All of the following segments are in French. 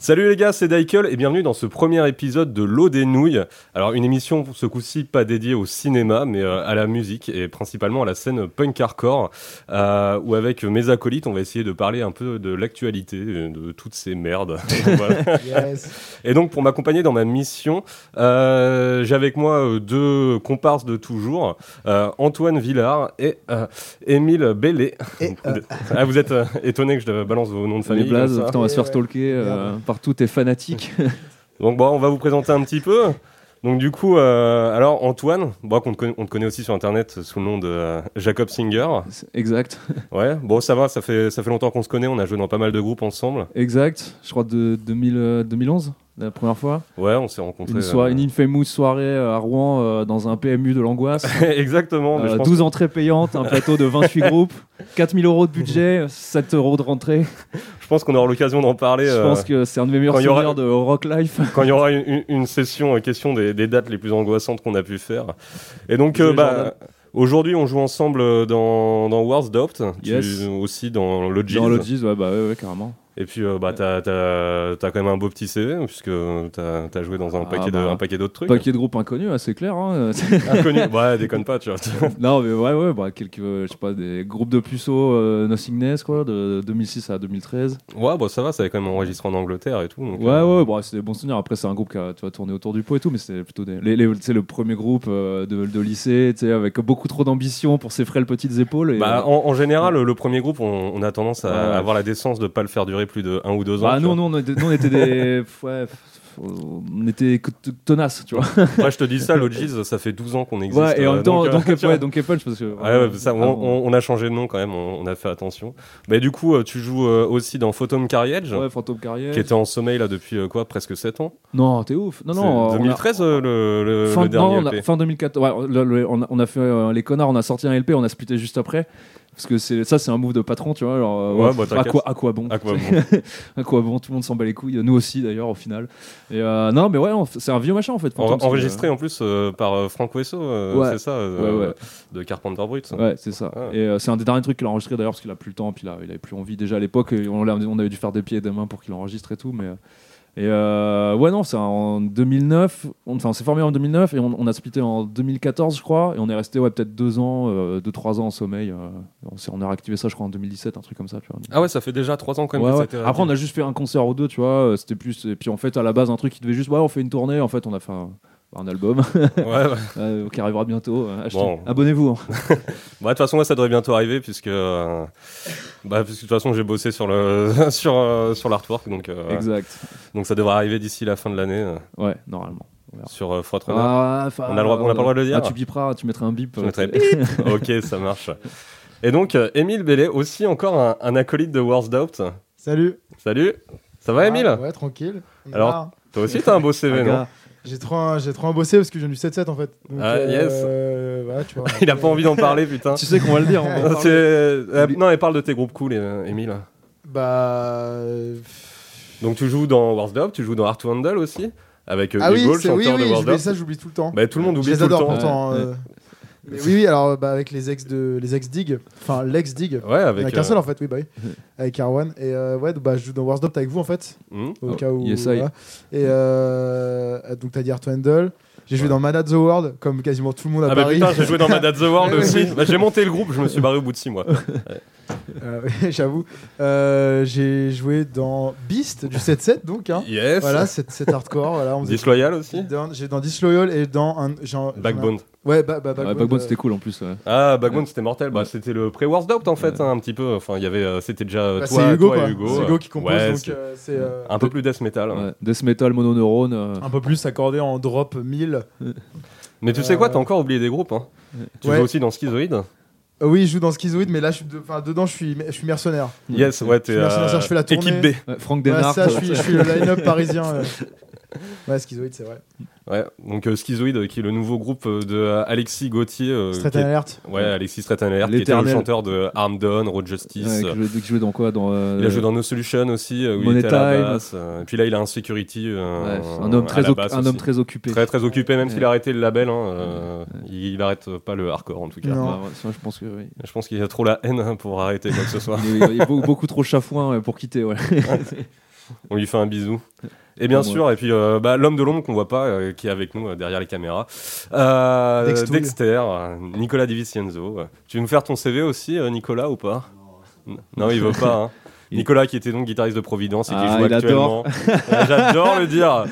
Salut les gars, c'est Dykel et bienvenue dans ce premier épisode de L'eau des nouilles. Alors une émission ce coup-ci pas dédiée au cinéma mais euh, à la musique et principalement à la scène punk hardcore euh, où avec mes acolytes on va essayer de parler un peu de l'actualité, euh, de toutes ces merdes. Voilà. Yes. Et donc pour m'accompagner dans ma mission, euh, j'ai avec moi euh, deux comparses de toujours, euh, Antoine Villard et euh, Émile Bellé. Et, euh, Ah, vous êtes euh, étonné que je te balance vos noms de Les famille. blazes, comme ça. putain, on va se faire Ouais, ouais. stalker euh, par tous tes fanatiques. Donc bon, on va vous présenter un petit peu. Donc du coup, euh, alors Antoine, bon, qu'on te conna- on te connaît aussi sur Internet sous le nom de euh, Jacob Singer. C'est- exact, Ouais, bon ça va, ça fait, ça fait longtemps qu'on se connaît, on a joué dans pas mal de groupes ensemble. exact. Je crois de 2000, euh, 2011, la première fois. Ouais, on s'est rencontrés. Une, euh, soirée, une infamous soirée euh, à Rouen euh, dans un PMU de l'angoisse. Exactement, mais Euh, je pense 12 entrées payantes, un plateau de 28 groupes, 4000 euros de budget, 7 euros de rentrée. Je pense qu'on aura l'occasion d'en parler Je euh, pense que c'est un de mes meilleurs quand il y aura- souvenirs de rock life. quand il y aura une, une- une session euh, question des, des dates les plus angoissantes qu'on a pu faire. Et donc, euh, Désolé, bah, Jordan. aujourd'hui, on joue ensemble euh, dans, dans Words Doubt, tu- Yes. aussi dans le Dans Logis, ouais, bah ouais, ouais, carrément. Et puis, euh, bah, t'as as, quand même un beau petit CV, puisque t'as as joué dans un Ah, paquet de- bah. un paquet d'autres trucs. Paquet de groupes inconnus, ouais, c'est clair. hein. Inconnu. ouais, déconne pas, tu vois. non, mais ouais, ouais, bah, quelques, euh, je sais pas, des groupes de puceaux, euh, Nothingness, quoi, de 2006 à 2013. ouais, bon, ça va, ça avait quand même enregistré en Angleterre et tout. donc, Ouais, euh, ouais, bon, c'est des bons souvenirs. Après, c'est un groupe qui a tu vois, tourné autour du pot et tout, mais c'est plutôt des. les- les- C'est le premier groupe euh, de, de lycée, tu sais, avec beaucoup trop d'ambition pour ses frêles petites épaules. Et, euh, Bah, en, en général, le premier groupe, on, on a tendance à Ouais. avoir la décence de pas le faire durer plus de un ou deux ans. Bah, tu nous, vois. nous, on était, nous, on était des. ouais, on était co- t- tenaces, tu vois. Moi, je te dis ça, Logis, ça fait 12 ans qu'on existe. Ouais, et en euh, même temps, euh, donc, tu vois. ouais, donc, Punch, parce que. Ouais, ouais, ça, on, Ah, on- on a changé de nom quand même, on, on a fait attention. Mais du coup, euh, tu joues euh, aussi dans Phantom Carriage, Ouais, Fantôme Carrière. qui était en sommeil là depuis euh, quoi, presque 7 ans Non, t'es ouf. Non, C'est non. on a- 2013, euh, le, le- Fin, le dernier E non, on a- EP. fin 2014. ouais, le- le- on, a, on a fait euh, les connards, on a sorti un LP, on a splitté juste après. Parce que c'est- ça, c'est un move de patron, tu vois. Alors, euh, Ouais, ouais, bah, à, t'inquiète. quoi, à quoi bon Ah, quoi, bon. À quoi bon Tout le monde s'en bat les couilles, nous aussi d'ailleurs, au final. Et euh, non, mais ouais, on f- c'est un vieux machin en fait. En- Phantom, c'est- enregistré en plus euh, par euh, Franck Wesso, euh, Ouais. c'est ça, euh, Ouais, ouais. de Carpenter Brut. ça. Ouais, c'est ça. Ah. Et euh, c'est un des derniers trucs qu'il a enregistré d'ailleurs, parce qu'il a plus le temps, puis là, il avait plus envie déjà à l'époque. et On, l'a- on avait dû faire des pieds et des mains pour qu'il enregistre et tout, mais. euh, Et euh, ouais, non, c'est en 2009. on- Enfin, on, s'est formé en 2009 et on, on a splitté en 2014, je crois. Et on est resté, ouais, peut-être deux ans, euh, deux, trois ans en sommeil. euh, on, s'est- on a réactivé ça, je crois, en 2017, un truc comme ça, tu vois. Ah ouais, ça fait déjà 3 ans quand même Ouais, que euh, ouais. ça a été Après, on a juste fait un concert ou deux, tu vois. euh, C'était plus. Et puis, en fait, à la base, un truc qui devait juste. Ouais, on fait une tournée. En fait, on a fait un, un album Ouais, ouais. euh, qui arrivera bientôt. euh, achetez. Bon. Abonnez-vous. hein. Bah, de toute façon, ouais, ça devrait bientôt arriver, puisque, euh, bah, puisque de toute façon, j'ai bossé sur le sur, euh, sur l'artwork, donc, euh, Exact. donc ça devrait arriver d'ici la fin de l'année euh, Ouais, normalement. sur euh, Froid Runner. Ah, enfin, On a le droit- on n'a pas le droit de le dire Ah, tu biperas, tu mettras un bip. Je euh, mettrai tu- Ok, ça marche. Et donc, euh, Émile Bellet, aussi encore un, un acolyte de Worst Doubt. Salut. Salut Ça va, Ah, Émile Ouais, tranquille. Alors, Ah, Toi aussi, t'as un beau CV, Ah, non gars. j'ai trop, un- j'ai trop un bossé parce que je viens du 7-7 en fait. Donc, Ah, euh, voilà, tu vois. Il a pas envie d'en parler, putain. Tu sais qu'on va le dire. on va en C'est- parler. euh, non, elle parle de tes groupes cool, euh, Émile. Bah. euh, Donc, tu joues dans Worst Doubt, tu joues dans Art to Handle aussi, avec euh, Ah oui, Hugo, le c'est- oui, chanteur oui, de Worst j'oublie Doubt. ça, j'oublie tout le temps. Bah, tout le monde je oublie les tout le adore temps. pourtant. Ouais, euh, mais oui, oui, alors bah, avec les ex de les ex dig, enfin l'ex dig. Ouais, Il n'y en a avec. qu'un euh, seul en fait, oui, bah oui. Avec Arwan. Et euh, ouais, donc, bah, je joue dans Warsdop avec vous en fait. hmm au Oh, cas où. yes, I. voilà. Et euh, donc t'as dit Art to Handle. J'ai joué Ouais. dans Man at the World, comme quasiment tout le monde à Ah bah Paris. putain, j'ai joué dans Mad at the World Ouais, aussi. ouais. Bah, j'ai monté le groupe, je me suis barré au bout de 6 mois. Euh, oui, J'avoue. Euh, j'ai joué dans Beast du 7-7 donc. Hein. Yes Voilà, c'est c'est hardcore. Voilà, on faisait- Disloyal aussi Dans- J'ai dans Disloyal et dans un. j'ai un- Backbone. Ouais, ba- ba- Ouais, Backbone. Backbone, euh, c'était cool en plus. ouais. Ah, Backbone Ouais. c'était mortel. Bah, Ouais. c'était le pré-Wars Doubt en fait, hein, un petit peu. Enfin, il y avait, euh, c'était déjà euh, bah, toi, c'est Hugo, toi et quoi. Hugo. C'est euh, Hugo qui compose, ouais, donc c'est euh, c'est. euh, un peu plus death metal. hein. Ouais. Death Metal, Mononeurone. euh, Un peu plus accordé en drop 1000. Mais tu sais quoi, Euh, t'as encore oublié des groupes. Hein. Tu Ouais. joues aussi dans Schizoid. Euh, oui, je joue dans Schizoid, mais là, je suis de- enfin, dedans, je suis, je suis mercenaire. Yes, ouais, t'es. Je suis mercenaire, euh, je fais la tournée. Équipe B. ouais, Franck Ah. Ouais, Denard. euh, ça, je suis, je suis le line-up parisien. euh. Ouais, Schizoid, c'est vrai. Ouais, donc euh, Schizoid euh, qui est le nouveau groupe euh, de euh, Alexis Gauthier. euh, Strait qui est- Alert. Ouais, Alexis Stratton qui était le L'éternel. chanteur de Armed Dawn, Road Justice. euh, Ouais, que je- que je jouais dans quoi dans, euh, Il a joué dans No Solution aussi, euh, où il Money était à la Time. basse. euh, Et puis là, il a un security. euh, ouais, un homme à très la oc- basse un aussi. homme très occupé. très très occupé, même Ouais. s'il a arrêté le label. hein, euh, il, il arrête euh, pas le hardcore en tout cas. Non. Ouais, ouais, ça, je pense que oui. Je pense qu'il a trop la haine hein, pour arrêter quoi que ce soit. euh, Il est, il est beau- beaucoup trop chafouin ouais, pour quitter. Ouais. On lui fait un bisou. Et bien Ouais. sûr, et puis euh, bah, l'homme de l'ombre qu'on voit pas, euh, qui est avec nous euh, derrière les caméras. Euh, Dextool. Dexter, euh, Nicolas Divincenzo. Tu veux nous faire ton CV aussi, euh, Nicolas, ou pas N- Non, il veut pas. hein. Il- Nicolas, qui était donc guitariste de Providence et qui Ah, joue il actuellement. adore. Ouais, J'adore le dire.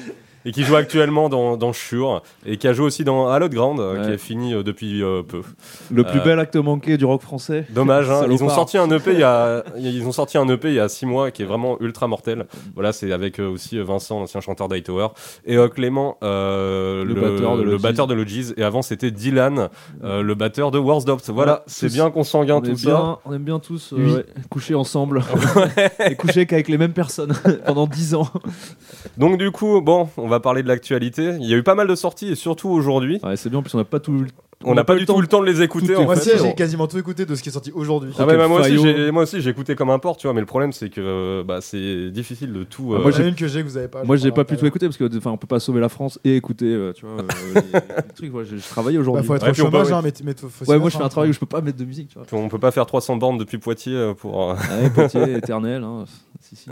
Et qui joue actuellement dans, dans Shure et qui a joué aussi dans Hallowed Ground, euh, qui Ouais. a fini euh, depuis euh, peu. Le plus Euh, bel acte manqué du rock français. Dommage, hein. ils ont Salopard. sorti un EP il y a, ils ont sorti un EP il y a six mois qui est vraiment ultra mortel. Voilà, c'est avec euh, aussi Vincent, l'ancien chanteur d'Hightower, et euh, Clément, euh, Le batteur de le Logis. batteur de Logis, et avant c'était Dylan, euh, le batteur de Warsdopt. Voilà, Ouais, c'est tous- bien consanguin On tout aime, ça. bien, on aime bien tous euh, Oui. ouais, coucher ensemble et coucher qu'avec les mêmes personnes pendant 10 ans. Donc du coup, bon, on va parler de l'actualité. Il y a eu pas mal de sorties et surtout aujourd'hui, Ouais, c'est bien, en plus on n'a pas tout le- on n'a pas du tout le temps de les écouter. Tout est en Moi fait. aussi, fait, j'ai on- quasiment tout écouté de ce qui est sorti aujourd'hui. Ah ouais, bah, moi, aussi, Fayot. j'ai, moi aussi j'ai écouté comme un porc, tu vois, mais le problème c'est que euh, bah, c'est difficile de tout. Ah, euh, moi, j'ai une que j'ai que vous avez pas. Moi je euh, j'ai pas parlerai pu tout écouter parce que enfin on peut pas sauver la France et écouter euh, tu vois euh, les- les trucs voilà, je, je travaillais Bah, aujourd'hui. faut être Ouais, au puis on peut- chômage, hein, mais, mais faut- faut s'y ouais, moi mettre, je fais un hein. travail où je peux pas mettre de musique tu vois. Ah, on peut pas faire 300 bornes depuis Poitiers euh, pour. euh, Ouais, Poitiers, éternel hein. si, si.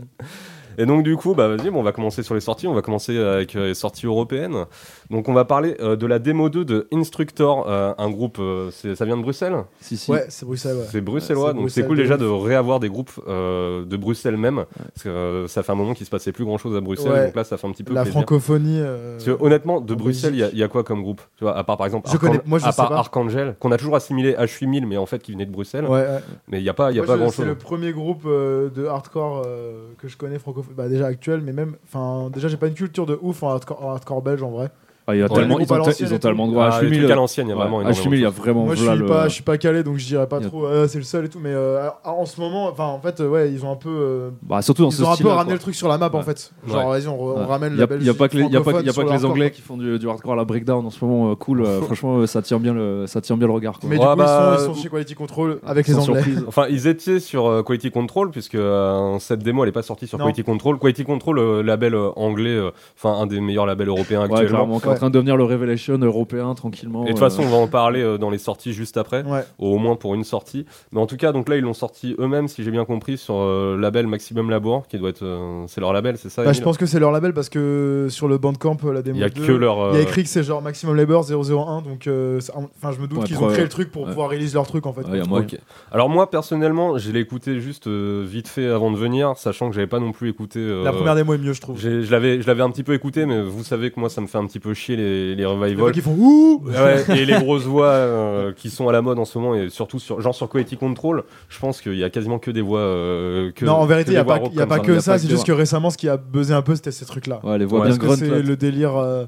Et donc du coup, bah vas-y, bon, on va commencer sur les sorties, on va commencer avec euh, les sorties européennes. Donc on va parler euh, de la démo 2 de Instructor, euh, un groupe, euh, c'est- ça vient de Bruxelles Si, si. Ouais, c'est Bruxelles, ouais. C'est bruxellois, Ouais, Euh, c'est donc c'est Bruxelles cool de déjà ouf. de réavoir des groupes euh, de Bruxelles même, parce que euh, ça fait un moment qu'il se passait plus grand-chose à Bruxelles, Ouais. donc là ça fait un petit peu La plaisir. francophonie. euh, Parce que, honnêtement, de en Bruxelles, il y a- Belgique. il y, a quoi comme groupe Tu vois, à part par exemple Je connais- Archan- moi, je à sais part pas. Archangel, qu'on a toujours assimilé à 8000, mais en fait qui venait de Bruxelles. Ouais, ouais. Mais il n'y a pas, il y a Moi, pas je- grand-chose. C'est le premier groupe euh, de hardcore euh, que je connais francophone, bah, déjà actuel, mais même, enfin, déjà j'ai pas une culture de ouf en hardcore, en hardcore belge en vrai. Ah, il y a Ouais, tellement les ils ont, groupes à te- ils l'ancienne ont et tellement de Ah, droits à les trucs Schumil. à l'ancienne, il y a vraiment ouais, à énormément de Schumil, il y a choses. vraiment Moi je voilà, suis le- pas, je suis pas calé donc je dirais pas Il y a- trop. euh, c'est le seul et tout, mais euh, en- en ce moment, enfin en fait, euh, ouais, ils ont un peu, euh, Bah, surtout dans ils ce ont un peu style-là, ramené quoi. le truc sur la map en Ouais. fait. Genre vas-y, on, re- on Ouais. ramène Il la y a, il y a Belgique pas que les, il y a pas, que- il y a pas francophone que les sur le Anglais hardcore, qui font du, du hardcore à la breakdown en ce moment. euh, cool, euh, franchement, euh, ça tire bien le, ça tire bien le regard. quoi. Quoi. Mais Ouais, du coup, bah, ils, sont, ils sont chez Quality Control avec les Sans Anglais. surprise. Enfin, ils étaient sur euh, Quality Control, puisque euh, cette démo, elle n'est pas sortie sur Non. Quality Control. Quality Control, euh, label euh, anglais, euh, enfin, un des meilleurs labels européens Ouais, actuellement. clairement, qui est en Ouais. train de devenir le Revelation européen tranquillement. et de toute euh, façon, on va en parler euh, dans les sorties juste après, Ouais. au moins pour une sortie. Mais en tout cas, donc là, ils l'ont sorti eux-mêmes, si j'ai bien compris, sur euh, label Maximum Labour, qui doit être. euh, c'est leur label, c'est ça Bah, Emile je pense que c'est leur label parce que sur le Bandcamp, la démo. Il n'y a 2, que leur. euh, Il y a écrit que c'est genre Maximum Labor 001, donc euh, c'est un- enfin je me doute Ouais, qu'ils pour, ont créé euh, le truc pour ouais. pouvoir release leur truc en fait. euh, ouais, il y a moi. Ok. Alors moi personnellement, je l'ai écouté juste euh, vite fait avant de venir, sachant que j'avais pas non plus écouté euh, La première démo est mieux je trouve. j'ai- je l'avais je l'avais un petit peu écouté, mais vous savez que moi ça me fait un petit peu chier les, les Les mecs revivals. qui font ouh Ouais, et les grosses voix euh, qui sont à la mode en ce moment et surtout sur genre sur Quality Control, je pense qu'il y a quasiment que des voix euh, que non, en que vérité, il des n'y a, voix pas- rock y a comme pas ça. Y a que pas ça, que c'est des juste que récemment, ce qui a buzzé un peu, c'était ces trucs-là. Ouais, les voix Ouais, bien Parce que grunt. c'est le délire, euh,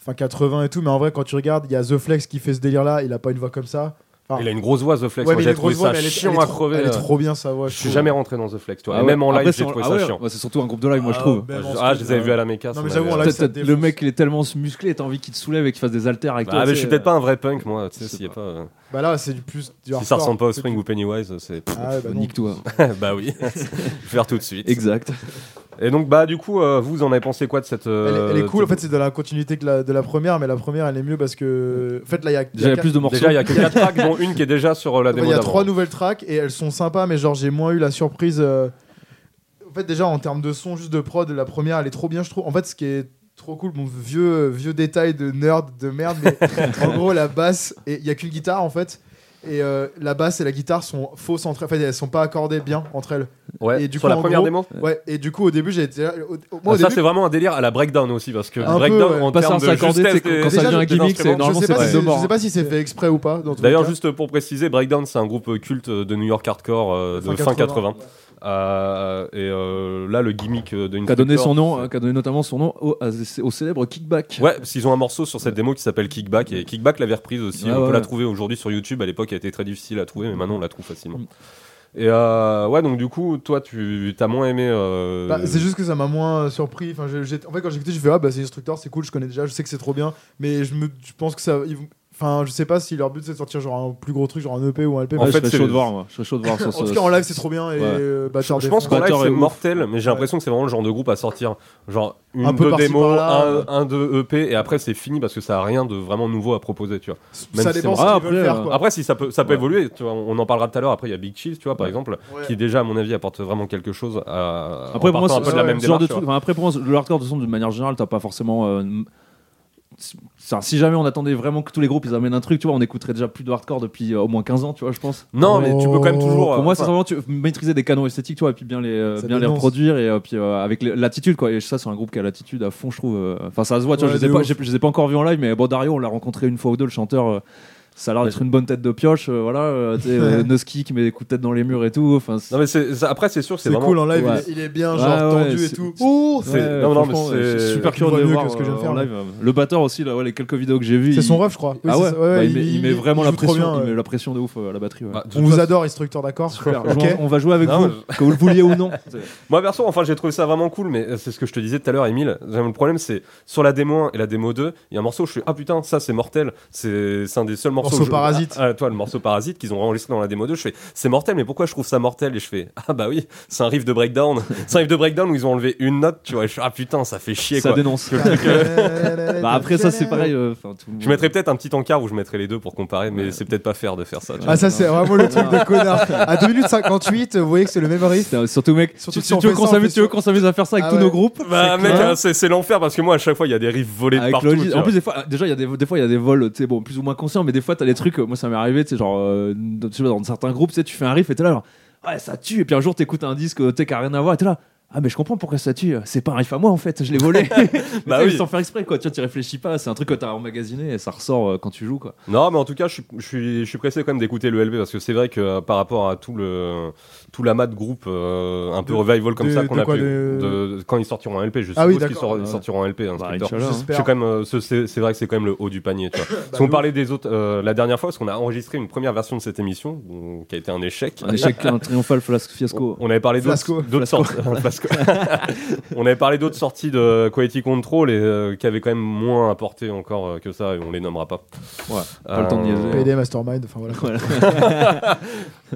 enfin 80 et tout, mais en vrai, quand tu regardes, il y a The Flex qui fait ce délire-là, il a pas une voix comme ça. Enfin, Il a une grosse voix The Flex, moi ouais, mais il j'ai a une trouvé grosse voix, ça mais elle est- chiant elle est à trop- crever. Elle est trop bien sa voix. Je suis trouve. jamais rentré dans The Flex, toi. et Ah ouais. même en live, Après, j'ai c'est- trouvé ah ça ouais, chiant. ouais, c'est surtout un groupe de live, moi je Ah, trouve. même en Ah, je studio, les avais ouais. vus à la méca. ça Non, mais m'avait- j'avoue, en live, Peut-être ça te le défonce. mec, il est tellement musclé, t'as envie qu'il te soulève et qu'il fasse des haltères avec Bah, toi. mais tu je suis sais, peut-être pas un vrai punk, moi. Tu sais, je sais s'il y a pas, euh, Bah là, c'est du plus du si ça hardcore. ressemble pas au C'est Spring du- ou Pennywise, c'est. Ah euh, ouais, bah non. Nique-toi. bah oui, je vais faire tout de suite. hein. Exact. Et donc, bah, du coup, euh, vous en avez pensé quoi de cette. Elle, euh, est- elle est cool, en cette- fait, c'est de la continuité que la- de la première, mais la première, elle est mieux parce que. En fait, là, il y a. il y a Déjà, il y a quatre- plus de morceaux. Déjà, il y a que 4 tracks, dont une qui est déjà sur euh, la Ouais, démo. Il y a d'avant. trois nouvelles tracks et elles sont sympas, mais genre j'ai moins eu la surprise. euh, En fait, déjà en termes de son, juste de prod, la première elle est trop bien, je trouve. En fait, ce qui est trop cool, mon vieux, vieux détail de nerd de merde, mais en gros, la basse, et il y a qu'une guitare en fait. Et euh, la basse et la guitare sont fausses entre elles. Enfin, elles sont pas accordées bien entre elles. Ouais, Et du sur coup, la en première gros, démo. Ouais, et du coup, au début, j'ai été. au- au- Ah, Moi, au ça, début, c'est vraiment un délire à la breakdown aussi, parce que Un peu, breakdown ouais. en Pas termes sans de s'accorder, justesse c'est que des- quand des ça devient un instruments. gimmick, c'est normalement je sais c'est pas, pas si, de je sais mort. pas si c'est fait exprès ou pas. dans tous les D'ailleurs, hein. cas. juste pour préciser, Breakdown, c'est un groupe culte de New York hardcore euh, de fin 80. Euh, et euh, là, le gimmick euh, de Qui a donné son Instructor, nom, euh, qui a donné notamment son nom au, à- au célèbre Kickback. Ouais, parce qu'ils ont un morceau sur cette démo qui s'appelle Kickback et Kickback l'avait reprise aussi. Ouais, on peut Ah ouais. la trouver aujourd'hui sur YouTube. À l'époque, elle était très difficile à trouver, mais maintenant on la trouve facilement. Mm. Et euh, ouais, donc du coup, toi, tu t'as moins aimé. euh, Bah, c'est juste que ça m'a moins euh, surpris. Enfin, j'ai- j'ai- en fait, quand j'ai écouté, j'ai fait Ah, bah c'est Instructor, c'est cool, je connais déjà, je sais que c'est trop bien. Mais je, me, je pense que ça. ils vont- Enfin, je sais pas si leur but c'est de sortir genre un plus gros truc, genre un EP ou un LP. En En mais- fait, fait, je c'est serais chaud le- de voir, moi. Je serais chaud de voir. ça, en ça- tout cas, en live, c'est trop bien. Et Ouais. euh, Batteur je pense Défense. qu'en live Batteur c'est est ouf. mortel, mais j'ai Ouais. l'impression que c'est vraiment le genre de groupe à sortir genre une Un peu deux par-ci, démos, par-là, un, euh. un deux EP et après c'est fini parce que ça a rien de vraiment nouveau à proposer, tu vois. même ça si dépend c'est- ce Ah, qu'ils veulent après, faire. euh, Quoi. Après si ça peut ça peut Ouais. évoluer, tu vois, on en parlera tout à l'heure. Après il y a Big Chill, tu vois par exemple, Ouais. qui déjà à mon avis apporte vraiment quelque chose. À... Après, en pour moi, partant un c'est peu de la ouais, même ce genre démarche. de tu truc. vois. Enfin, après, pour moi, le hardcore, de toute façon, d'une manière générale, t'as pas forcément. euh, ça, si jamais on attendait vraiment que tous les groupes ils amènent un truc, tu vois, on écouterait déjà plus de hardcore depuis euh, au moins 15 ans, tu vois, je pense. Non mais tu peux quand même toujours. Pour euh, moi, c'est enfin, vraiment tu, maîtriser des canons esthétiques, tu vois, et puis bien les, euh, Ça bien les dénonce. reproduire, et euh, puis euh, avec les- l'attitude, quoi. Et ça, c'est un groupe qui a l'attitude à fond, je trouve. euh. Enfin, ça se voit, tu vois, Ouais, je les ai de pas- ouf. j'ai- je les ai pas encore vus en live, mais bon, Dario, on l'a rencontré une fois ou deux, le chanteur. euh, ça a l'air d'être une bonne tête de pioche, euh, voilà. Euh, tu sais, euh, Noski qui met des coups de tête dans les murs et tout. Enfin, c'est- non, mais c'est- ça- après c'est sûr que c'est C'est vraiment cool en live, Ouais. il, est, il est bien, Ouais, genre ouais, tendu et c'est- tout. c'est- Ouh, c'est- c'est non, non, mais franchement, c'est- je suis super je curieux vois de les mieux voir que ce que je viens de euh, faire, en là. live. Le batteur aussi, là, ouais, les quelques vidéos que j'ai vues. c'est il- son ref, je crois. Oui, ah c'est ouais, ça. Bah, il, met, il met vraiment joue la trop pression, bien, il ouais. met la pression de ouf euh, à la batterie. ouais. Bah, de On toute vous façon- adore, instructeur d'accord. Super, Ok. jouons- on va jouer avec Non, vous, que vous le vouliez ou non. Moi perso, enfin j'ai trouvé ça vraiment cool, mais euh, c'est ce que je te disais tout à l'heure, Emile. Le problème c'est sur la démo 1 et la démo 2, il y a un morceau où je suis ah putain ça c'est mortel, c'est c'est un des seuls morceaux. Morceau où je- Parasite. Ah, ah, toi le morceau parasite qu'ils ont enregistré dans la démo 2, je fais c'est mortel, mais pourquoi je trouve ça mortel Et je fais ah bah oui, c'est un riff de breakdown, c'est un riff de breakdown où ils ont enlevé une note, tu vois. Et je fais ah putain ça fait chier Ça quoi. dénonce. Bah, après, ça, c'est pareil. euh, enfin, tout le Je monde- mettrais peut-être un petit encart où je mettrais les deux pour comparer, mais Ouais. c'est peut-être pas fair de faire ça. tu Ah, ça, c'est vraiment le truc Non. de connard. À 2 minutes 58, vous voyez que c'est le même riff. Putain, surtout, mec, Surtout tu, si on tu veux fait qu'on ça, on s'amuse fait tu veux ça. qu'on s'amuse à faire ça avec Ah tous ouais. nos groupes Bah C'est mec, clair. hein, c'est c'est l'enfer parce que moi à chaque fois il y a des riffs volés Avec partout. le logis- tu en vois. plus, des fois, ah, déjà, il y a des, des fois, il y a des vols, tu sais, bon, plus ou moins conscients, mais des fois, t'as des trucs. euh, Moi, ça m'est arrivé, tu sais, genre, euh, dans- tu sais, dans certains groupes, tu sais, tu fais un riff et t'es là, genre, ouais, ça tue. Et puis un jour, t'écoutes un disque, euh, tu sais, qui a rien à voir, et t'es là, ah, mais je comprends pourquoi ça tue. C'est pas un riff à moi, en fait, je l'ai volé. Bah bah oui. Sans faire exprès, quoi. Tu vois, tu réfléchis pas, c'est un truc que t'as emmagasiné et ça ressort euh, quand tu joues, quoi. Non, mais en tout cas, je suis, je suis, je suis pressé quand même d'écouter le LP parce que c'est vrai que euh, par rapport à tout le tout l'amas de groupes euh, un peu De- revival comme de- ça qu'on de a quoi, pu, de- de- quand ils sortiront un LP, je suppose Ah oui, qu'ils d'accord. sort- ils Ouais. sortiront un LP. hein, Bah, Spectre. Inch'Allah, hein. c'est J'espère. quand même, euh, ce- c'est c'est vrai que c'est quand même le haut du panier. Tu vois. Parce qu'on Bah, parlait des autres euh, la dernière fois, parce qu'on a enregistré une première version de cette émission bon, qui a été un échec. Un échec, hein. un triomphal flas- fiasco. On avait parlé d'autres Flasco. d'autres sorties. Flasco. on avait parlé d'autres sorties de Quality Control et euh, qui avaient quand même moins apporté encore euh, que ça et on les nommera pas. Euh, Ouais, pas le temps de niaiser. hein. PD, Mastermind, enfin voilà.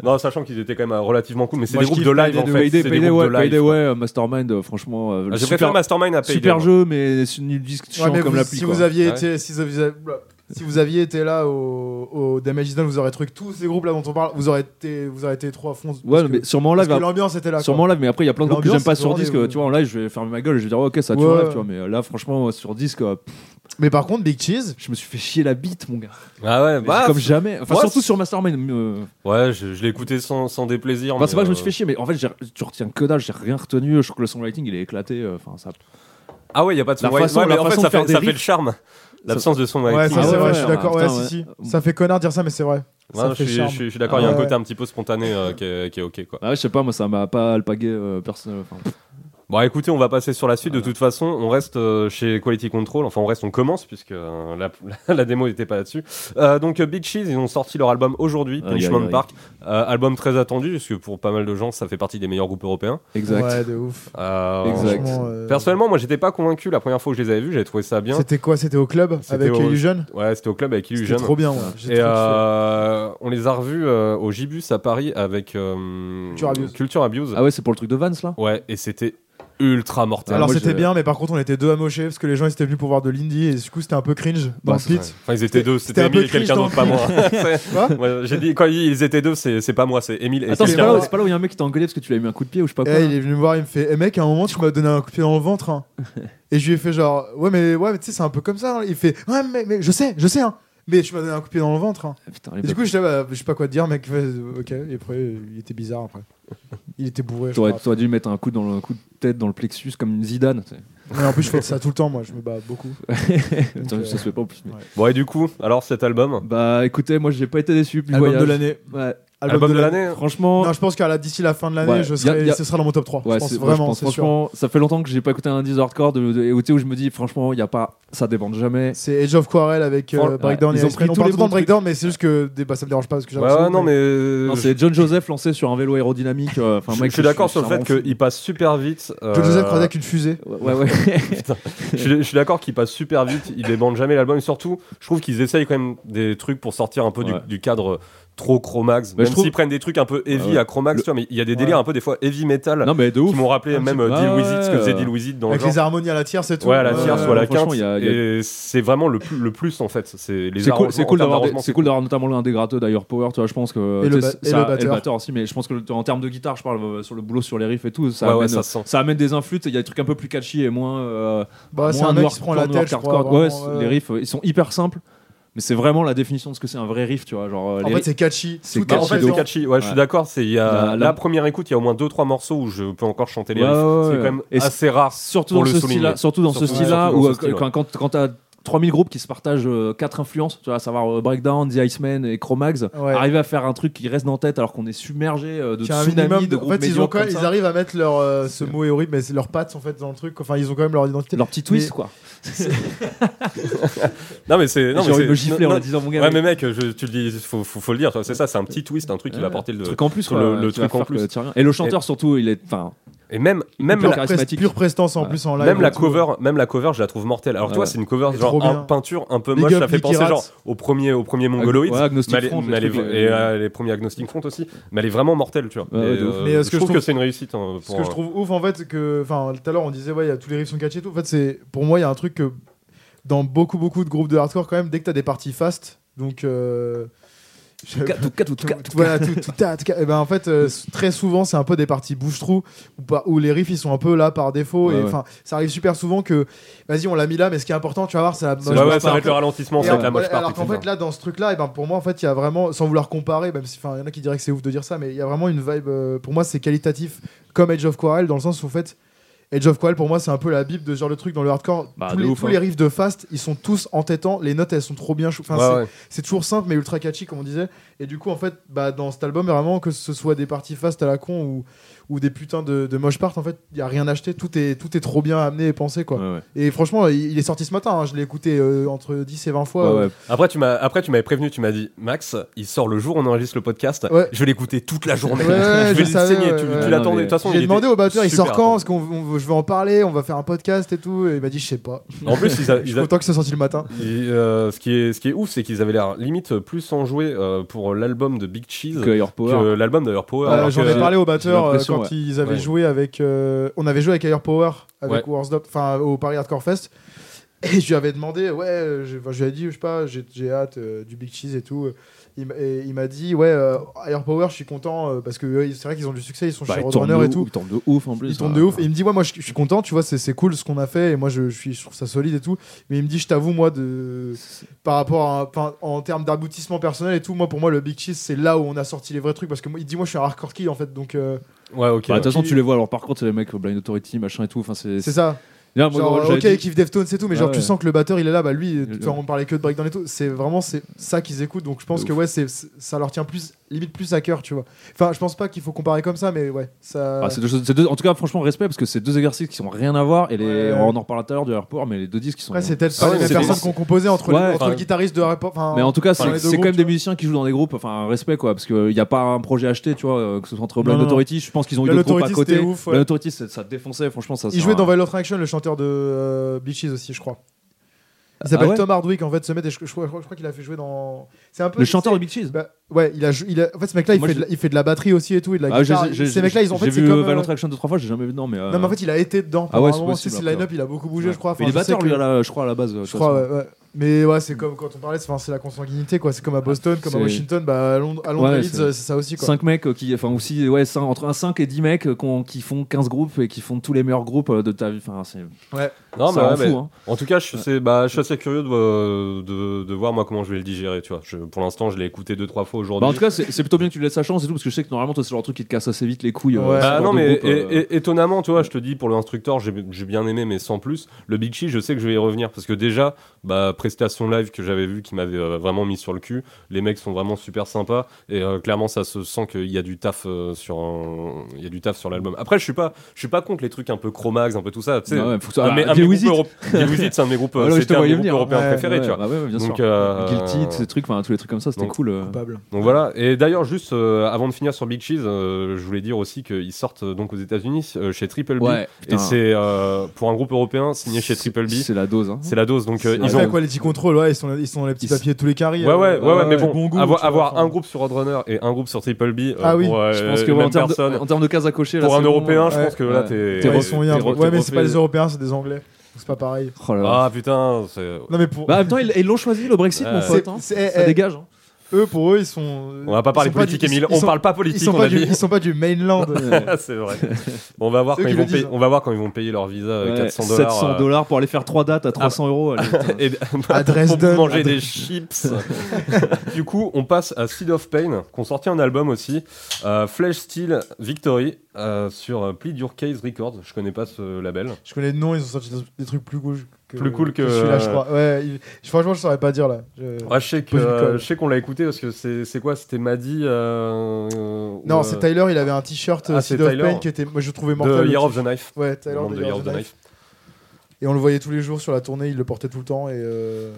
Non, sachant qu'ils étaient quand même euh, relativement cool, mais c'est Moi, des je groupes kiffe de live Payday en de- fait. Payday, c'est des Payday, groupes ouais, de live, Payday, quoi. ouais, euh, Mastermind, euh, franchement, euh, Ah, le J'ai préféré super, Mastermind à Payday. super moi. jeu, mais c'est une disque chiant Ouais, mais comme vous- la pluie. si quoi. vous aviez Ouais. été, si vous aviez, blah, si vous aviez été là au, au Damage Is Done, vous aurez truc tous ces groupes là dont on parle, vous aurez été, vous aurez été trop à fond. Ouais, parce mais que- sûrement en parce live. que après- l'ambiance était là. quoi. Sûrement en live, mais après il y a plein de groupes que j'aime L'ambiance, pas c'est sur vraiment disque. des- Tu vois, en live, je vais fermer ma gueule et je vais dire, ok, ça tue en Ouais. live, tu vois. Mais là, franchement, sur disque, euh, pff, Mais par contre, Big Cheese, je me suis fait chier la bite, mon gars. Ah ouais, Mais bah, comme jamais. Enfin, moi, surtout c'est- sur Mastermind. euh, ouais, je, je l'ai écouté sans, sans déplaisir. Enfin, mais, c'est pas que je me euh, suis fait chier, mais en fait, j'ai- tu retiens que dalle, j'ai rien retenu. Je trouve que le songwriting, il est éclaté. euh, Enfin, ça. Ah ouais, y a pas de son. La Ouais, façon- ouais, mais la en fait, façon ça de faire fait, des ça fait riffs. le charme. L'absence de son. ouais, avec- ça, Ah c'est ouais, vrai, je suis ouais, d'accord. Ouais, putain, ouais. si, si. Ça fait connard de dire ça, mais c'est vrai. Ouais, ça je, fait suis, charme. je suis- je suis d'accord, il y a Ah un ouais. côté un petit peu spontané euh, qui, est, qui est ok quoi. Ah ouais, je sais pas, moi, ça m'a pas alpagué euh, personne. enfin, Bon, écoutez, on va passer sur la suite. De toute façon, on reste euh, chez Quality Control. Enfin, on reste, on commence puisque euh, la, la démo n'était pas là-dessus. Euh, donc, euh, Big Cheese, ils ont sorti leur album aujourd'hui, Aïe, aïe, Punishment aïe. Park. Euh, album très attendu puisque pour pas mal de gens, ça fait partie des meilleurs groupes européens. Exact. Ouais, de ouf. Euh, Exact. Franchement, euh, Personnellement, moi, j'étais pas convaincu la première fois que je les avais vus. J'avais trouvé ça bien. c'était quoi C'était au club C'était avec au- Illusion. Ouais, c'était au club avec C'était Illusion. trop bien. ouais. J'ai Et trop kiffé. euh, on les a revus euh, au Gibus à Paris avec euh, Culture Abuse. Culture Abuse. Ah ouais, c'est pour le truc de Vance là Ouais, et c'était ultra mortel. Alors moi, c'était j'ai- bien, mais par contre on était deux amochés parce que les gens ils étaient venus pour voir de l'indie et du coup c'était un peu cringe dans Bah, le pit. Enfin, ils étaient deux, c'était c'était un Emile peu et quelqu'un cringe d'autre, pas moi. C'est- Quoi Ouais, J'ai dit, quand ils étaient deux, c'est c'est pas moi, c'est Emile et c'est Attends, c'est pas, quelqu'un là, vrai. d'autre. c'est pas là où il y a un mec qui t'a engueulé parce que tu l'as mis un coup de pied ou je sais pas Et quoi. il est venu me voir, il me fait Eh mec, à un moment, tu m'as donné un coup de pied dans le ventre. hein. Et je lui ai fait genre Ouais, mais, ouais, mais tu sais, c'est un peu comme ça. hein. Il fait Ouais, mais, mais je sais, je sais, hein. mais tu m'as donné un coup de pied dans le ventre. hein. Ah, Putain, les Et du coup, je bah, je sais pas quoi te dire, mec. Fais, euh, ok, et après, euh, il était bizarre après. Il était bourré. je T'aurais, crois. t'aurais dû mettre un coup, dans le, un coup de tête dans le plexus comme Zidane. tu sais. Mais en plus, je fais ça tout le temps, moi, je me bats beaucoup. Attends, euh, ça se fait pas en plus. mais- ouais. Bon, et du coup, alors cet album Bah écoutez, moi j'ai pas été déçu. puis Album voyage. de l'année. Ouais. Album, de l'année. Franchement, Non, je pense qu'à la- d'ici la fin de l'année, Ouais, je y a- serai, y a- ce sera dans mon top 3. ouais, je pense c'est- ouais, je vraiment, pense, c'est sûr. franchement, ça fait longtemps que j'ai pas écouté un indies hardcore de, de- et où, tu sais, où je me dis franchement, il y a pas, ça débande jamais. C'est Age of Quarrel avec euh, Fran- ouais, Breakdown ils et ont Offspring. pris On tous parle tout les le temps de bons trucs. Breakdown, mais c'est juste que des- bah, ça me dérange pas parce que j'ai hein. Ouais, l'impression ouais, non, que- mais. euh, Non, je- c'est John Joseph lancé sur un vélo aérodynamique. euh, enfin, je, mec, je suis d'accord sur le vraiment fait fou. qu'il passe super vite. euh, Joe Joseph croisait avec une fusée. Ouais, ouais. je suis- je suis d'accord qu'il passe super vite, il débande jamais l'album. Et surtout, je trouve qu'ils essayent quand même des trucs pour sortir un peu du, Ouais. du cadre trop Chromax. Mais je même trouve- s'ils prennent des trucs un peu heavy Ah ouais. à Chromax, Le- tu vois, mais il y a des délires Ouais. un peu des fois heavy metal non, mais de qui ouf. m'ont rappelé Un même petit- euh, Deal Ah With It, ce que ouais. faisait Deal With It dans le Avec les genre. harmonies à la tierce et tout. Euh, Ouais, à la Ouais, tierce ouais, ou à la franchement, quinte. il y a- il y Et c'est vraiment le plus, le plus en fait. C'est les C'est cool, arrangements- c'est en termes cool d'avoir des- d'arrangement, c'est cool d'avoir notamment l'un des gratteux d'ailleurs Power, tu vois, je pense que Et le tu sais, ba- et ça- le batteur. aussi, mais je pense que le- en termes de guitare, je parle euh, sur le boulot sur les riffs et tout, ça Ouais, ouais, amène ça se sent. ça amène des influx, il y a des trucs un peu plus catchy et moins euh, Bah, c'est moins un mec noir- qui se prend la plan noir tête, je hardcore. crois. ouais, vraiment, c'est- ouais. les riffs euh, ils sont hyper simples, mais c'est vraiment la définition de ce que c'est un vrai riff, tu vois, genre euh, En les fait, riffs- c'est catchy. c'est Tout Bah, en est fait, donc. c'est catchy. Ouais, je Ouais. suis d'accord. C'est il y a La- la, la- première écoute, il y a au moins deux trois morceaux où je peux encore chanter les Ouais, riffs. ouais, c'est ouais. quand même Et c'est- assez rare. surtout pour dans le ce souligner. style-là, surtout dans ce Surtout- style-là surtout dans où ce euh, style, quand quand, quand t'as 3000 groupes qui se partagent euh, quatre influences, tu vois, à savoir euh, Breakdown, The Iceman et Chromax, Ouais. arriver à faire un truc qui reste en tête alors qu'on est submergé euh, de Qui a un tsunami minimum de de- En groupes fait, ils, ont médiocres quand même- comme ils ça. arrivent à mettre leur. euh, ce mot est horrible, mais c'est leurs pattes en fait dans le truc. Enfin, ils ont quand même leur identité. leur petit twist quoi. Non mais c'est. non, J'ai mais envie de c'est- me gifler non, en non, le disant mon gars. Ouais mais mec, je- tu le dis, faut, faut, faut le dire, toi, c'est ça, c'est un petit twist, un truc qui va Ouais. porter le... le truc en plus sur quoi, le- le qui va truc en faire plus. que tu reviens. Et le chanteur surtout, il est enfin Et même, même, Pure la, Hyper pres- charismatique. Pure prestance en Ouais. plus en live. même la et tout. cover, même la cover, je la trouve mortelle. Alors Ouais, toi, ouais. c'est une cover Elle est genre trop bien. un- peinture un peu Big moche, up, ça fait Nicky penser Ratz. genre au premier, au premier mongoloïde. ouais, Agnostic Mais elle est- Front, mais elle les est- trucs, et euh, euh, les premiers Agnostic Front aussi, mais elle est vraiment mortelle, tu vois. Ouais, ouais, Et, de ouf. euh, Mais, euh, ce je que je trouve que trouve- c'est une réussite. hein, Ce pour, que euh, je trouve ouf en fait, que enfin tout à l'heure on disait ouais, y a- tous les riffs sont catchés et tout. En fait, c'est pour moi il y a un truc que dans beaucoup beaucoup de groupes de hardcore quand même, dès que t'as des parties fast, donc euh, je- tout tout tout tout- voilà, tout, tout, ta- tout ca- eh ben en fait euh, s- très souvent c'est un peu des parties bouche trou où, pas- où les riffs ils sont un peu là par défaut Ouais, et ouais. enfin ça arrive super souvent que vas-y on l'a mis là mais ce qui est important tu vas voir c'est la Ouais, moche ouais, part. ça va être le ralentissement, Et ça va être alors- la moche voilà, alors partie. qu'en fait là dans ce truc là et ben pour moi en fait il y a vraiment sans vouloir comparer même si enfin il y en a qui diraient que c'est ouf de dire ça mais il y a vraiment une vibe euh, pour moi c'est qualitatif comme Age of Quarrel dans le sens où en fait Age of Quarrel pour moi c'est un peu la bible de ce genre de truc dans le hardcore Bah, tous, de les, ouf, tous hein. les riffs de Fast ils sont tous entêtants les notes elles sont trop bien chou- enfin, c'est- Ouais, ouais. c'est toujours simple mais ultra catchy comme on disait et du coup en fait bah, dans cet album vraiment que ce soit des parties fast à la con ou, ou des putains de, de moche part en fait il y a rien acheté tout est, tout est trop bien amené et pensé quoi et franchement il, il est sorti ce matin hein, je l'ai écouté euh, entre 10 et 20 fois euh, Après, tu m'as, après, tu m'avais prévenu, tu m'as dit, Max, il sort le jour où on enregistre le podcast. Ouais. Je vais l'écouter toute la journée. Ouais, ouais, je je vais le savais, saigner. ouais, tu ouais. tu Non, l'attendais. De mais toute façon, il J'ai était demandé au batteur, il super sort quand attendu. Parce qu'on on- je veux en parler, on va faire un podcast et tout. Et il m'a dit, je sais pas. En plus, ils, a- Je ils suis Bah, a- content que ça sorti le matin. ils, euh, ce, qui est, ce qui est ouf, c'est qu'ils avaient l'air limite plus enjoués euh, pour l'album de Big Cheese Que Your que Power. l'album d'ailleurs Power. Euh, alors J'en que- ai parlé au batteur euh, l'impression, quand ouais. ils avaient Ouais. joué avec. euh, on avait joué avec Higher Power, avec Ouais. Worst Up, enfin au Paris Hardcore Fest. Et je lui avais demandé, ouais, euh, je, enfin, je lui avais dit, je sais pas, j'ai j'ai hâte euh, du Big Cheese et tout. Il, m- et il m'a dit, ouais, euh, Higher Power, je suis content euh, parce que euh, c'est vrai qu'ils ont du succès, ils sont Bah, chez il tourne Roadrunner de et tout. ouf- il tourne de ouf en plus. hein. Il tombe de ouf. Et il me dit, ouais, moi, je, je suis content, tu vois, c'est c'est cool ce qu'on a fait. Et moi, je, je suis, je trouve ça solide et tout. Mais il me dit, je t'avoue, moi, de, par rapport à, enfin, en termes d'aboutissement personnel et tout, moi, pour moi, le Big Cheese, c'est là où on a sorti les vrais trucs. Parce que moi, il dit, moi, je suis un hardcore kid, en fait. Donc, euh, Ouais, ok. Bah, de toute ouais. façon, tu les vois, alors par contre, c'est les mecs euh, Blind Authority, machin et tout. Enfin, c'est. c'est ça. Là, moi, Genre, j'avais ok, dit- ils kiffent Deftones et tout, mais Ah genre, ouais. tu sens que le batteur, il est là, bah lui, Il- quand on parlait que de breakdown et tout, c'est vraiment c'est ça qu'ils écoutent. Donc, je pense De que, ouais, c'est c'est- ça leur tient plus, limite plus à cœur, tu vois. Enfin, je pense pas qu'il faut comparer comme ça, mais ouais, ça. Ah, c'est deux choses- c'est deux- en tout cas, franchement, respect parce que c'est deux exercices qui sont rien à voir. Et les, Ouais. on en reparlera tout à l'heure du Hard Power, mais les deux disques qui sont. Après, c'est peut-être Ah pas ouais, les mêmes c'est- personnes c'est- qu'on composait entre, Ouais, le, entre enfin- le guitariste de Harry Potter. Mais en tout cas, Enfin, c'est les deux c'est quand groupes, même des tu vois. musiciens qui jouent dans des groupes, enfin un respect quoi, parce qu'il n'y a pas un projet acheté, tu vois, euh, que ce soit entre Blind Non, non. Authority, je pense qu'ils ont eu Blind d'autres groupes à Authority, côté. c'était ouf, ouais. Blind Authority, ça ça défonçait, franchement, ça Il c'est jouait un- dans Violent Action, le chanteur de euh, Beaches aussi, je crois. Il s'appelle Ah ouais Tom Hardwick en fait, ce mec, et je, je crois, je crois qu'il a fait jouer dans. C'est un peu. Le chanteur de Big Cheese. Bah, ouais, il a, jou- il a- En fait, ce mec-là, il, Moi, fait je- de la- il fait de la batterie aussi et tout, et de la Ah, j'ai- guitare. j'ai- Ces mecs-là, ils ont en fait. J'ai c'est vu comme, euh, euh, Valent Action deux trois fois, j'ai jamais vu. Non, mais. euh, Non, mais en fait, il a été dedans. Ah pendant ouais, un c'est moment, possible, c'est- après, le line-up, il a beaucoup bougé, ouais. je crois. Enfin, Mais il est je sais batteur, lui, que- à la- je crois, à la base. euh, de toute Je crois, façon. ouais, ouais. Mais ouais, c'est comme quand on parlait, enfin, c'est la consanguinité, quoi. C'est comme à Boston, comme à Ah, C'est- Washington, bah, à Londres, à Londres Ouais, et Leeds, c'est- euh, c'est ça aussi, quoi. 5 mecs euh, qui enfin aussi ouais cinq- entre un 5 et 10 mecs euh, qu'on- qui font 15 groupes et qui font tous les meilleurs groupes euh, de ta vie enfin c'est Non, mais ça rend ouais, mais- fou hein. En tout cas, je, sais- bah, je suis assez curieux de, euh, de, de voir moi comment je vais le digérer. Tu vois. Je- pour l'instant, je l'ai écouté deux trois fois Bah, en aujourd'hui. tout cas c'est c'est plutôt bien que tu lui laisses sa chance et tout parce que je sais que normalement toi c'est le genre de truc qui te casse assez vite les couilles euh, Ouais. ce Bah genre non, de mais groupe, euh, é- é- étonnamment, tu vois, je te dis, pour l'instructeur, j'ai j'ai bien aimé, mais sans plus. Le Big Cheese, je sais que je vais y revenir. Parce que déjà, bah, prestation live que j'avais vue qui m'avait euh, vraiment mis sur le cul. Les mecs sont vraiment super sympas et euh, clairement ça se sent qu'il y a du taf euh, sur un- il y a du taf sur l'album. Après je suis pas je suis pas contre les trucs un peu Chromax, un peu tout ça, tu sais. Ah ouais, faut que ça- Un de mes- ah, un de mes Get groupes With It. Europe- Get With It, c'est un de mes groupes, Voilà, je te c'était un de mes voyais groupes venir. européens Ouais, préférés, Ouais, tu vois. bah ouais, ouais, bien Donc, sûr. euh, Guilty, ces trucs, enfin tous les trucs comme ça, c'était donc- cool. euh. Coupable. Donc voilà, et d'ailleurs juste euh, avant de finir sur Big Cheese, euh, je voulais dire aussi qu'ils sortent euh, donc aux États-Unis euh, chez Triple B Ouais, et putain. c'est euh, pour un groupe européen signé chez Triple B, C'est la dose. hein. c'est la dose donc euh, C'est ils Après, ont Quality Control, ouais, ils sont, ils sont dans les petits Ils- papiers de tous les carrés. Ouais, ouais, ouais, euh, ouais, mais du bon, goût, avoir, tu vois, avoir enfin. un groupe sur Roadrunner et un groupe sur Triple B euh, Ah oui, pour euh, Je pense que les en mêmes termes, de, personnes. en termes de cases à cocher, là, pour c'est un bon, Européen, euh, je pense que ouais. là, t'es. T'es Ouais, t'es- ils sont refait- bien. t'es- re- Ouais, t'es mais c'est pas refait. les Européens, c'est des Anglais. Donc C'est pas pareil. Oh là là. Ah putain, c'est- Non, mais pour. Bah, en même temps, ils ils l'ont choisi le Brexit, Ouais. mon C'est- pote. hein. c'est- Ça eh, dégage. hein. Eux, pour eux, ils sont. on va pas ils parler sont pas politique, du- Emile. ils On sont- parle pas Ils politique, sont on pas a du- dit. ils sont pas du mainland. Ah, C'est vrai. Bon, on va voir C'est eux quand qui ils le vont payer- disent. on va voir quand ils vont payer leur visa euh, Ouais, 400 dollars. 700 euh, dollars pour aller faire 3 dates à 300 euros. allez, putain. et À Dresden. Eh pour manger À des chips. du coup, on passe à Seed of Pain, qu'on sortit un album aussi, euh, Flesh Steel Victory euh, sur euh, Plead Your Case Records. Je connais pas ce label. Je connais le nom, ils ont sorti des- des trucs plus cool que. Plus cool que- celui-là, je crois. Ouais, ils- je- franchement, je saurais pas dire là. Je- Ouais, Ah, je sais que- euh, Pose une colle. je sais qu'on l'a écouté parce que c'est c'est quoi C'était Maddy. euh, Non, ou, c'est euh, Tyler, il avait un t-shirt Ah, euh, c'est Seed of Tyler. Pain qui était. Moi, je le trouvais mortel. de le Year t-shirt. of the Knife. Ouais, le Tyler membre de Year of the Knife. Knife. Et on le voyait tous les jours sur la tournée, il le portait tout le temps et, euh,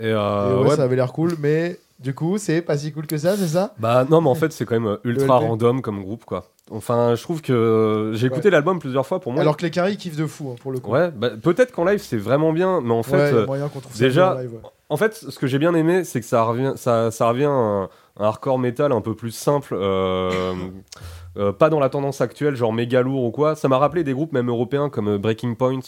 Et, et euh, ouais, ouais, ça avait l'air cool, mais du coup, c'est pas si cool que ça, c'est ça Bah non, mais en fait, c'est quand même euh, ultra LP. random comme groupe, quoi. Enfin, je trouve que euh, j'ai écouté l'album plusieurs fois pour moi. Alors que les carrés ils kiffent de fou hein, pour le coup. Ouais, bah, peut-être qu'en live c'est vraiment bien, mais en fait, Ouais, y a euh, moyen qu'on trouve déjà- ça bien en live. ouais. en fait, ce que j'ai bien aimé, c'est que ça revient, ça, ça revient à un, un hardcore metal un peu plus simple, euh, euh, pas dans la tendance actuelle, genre méga lourd ou quoi. Ça m'a rappelé des groupes même européens comme euh, Breaking Point,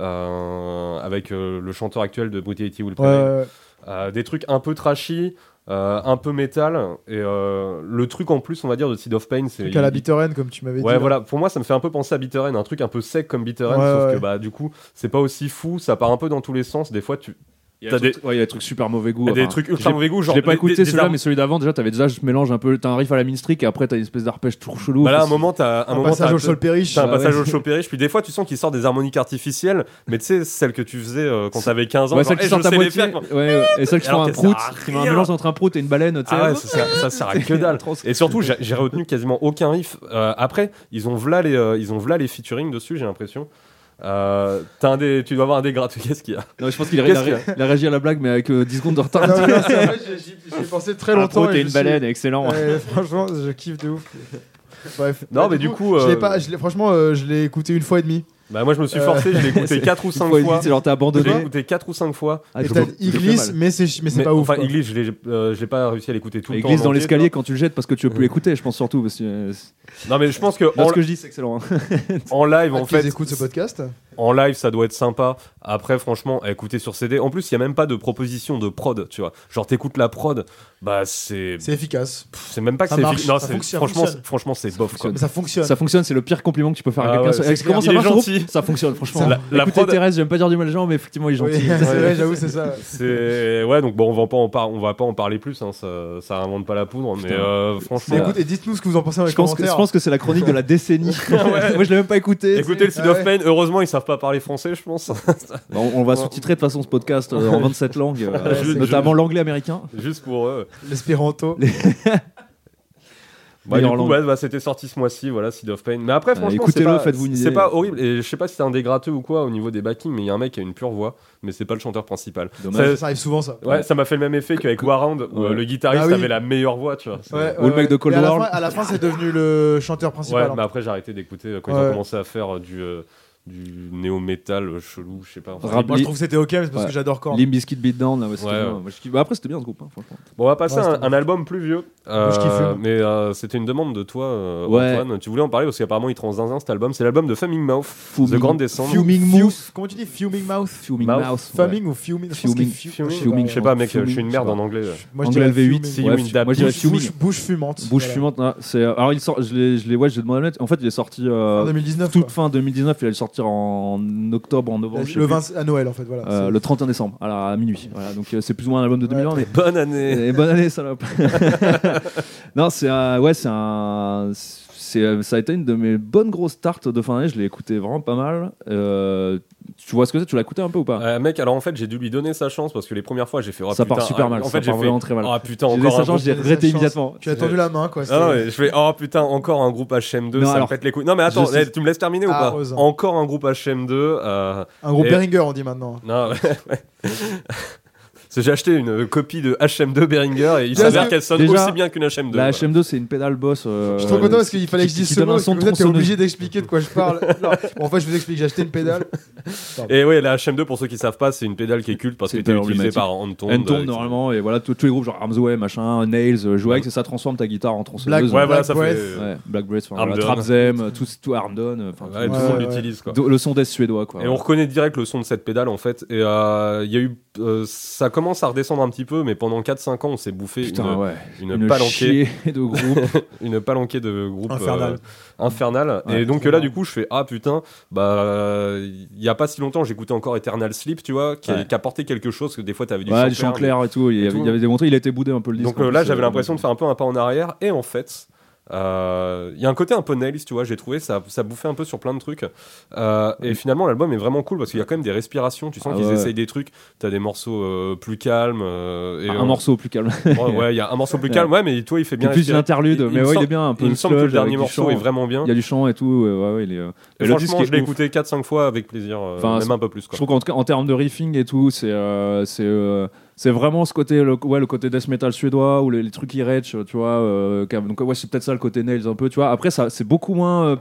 euh, avec euh, le chanteur actuel de Brutality Will Prevail. Ouais, ouais. Euh, des trucs un peu trashy, euh, un peu métal. Et euh, le truc en plus, on va dire, de Seed of Pain, c'est. Truc à la Bitter End, comme tu m'avais dit. Ouais, là. voilà. Pour moi, ça me fait un peu penser à Bitter End, un truc un peu sec comme Bitter End, Ouais, sauf ouais. que bah, du coup, c'est pas aussi fou, ça part un peu dans tous les sens. Des fois, tu. Il y a T'as des trucs- ouais, il y a des trucs super mauvais goût. as des enfin, trucs j'ai- ultra mauvais goût, Je genre. l'ai pas des- écouté des- des celui-là, armes- mais celui d'avant, déjà, t'avais déjà, je mélange un peu, t'as un riff à la minstrick et après t'as une espèce d'arpège tout chelou. Bah là, à un Enfin, moment, t'as un, Un moment, passage t'as- au sol périche. t'as un Ah passage ouais. au chopérich, puis des fois tu sens qu'il sort des harmoniques artificielles, mais tu sais, celles que tu faisais euh, quand t'avais 15 ans, Ouais, genre, celles qui Eh, je sortent sais à les moitié. faire, Ouais, quoi. ouais. Et celles qui font Alors un que ça sert prout, à qui font un rien. mélange entre un prout et une baleine, tu sais. Ah ouais, ça, sert- ça sert à que dalle. Atroce. Et surtout, j'ai j'ai retenu quasiment aucun riff. Euh, après, ils ont v'là les, euh, ils ont v'là les featuring dessus, j'ai l'impression. Euh, t'as un des, tu dois avoir un des gratuits. Qu'est-ce qu'il y a Non, je pense qu'il a, Qu'est-ce il a- il a réagi à la blague, mais avec euh, 10 secondes de retard. Non, mais non, c'est vrai, j'ai- j'y- J'ai pensé très un longtemps. prout et et je une suis- baleine, excellent. Ouais, franchement, je kiffe de ouf. Bref. Non, Ouais, mais du coup, je l'ai euh, pas, je l'ai- franchement, euh, je l'ai écouté une fois et demie. Bah moi, je me Euh, suis forcé. Je l'ai écouté 4 ou Une 5 fois et fois. demie, C'est genre t'as Je l'ai abandonné. écouté 4 ou 5 fois. Ah, et je- t'as je il fais glisse, mal. mais c'est mais c'est Mais pas ouf. Enfin, quoi. Iglis, je l'ai, euh, je l'ai pas réussi à l'écouter tout Il le temps. glisse en dans entier, l'escalier quand tu le jettes parce que tu veux plus l'écouter. Je pense surtout parce que euh, c'est- tu vois. Non, mais je pense que Non, en, ce que je dis c'est excellent. hein. en live, en Ah, Qu'ils fait, écoutent ce podcast. en live, ça doit être sympa. Après, franchement, à écouter sur CD. En plus, il y a même pas de proposition de prod, tu vois. Genre, t'écoutes la prod, bah c'est, C'est efficace. pff, c'est même pas que Ça c'est. marche, non, ça c'est- fonctionne, franchement, fonctionne. c'est- franchement, c'est bof. quoi. fonctionne. Mais ça fonctionne. Ça fonctionne, c'est le pire compliment que tu peux faire à Ah quelqu'un. ouais, Ça- c'est eh, Comment clair. ça Il est marche ce groupe gentil. Ça fonctionne, franchement. La- la Écoutez prod- Thérèse, j'aime pas dire du mal des gens, mais effectivement, il est Oui, gentil. c'est vrai, j'avoue, c'est Ah. ça. C'est ouais donc bon on va pas en par- on va pas en parler plus hein, ça ça invente pas la poudre mais Putain. euh, Mais franchement écoute, et dites-nous ce que vous en pensez dans les Je pense, que, je commentaires. pense que c'est la chronique de la décennie. Moi, je l'ai même pas écouté. écoutez le Seed Ah of ouais. Pain heureusement ils savent pas parler français je pense Bah, on, on va sous-titrer de toute façon ce podcast euh, en 27 langues, euh, Ouais, je- notamment l'anglais américain. juste pour eux L'espéranto. bah, du Meilleure coup langue. ouais, bah, c'était sorti ce mois-ci voilà Seed of Pain mais après franchement c'est écoutez-le, pas- faites-vous une c'est idée. pas horrible et je sais pas si c'est un des gratteux ou quoi au niveau des backings mais il y a un mec qui a une pure voix mais c'est pas le chanteur principal Dommage. Ça arrive souvent, ça. ouais, ça m'a fait le même effet qu'avec Warhound où euh, Ouais. le guitariste Ah oui. avait la meilleure voix tu vois C'est- Ouais, ouais, Ou le ouais, mec ouais. de Cold Mais à la War. fin- À la fin, c'est devenu le chanteur principal. hein. mais après j'ai arrêté d'écouter euh, quand ils Ouais. ont commencé à faire euh, du euh, du néo-metal euh, chelou je sais pas enfin, Rap- Moi, je trouve que c'était ok, mais c'est parce Ouais. que j'adore Korn. Limp Bizkit Beatdown, là, ouais, c'était Ouais, bien. ouais. Moi, je kiffe. Bah, après, c'était bien ce groupe, hein, franchement. Bon, on va passer Ouais, à un, c'était un album plus vieux. Euh, je kiffe, moi. mais euh, c'était une demande de toi, euh, Ouais. Antoine. Tu voulais en parler parce qu'apparemment il te rend zinzin cet album. C'est l'album de Fuming Mouth. Fuming- Grand Descend. Fuming Fume- Mouth. Comment tu dis Fuming Mouth Fuming Mouth. Mouth. ouais. Fuming ou fuming Je pense Fuming. qu'il fume- Fuming. Fuming. Je Oh, sais pas, mec, Fuming, je suis une je merde sais en anglais. euh. Moi, je dirais Anglais LV8, fuming. Si Ouais, you in that moi, je dirais bush. Fuming. Bouche, bouche fumante. Bouche Voilà. fumante. hein, c'est, euh, alors, il sort, je l'ai, je l'ai, ouais, je l'ai demandé à Matt. En fait, il est sorti euh, En 2019. toute quoi. fin 2019. Il allait sortir en octobre, en novembre. je sais Le plus. 20 à Noël, en fait. Voilà. Euh, C'est- le 31 décembre, à, la- à minuit. Voilà, donc, euh, c'est plus ou moins un album de 2001. mais Bonne année. Et bonne année, salope. non, c'est un- ouais, c'est un, c'est, ça a été une de mes bonnes grosses tartes de fin d'année. Je l'ai écouté vraiment pas mal. Euh, Tu vois ce que c'est Tu l'as écouté un peu ou pas Euh, mec, alors en fait, j'ai dû lui donner sa chance parce que les premières fois, j'ai fait. Oh, Ah. Ça putain, part super ah, mal, En ça fait, j'ai part fait. vraiment très mal. Ah putain, J'ai laissé encore sa un chance, groupe. j'ai J'ai regretté laissé sa chance. immédiatement. Tu as tendu la main, quoi. Ah c'est- ouais, je fais oh putain encore un groupe HM2 Non, ça alors- me pète les couilles. Non mais attends, Je eh, sais- tu me laisses terminer Ah, ou heureuse. pas Encore un groupe HM2 euh, Un groupe Et- Beringer, on dit maintenant. Non, ouais, ouais. Parce que J'ai acheté une copie de HM2 Behringer et il Déjà, s'avère qu'elle sonne déjà, aussi bien qu'une HM2. voilà. La HM2, c'est une pédale boss. euh, Je suis trop content parce qu'il fallait que qui- je dise qui ce donne mot. un parce que son de Vous êtes tronçonneuse. obligé d'expliquer de quoi je parle. Non. Bon, en fait, je vous explique. J'ai acheté une pédale. Et ouais, la HM2 pour ceux qui savent pas, c'est une pédale qui est culte parce C'est qu'elle était hyper utilisée emblématique. par Anton. Elle euh, tombe etc. normalement, et voilà, tous tous les groupes genre Armsway, machin, Nails, euh, Jouex, et ça transforme ta guitare Black, en tronçonneuse. Ouais, Black voilà, ça Breath. fait- Ouais, Black Breath, enfin, Armdon. voilà, Trapzem, euh, tout, tout Armdon, euh, enfin, Ouais, tout tout- le monde ouais. l'utilise quoi. Do- le son des suédois quoi. Et on reconnaît direct le son de cette pédale en fait. Et euh, il y a eu, euh, ça commence à redescendre un petit peu, mais pendant 4-5 ans, on s'est bouffé Putain, une, ouais. une Une palanquée, chier de groupe. une palanquée de groupes Infernal. euh, infernal. Ouais, et donc trop là, bien. du coup, je fais ah putain, bah il y a pas si longtemps, j'écoutais encore Eternal Sleep, tu vois, qui, Ouais. qui apportait quelque chose que des fois t'avais du ouais, chant du chant clair, clair et tout. Il y et avait, tout. il y avait des montres, il a été boudé un peu le disque. Donc euh, là, en plus, j'avais euh, l'impression de faire un peu un pas en arrière. Et en fait, euh, il y a un côté un peu nails, tu vois. J'ai trouvé ça, ça bouffait un peu sur plein de trucs. Euh, et finalement, l'album est vraiment cool parce qu'il y a quand même des respirations. Tu sens Ah qu'ils ouais. essayent des trucs. T'as des morceaux euh, plus calmes. euh, et, Ah, Un euh, morceau plus calme. ouais, ouais, il y a un morceau plus calme. Ouais, mais toi, il fait bien. C'est plus respirer. l'interlude, Il- il mais me ouais, il semble- est bien un peu. Il me semble que le sludge dernier avec du morceau chant. est vraiment bien. Il y a du chant et tout. ouais, ouais, ouais, il est, euh, Et et le disque franchement, est je l'ai ouf. écouté 4-5 fois avec plaisir. euh, Enfin, même un peu plus. Je Quoi. trouve qu'en tout cas, en termes de riffing et tout, c'est euh, c'est euh, c'est vraiment ce côté le, ouais le côté death metal suédois ou les, les trucs irrech, tu vois. euh, qu'a- donc ouais, c'est peut-être ça le côté nails un peu, tu vois. Après ça, c'est beaucoup moins. euh,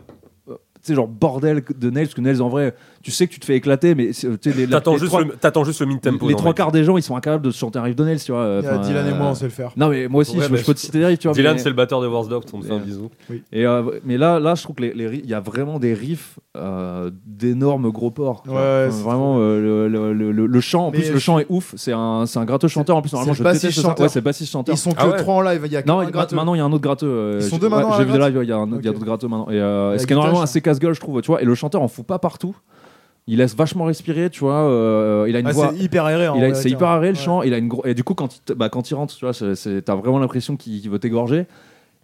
euh, tu sais, genre bordel de nails, parce que nails en vrai, tu sais que tu te fais éclater, mais c'est- euh, tu sais, les, la- T'attends les juste, trois, le- t'attends juste le mid-tempo. les non, trois mais- quarts des gens, ils sont incapables de se chanter un riff de nails, tu vois. euh, Il y a enfin, Dylan et euh, moi, bah, on sait le faire. Non, mais moi aussi, Ouais, je, mais je peux te citer des riffs, tu vois. Dylan, mais- c'est le batteur de Wars Dogs, on te fait un Dylan. bisou. et, euh, mais là, là, je trouve que les, les ri- il y a vraiment des riffs euh, d'énormes gros porcs. tu vois. Ouais, Enfin, c'est vraiment, euh, le, le, le, le chant, en Mais plus, le je- chant est ouf. C'est un, c'est un gratteux chanteur. En plus, C'est normalement, le je bassiste déteste ça. chanteur. Ouais, c'est bassiste chanteur. Ils sont que Ah ouais. trois en live. Il y a Non, qu'un il- gratteux. maintenant il y a un autre gratteux. euh, Ils sont j'ai- deux ouais, maintenant à J'ai la vu des lives, il y a un autre- il y a Ok. d'autres gratteux maintenant. Et, euh, La ce qui est guitare, normalement ça. assez casse-gueule, je trouve. Tu vois, et le chanteur en fout pas partout. Il laisse vachement respirer, tu vois. euh, il a une Ah, voix C'est hyper aéré. en il a- vrai, c'est tiens. hyper arrêt le Ouais. chant. Il a une gro- et du coup, quand il, te- bah, quand il rentre, tu vois, c'est- c'est- t'as vraiment l'impression qu'il qu'il veut t'égorger.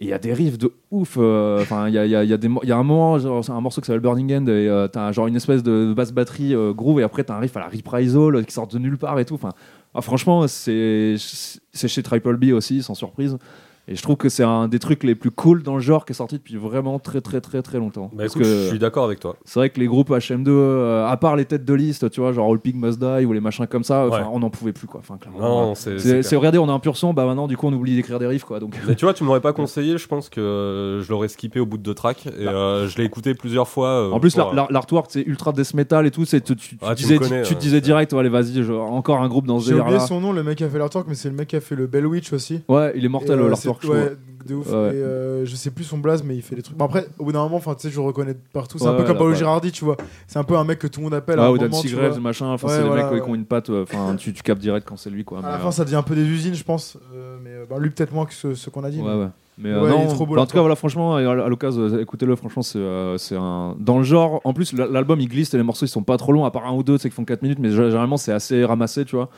Et il y a des riffs de ouf. euh, Enfin, il y a, il y a- il y a des mo- il y a un moment, genre, c'est un morceau qui s'appelle Burning End, et euh, t'as genre une espèce de basse batterie euh, groove, et après t'as un riff à la Reprisal euh, qui sort de nulle part et tout. Enfin, ah, franchement, c'est c'est chez Triple B aussi, sans surprise. Et je trouve que c'est un des trucs les plus cool dans le genre qui est sorti depuis vraiment très très très très longtemps. Bah Parce écoute, que- je suis d'accord avec toi. c'est vrai que les groupes HM2, euh, à part les têtes de liste, tu vois, genre All Pig Must Die ou les machins comme ça, enfin, Ouais. on n'en pouvait plus quoi. Enfin, clairement. Non, c'est. c'est, c'est c'est- regardez, on a un pur son, bah maintenant du coup on oublie d'écrire des riffs quoi. Donc Mais tu vois, tu m'aurais pas conseillé, je pense que euh, je l'aurais skippé au bout de deux tracks. Et euh, je l'ai écouté plusieurs fois. euh, Bah. en plus, pour, l'ar- euh, l'ar- l'artwork c'est ultra death metal et tout. C'est, tu, tu- tu Ah, tu disais, me connais, tu te ouais. disais direct, ouais, allez vas-y, je- encore un groupe dans ce J'ai délire oublié là. son nom, le mec qui a fait l'Artwork, mais c'est le mec qui a fait le Bell Witch aussi. Ouais, il est Et, mortel euh, euh, c'est- l'artwork. je trouve. Ouais, de ouf. Ouais, ouais. Et, euh, je sais plus son blaze, mais il fait des trucs. Bon, après, au bout d'un moment, enfin, tu sais, je le reconnais partout. C'est Ouais, un peu ouais, comme là, Paolo ouais. Girardi, tu vois. C'est un peu un mec que tout le monde appelle. à Ouais, un Ah, ou Dan moment, tu Seagrees, vois. machin. Enfin, Ouais, c'est voilà, les mecs ouais, ouais. Ah, qui ont une patte. euh, Enfin, tu, tu captes direct quand c'est lui quoi. À la mais, euh, fin, ça devient un peu des usines, je pense. Euh, mais euh, bah, lui, peut-être moins que ce, ce qu'on a dit. Ouais, mais- ouais. Mais euh, Ouais, il non, est trop beau, enfin, en tout cas, l'album. voilà, franchement, à l- à l'occasion, euh, écoutez-le, franchement, c'est euh, c'est un. Dans le genre, en plus, l- l'album il glisse et les morceaux ils sont pas trop longs, à part un ou deux, c'est qu'ils font 4 minutes, mais g- généralement c'est assez ramassé, tu vois.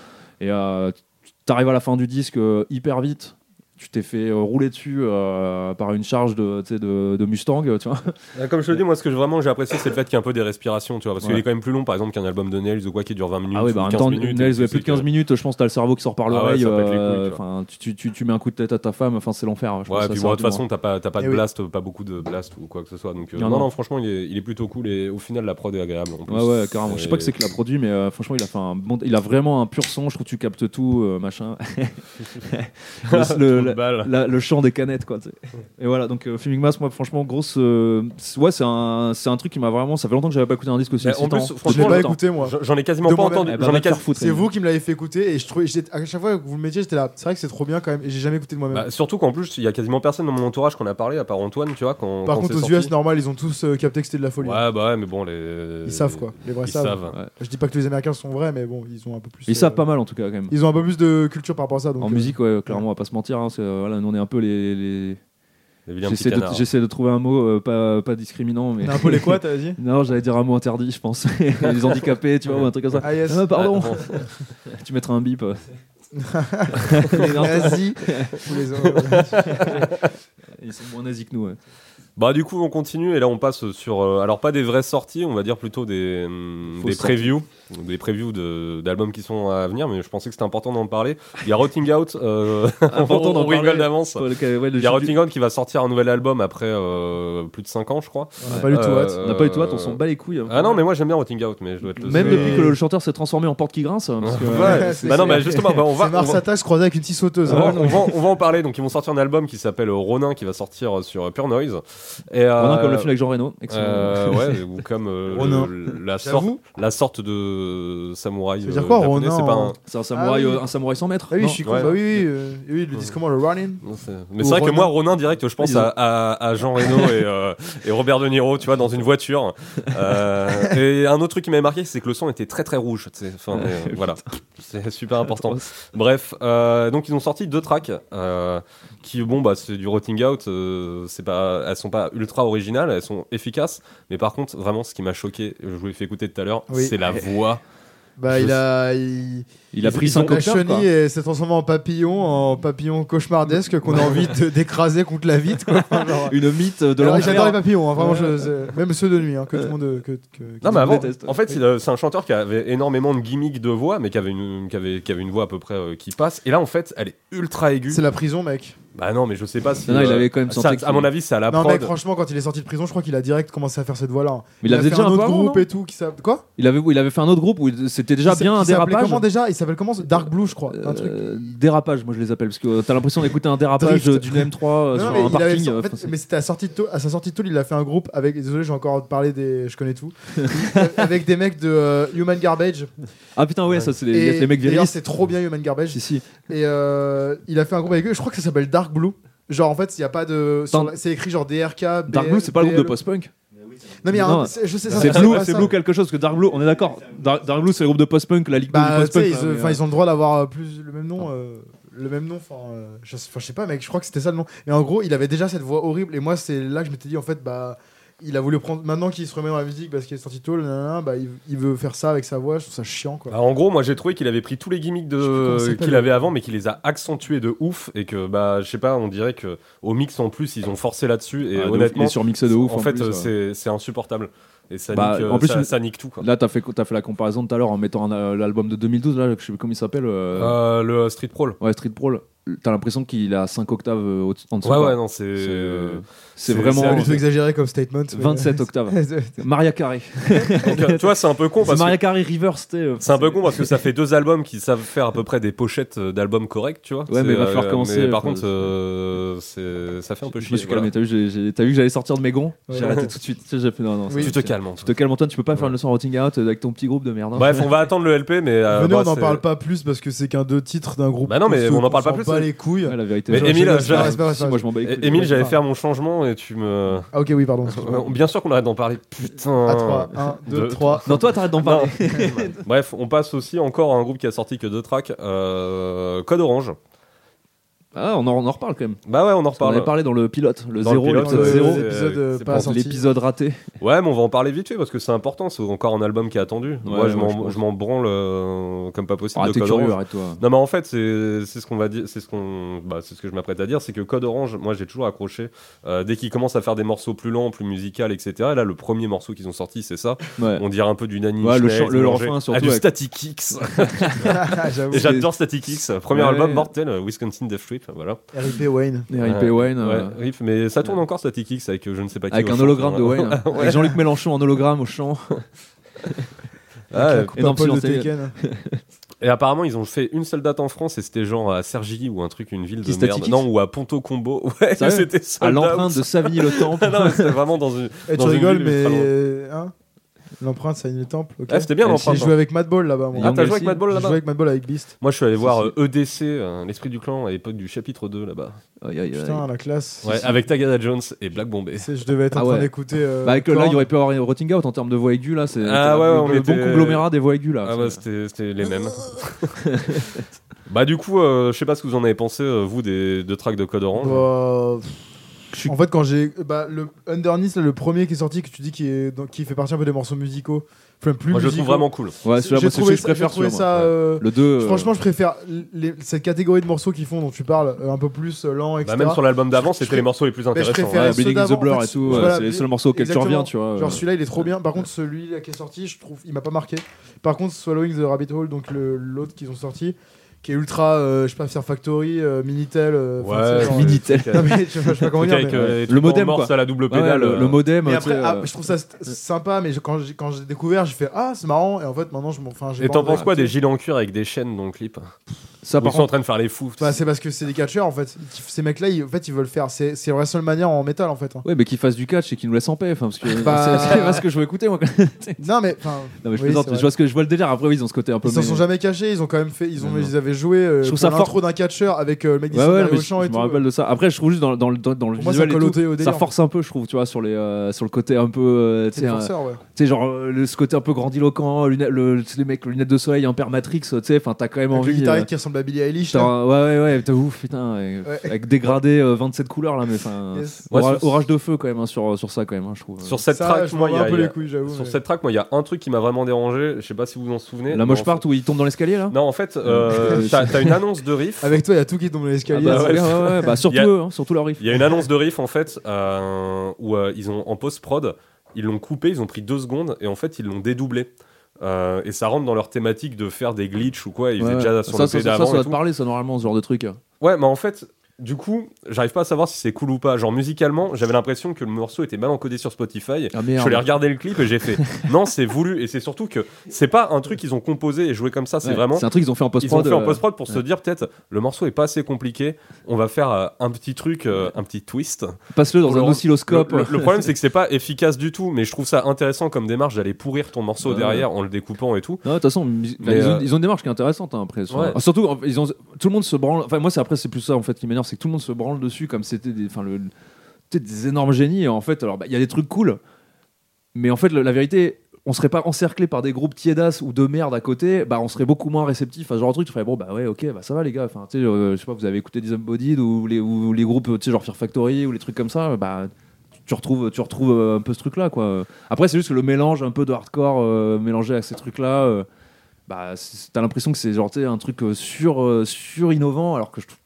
Et euh, tu- t'arrives à la fin du disque euh, hyper vite, tu t'es fait euh, rouler dessus euh, par une charge de, tu sais, de, de Mustang, euh, tu vois. euh, Comme je te le dis, moi, ce que j'ai- vraiment j'ai apprécié, c'est le fait qu'il y a un peu des respirations, tu vois. Parce qu'il Ouais. est quand même plus long, par exemple, qu'un album de Nails ou quoi qui dure 20 minutes. Ah oui, bah, ou en même 15 temps, minutes, Nels, et tu ouais, plus sais de 15 que- minutes, je pense, t'as le cerveau qui sort par Ah ouais, l'oreille. ça pète les couilles, euh, tu vois. Enfin, tu, tu, tu, tu mets un coup de tête à ta femme, enfin, c'est l'enfer. je pense, Ouais, ça, puis c'est bon, de toute rapidement. façon, t'as pas, t'as pas Eh de oui. blast, euh, pas beaucoup de blast ou quoi que ce soit. Donc, euh, Non, non, non. non, franchement, il est, il est plutôt cool et au final, la prod est agréable. En plus. Ouais, ouais, carrément. Je sais pas Et- que c'est que l'a produit, mais euh, franchement, il a fait un bon. Il a vraiment un pur son. Je trouve que tu captes tout, euh, machin. le, le- Trou de balle. Euh, la- le chant des canettes, quoi. tu sais. Et voilà. Donc, euh, Fuming Mass, moi, franchement, grosse. euh, c'est- ouais, c'est un, c'est un truc qui m'a vraiment. Ça fait longtemps que j'avais pas écouté un disque aussi. Bah, Mais en excitant. plus, Depuis franchement, Je l'ai Franchement, pas attends. écouté, moi. J'en j'en ai quasiment De pas moi-même. entendu. Eh ben, J'en va ai te faire quasi- foutre, C'est Rémi. vous qui me l'avez fait écouter et je trouvais, j'étais- à chaque fois que vous le mettiez, j'étais là. C'est vrai que c'est trop bien quand même. Et j'ai jamais écouté de moi-même. Bah, surtout qu'en plus, il y a quasiment personne dans mon entourage qu'on a parlé, à part Antoine, tu vois. Quand, Par quand contre, c'est aux sorti. US, normal, ils ont tous euh, capté que c'était de la folie. Ouais, bah ouais, mais bon, les. Ils savent quoi. Les vrais Ils savent. savent. Je dis pas que les Américains sont vrais, mais bon, ils ont un peu plus. Ils euh, savent pas mal, en tout cas, quand même. Ils ont un peu plus de culture par rapport à ça. Donc, En euh, musique, ouais, clairement, on va pas se mentir. hein, c'est, euh, voilà, nous, on est un peu les. les- Les vilains petits J'essaie de, canards. j'essaie de trouver un mot euh, pas, pas discriminant, mais. hein. On est un peu les quoi, t'as dit Non, j'allais dire un mot interdit, je pense. les handicapés, tu vois, ou un truc comme ça. Ah yes. Ah, pardon. Ah, bon. tu mettras un bip. euh. Nazi. Ou les- euh, Ils sont moins nazis que nous. ouais. Bah du coup on continue et là on passe sur euh, alors pas des vraies sorties, on va dire plutôt des, hum, Fausses des sorties. previews, des previews de- d'albums qui sont à venir, mais je pensais que c'était important d'en parler. Il y a Rotting Out, euh, on, Important d'en on rigole parler. d'avance. hein. Paul, que- ouais, le Il y a jeu du- Rotting Out qui va sortir un nouvel album après euh, plus de 5 ans je crois. On n'a pas du tout Euh, hâte. On n'a pas eu toi, on s'en bat les couilles. hein. Ah non mais moi j'aime bien Rotting Out mais je dois te le Même céder. depuis que le chanteur s'est transformé en porte qui grince. parce que- euh, Ouais. c'est- Bah non mais c'est- justement bah, on va C'est Mars on va- Ah Attack croisé avec une scie sauteuse. on va, hein. Euh, on va- on va en parler. Donc, ils vont sortir un album qui s'appelle euh, Ronin, qui va sortir euh, sur euh, Pure Noise. Et, euh, Ronin comme le film avec Jean Reno. excellent. Euh, ouais, ou comme euh, Ronin. le- la, sorte, J'avoue. la sorte de samouraï. Ça veut dire euh, quoi, japonais, Ronin, c'est pas un- C'est un samouraï, Ah oui. euh, un samouraï sans maître. Ah oui, non je suis con. ouais. Bah oui, oui. euh, et oui, ils le disent comment le running non, c'est- Mais Ou c'est vrai que Ronin. moi, Ronin, direct, je pense Ils ont- à, à- à Jean Reno et, euh, et Robert De Niro, tu vois, dans une voiture. Euh, et un autre truc qui m'avait marqué, c'est que le son était très très rouge. tu sais. Enfin, mais, euh, voilà, c'est super important. Bref, euh, donc ils ont sorti deux tracks euh, qui, bon, bah, c'est du rotting out. euh, c'est pas, elles sont pas ultra originales, elles sont efficaces. Mais par contre, vraiment, ce qui m'a choqué, je vous l'ai fait écouter tout à l'heure, Oui. c'est la voix. Bah Je il a. Il... Il a Ils- pris ils ont 5 La octaves. quoi. chenille et s'est transformé en papillon, en papillon cauchemardesque qu'on a envie de- d'écraser contre la vitre. quoi. Enfin, genre, Ah Une mythe de alors, J'adore les l'enfer. papillons, hein, vraiment, Ouais. je- c'est- même ceux de nuit, hein, que tout le monde. Que, que- que- Non, mais avant, déteste. en fait, c'est, euh, c'est un chanteur qui avait énormément de gimmicks de voix, mais qui avait une, qui avait, qui avait une voix à peu près euh, qui passe. Et là, en fait, elle est ultra aiguë. C'est la prison, mec. Bah non, mais je sais pas si. Non, non, il euh, avait quand même ça, senti que- à mon avis, c'est à la non, prod. mec, franchement, quand il est sorti de prison, je crois qu'il a direct commencé à faire cette voix-là. hein. Mais il a avait fait déjà un un peu autre avant, groupe non et tout. Qui s'appelle- Quoi Il avait, il avait fait un autre groupe où il- c'était déjà Qui s'a- bien un qui s'appelait dérapage. Comment déjà Il s'appelle comment ce- Dark Blue, je crois. Un truc. Euh, dérapage, moi je les appelle parce que euh, t'as l'impression d'écouter un dérapage Drift. euh, d'une M3 euh, Non, sur non, mais un il avait- parking. euh, en fait, enfin, c'est- mais c'était à, sortie de tôle- à sa sortie de tôle, il a fait un groupe avec. Désolé, j'ai encore parlé des. Je connais tout. avec des mecs de euh, Human Garbage. Ah putain, ouais, ça c'est les, Et les mecs D'ailleurs, virilistes. c'est trop bien Human Garbage. Si, si. Et euh, il a fait un groupe avec eux. Je crois que ça s'appelle Dark Blue. Genre, en fait, il y a pas de. sur Dark- la- C'est écrit genre DRK. Dark Blue, c'est pas le groupe de post-punk. Non, mais il y a un- Non. c'est- je sais euh, ça. C'est s'appelle Blue, pas c'est ça. Blue quelque chose que Dark Blue, on est d'accord. Dark, Dark Blue, c'est le groupe de post-punk, la ligue Bah, de tu sais, post-punk. ils, là, euh, mais, enfin, euh, ils ont le droit d'avoir euh, plus le même nom. euh, le même nom, enfin, euh, je, enfin, je sais pas, mec, je crois que c'était ça le nom. Et en gros, il avait déjà cette voix horrible. Et moi, c'est là que je m'étais dit, en fait, bah, il a voulu prendre. Maintenant qu'il se remet dans la musique parce qu'il est sorti tôt, nanana, bah, il, il veut faire ça avec sa voix. Je trouve ça chiant, quoi. Bah, en gros, moi j'ai trouvé qu'il avait pris tous les gimmicks Je sais plus comment ça de s'appelle. qu'il avait avant, mais qu'il les a accentués de ouf et que bah je sais pas, on dirait que au mix en plus ils ont forcé là-dessus ah, et de ouf, il honnêtement, est surmixé de ouf. en, fait plus, euh, ouais. c'est- c'est insupportable et ça Bah, nique, euh, en plus, ça, une- ça nique tout quoi. Là, t'as fait, t'as fait la comparaison tout à l'heure en mettant un, euh, l'album de 2012, là, je sais plus comment il s'appelle. euh, Euh, le euh, Street Prowl. Ouais, Street Brawl. T'as l'impression qu'il a 5 octaves euh, au- en dessous. Ouais quoi. ouais non c'est C'est, euh, c'est- c'est c'est vraiment hallucinant. C'est exagéré comme statement. mais- 27 octaves. Maria Carey. Donc, euh, tu vois c'est un peu con C'est parce que Maria Carey Reverse, t'es, euh, c'est un peu con parce que ça fait deux albums qui savent faire à peu près des pochettes euh, d'albums corrects tu vois. Ouais, C'est, mais va falloir commencer, mais par enfin, contre euh, c'est- ça fait un peu Je chier. me suis voilà. calmé, t'as vu, j'ai- j'ai- t'as vu que j'allais sortir de mes gonds J'ai Ouais. arrêté tout de suite. Tu sais, J'ai fait non, non. Oui. Tu c'est- te calmes. en tout Tu cas. te calmes, Antoine, tu peux pas faire Ouais. le son routing out euh, avec ton petit groupe de merde. hein. Bref, on va attendre le LP mais euh, Venez, bah, on n'en c'est- parle pas plus parce que c'est qu'un deux titres d'un groupe. Bah non, mais qu'on on en parle s'en pas plus, bat c'est- les couilles. Ouais, la vérité. Mais genre, Émile, je- j'ai- Ah, c'est pas- si, c'est pas- moi je m'en bats les É- couilles. Émile, j'allais pas. faire mon changement et tu me. Ah, ok, oui, pardon. Euh, Bien sûr qu'on arrête d'en parler. Putain. 3, 1, 2, Deux. 3. Non, toi, t'arrêtes d'en Non. parler. Bref, on passe aussi encore à un groupe qui a sorti que deux tracks. euh, Code Orange. Ah, on en, on en reparle quand même. Bah ouais, on en On en reparle. avait parlé dans le pilote, le Dans le 0, pilote, l'épisode ouais, euh, 0. c'est- épisode, euh, c'est pas pour sorti. L'épisode raté. Ouais, mais on va en parler vite fait parce que c'est important. C'est encore un album qui est attendu. Moi, je ouais, je m'en- pense. je m'en branle euh, comme pas possible. Arrête, de t'es Code curieux, Orange. arrête-toi. Non mais en fait c'est c'est ce qu'on va dire c'est ce qu'on bah, c'est ce que je m'apprête à dire c'est que Code Orange moi j'ai toujours accroché euh, dès qu'ils commencent à faire des morceaux plus lents plus musicales etc et là le premier morceau qu'ils ont sorti c'est ça Ouais. on dirait un peu du Nanny Ouais, le Schneider, chan- le mélangé refrain, surtout, à du avec- Static X J'avoue. Et j'adore Static X, premier Ouais. album mortel, euh, Wisconsin Death Trip, voilà. RIP Wayne. Et R.I.P. Wayne. euh, Ouais, riff, mais ça tourne encore Static X avec euh, je ne sais pas qui. Avec au un chant, hologramme hein. de Wayne. Avec Jean-Luc Mélenchon en hologramme au chant. Ah, La euh, coupe énorme à poil de silence alien. Tekken. et apparemment, ils ont fait une seule date en France et c'était genre à Sergi ou un truc, une ville Qui, de Static merde. X Non, ou à Ponto Combo. Ouais, Sérieux c'était sold À out. l'empreinte de Savigny le Temple. non, mais c'était vraiment dans une. Eh, tu Dans une rigoles, ville mais. ultra loin. euh, hein L'empreinte, ça a une temple. ok Ah, c'était bien Et l'empreinte. J'ai joué avec Madball là-bas. hein. moi. avec Ah, t'as Young joué avec aussi. Madball J'ai joué là-bas avec Madball avec Beast. Moi, je suis allé Si, voir si. euh, EDC, euh, l'esprit du clan, à l'époque du chapitre 2 là-bas. Aïe, aïe, aïe. Putain, la classe. Ouais, avec Tagada Jones et Black Bombay. Tu sais, Je devais être Ah en train ouais. d'écouter. euh, Bah avec le- là, il y Korn. aurait pu avoir un rotting out en termes de voix aiguë là. C'est Ah le- ouais, le, on le bon était- conglomérat des voix aiguës là. Ah bah C'est- c'était c'était les mêmes. bah du coup, euh, je sais pas ce que vous en avez pensé, euh, vous, des deux tracks de Code Orange. Bah, pff, je suis- En fait, quand j'ai. Bah, le Underneath, là, le premier qui est sorti, que tu dis qui, est, dans- qui fait partie un peu des morceaux musicaux. Enfin, plus Moi, je le trouve musicaux. hein, vraiment cool. Ouais, celui-là, J'ai moi, c'est celui trouvé que je ça- préfère. j'ai trouvé celui-là, ça. moi. euh, Le 2. Franchement, je préfère les- cette catégorie de morceaux qu'ils font dont tu parles euh, un peu plus euh, lent, etc. Bah, même sur l'album d'avant, je- je c'était les pré- morceaux les plus je intéressants. préfère- hein. ceux Building the d'avant, Blur en fait, et tout, ouais, voilà, c'est les seuls morceaux auxquels tu exactement. reviens, tu vois. euh. Genre celui-là il est trop bien. Par contre celui là qui est sorti, je trouve, il m'a pas marqué. Par contre Swallowing the Rabbit Hole, donc le- l'autre qu'ils ont sorti, qui est ultra, euh, je sais pas, Fear Factory, euh, Minitel, euh, enfin, Ouais, c'est genre, Minitel. euh, non, mais, je, sais pas- je sais pas comment Truc dire. avec, mais- euh, les Le trucs en modem, morse quoi. à la double Ouais, pédale. le, euh, le modem. Mais tu après, sais, ah, euh, je trouve ça st- sympa, mais je- quand j'ai quand j'ai découvert, j'ai fait ah c'est marrant, et en fait maintenant je m'en, enfin j'ai. Et pas t'en envie de- penses quoi des gilets en cuir avec des chaînes dans le clip Ça, Ils par sont en contre, train de faire les fous. Bah, c'est parce que c'est des catcheurs en fait. Ils- Ces mecs-là, ils- en fait, ils veulent faire. C'est c'est WrestleMania en métal en fait. hein. ouais, mais qu'ils fassent du catch et qu'ils nous laissent en paix. enfin, Parce que Bah- c'est c'est pas ce que je veux écouter, moi. quand- Non mais enfin. Non, mais je oui, plaisante, c'est mais vrai. je vois, ce que, je vois le délire. Après, oui, ils ont ce côté un peu. Ils s'en mais- sont jamais cachés, ils ont quand même fait, ils, ont, Non, non. ils avaient joué euh, Je trouve pour ça fort. l'intro d'un catcheur avec euh, le mec qui Ouais, ouais, mais au je, champ et je me tout. euh, rappelle de ça. Après, je trouve juste dans, dans, le- dans, dans le Pour moi, ça visuel et colle au tout, dé- au ça délire. force un peu, je trouve, tu vois, sur, les, euh, sur le côté un peu, euh, tu C'est sais, le un- forceur, ouais. tu sais, genre euh, le, ce côté un peu grandiloquent, lunettes, le, tu sais, les mecs, lunettes de soleil, un Matrix, euh, tu sais, enfin, t'as quand même Avec le envie. guitariste euh, qui ressemble à Billie Eilish. là. putain, ouais, ouais, ouais, putain, ouf, putain, ouais, Ouais. avec dégradé euh, 27 couleurs là, mais enfin, euh, Yes. Ouais, ora- sur- orage de feu quand même hein, sur, sur ça quand même, hein, je trouve. Sur cette Ça, track, je moi, moi, il y un a- peu il y les a. couilles, j'avoue. Sur mais- cette track, moi, il y a un truc qui m'a vraiment dérangé. Je sais pas si vous vous en souvenez. la mais moche en part où il tombe dans l'escalier là. fait- Non, en fait, euh, t'as t'as une annonce de riff. Avec toi, il y a tout qui tombe dans Ah l'escalier. bah, ouais. ouais, ouais, ouais, bah, surtout Il y a- eux, hein, surtout leur riff. Il y a une annonce de riff en fait euh, où euh, ils ont en post prod, ils l'ont coupé, ils ont pris deux secondes et en fait ils l'ont dédoublé. Euh, et ça rentre dans leur thématique de faire des glitches ou quoi. Ils Ouais, faisaient déjà ouais. sur ça, le ça, P ça, ça, d'avant. doit et te tout. parler, ça normalement, ce genre de truc. hein. Ouais, mais en fait, du coup, j'arrive pas à savoir si c'est cool ou pas. Genre musicalement, j'avais l'impression que le morceau était mal encodé sur Spotify. Ah Je merde. suis allé regarder le clip et j'ai fait non, c'est voulu. Et c'est surtout que c'est pas un truc qu'ils ont composé et joué comme ça. C'est Ouais, vraiment C'est un truc qu'ils ont fait en ils ont post-prod. fait en euh, post-prod pour se dire peut-être le morceau est pas assez compliqué, on va faire euh, un petit truc, euh, un petit twist. Passe-le dans pour un le- Le, oscilloscope. euh. le- le problème c'est que c'est pas efficace du tout, mais je trouve ça intéressant comme démarche d'aller pourrir ton morceau Ouais. derrière en le découpant et tout. Non, de toute façon, mus- Mais, ils, ont, euh, ils ont une démarche qui est intéressante hein, après. sur- Ouais. Ah, Surtout, en- ils ont, tout le monde se branle. Enfin, moi, c'est après, c'est plus ça en fait qui m'énerve, c'est que tout le monde se branle dessus comme c'était des, enfin, le, le- c'était des énormes génies. Et en fait, alors, bah, il y a des trucs cool, mais en fait, le- la vérité, on serait pas encerclé par des groupes tiédas ou de merde à côté, bah, on serait beaucoup moins réceptif à ce genre de truc. Tu ferais, bon, bah ouais, ok, bah ça va les gars. Enfin, tu sais, euh, je sais pas, vous avez écouté des Unbodied ou les, ou les groupes, tu sais, genre Fear Factory ou les trucs comme ça, bah. tu- Tu retrouves, tu retrouves euh, un peu ce truc-là, quoi. Après, c'est juste que le mélange un peu de hardcore euh, mélangé à ces trucs-là, euh, bah c'est- t'as l'impression que c'est genre tu sais, un truc euh, sur euh, sur innovant alors que je trouve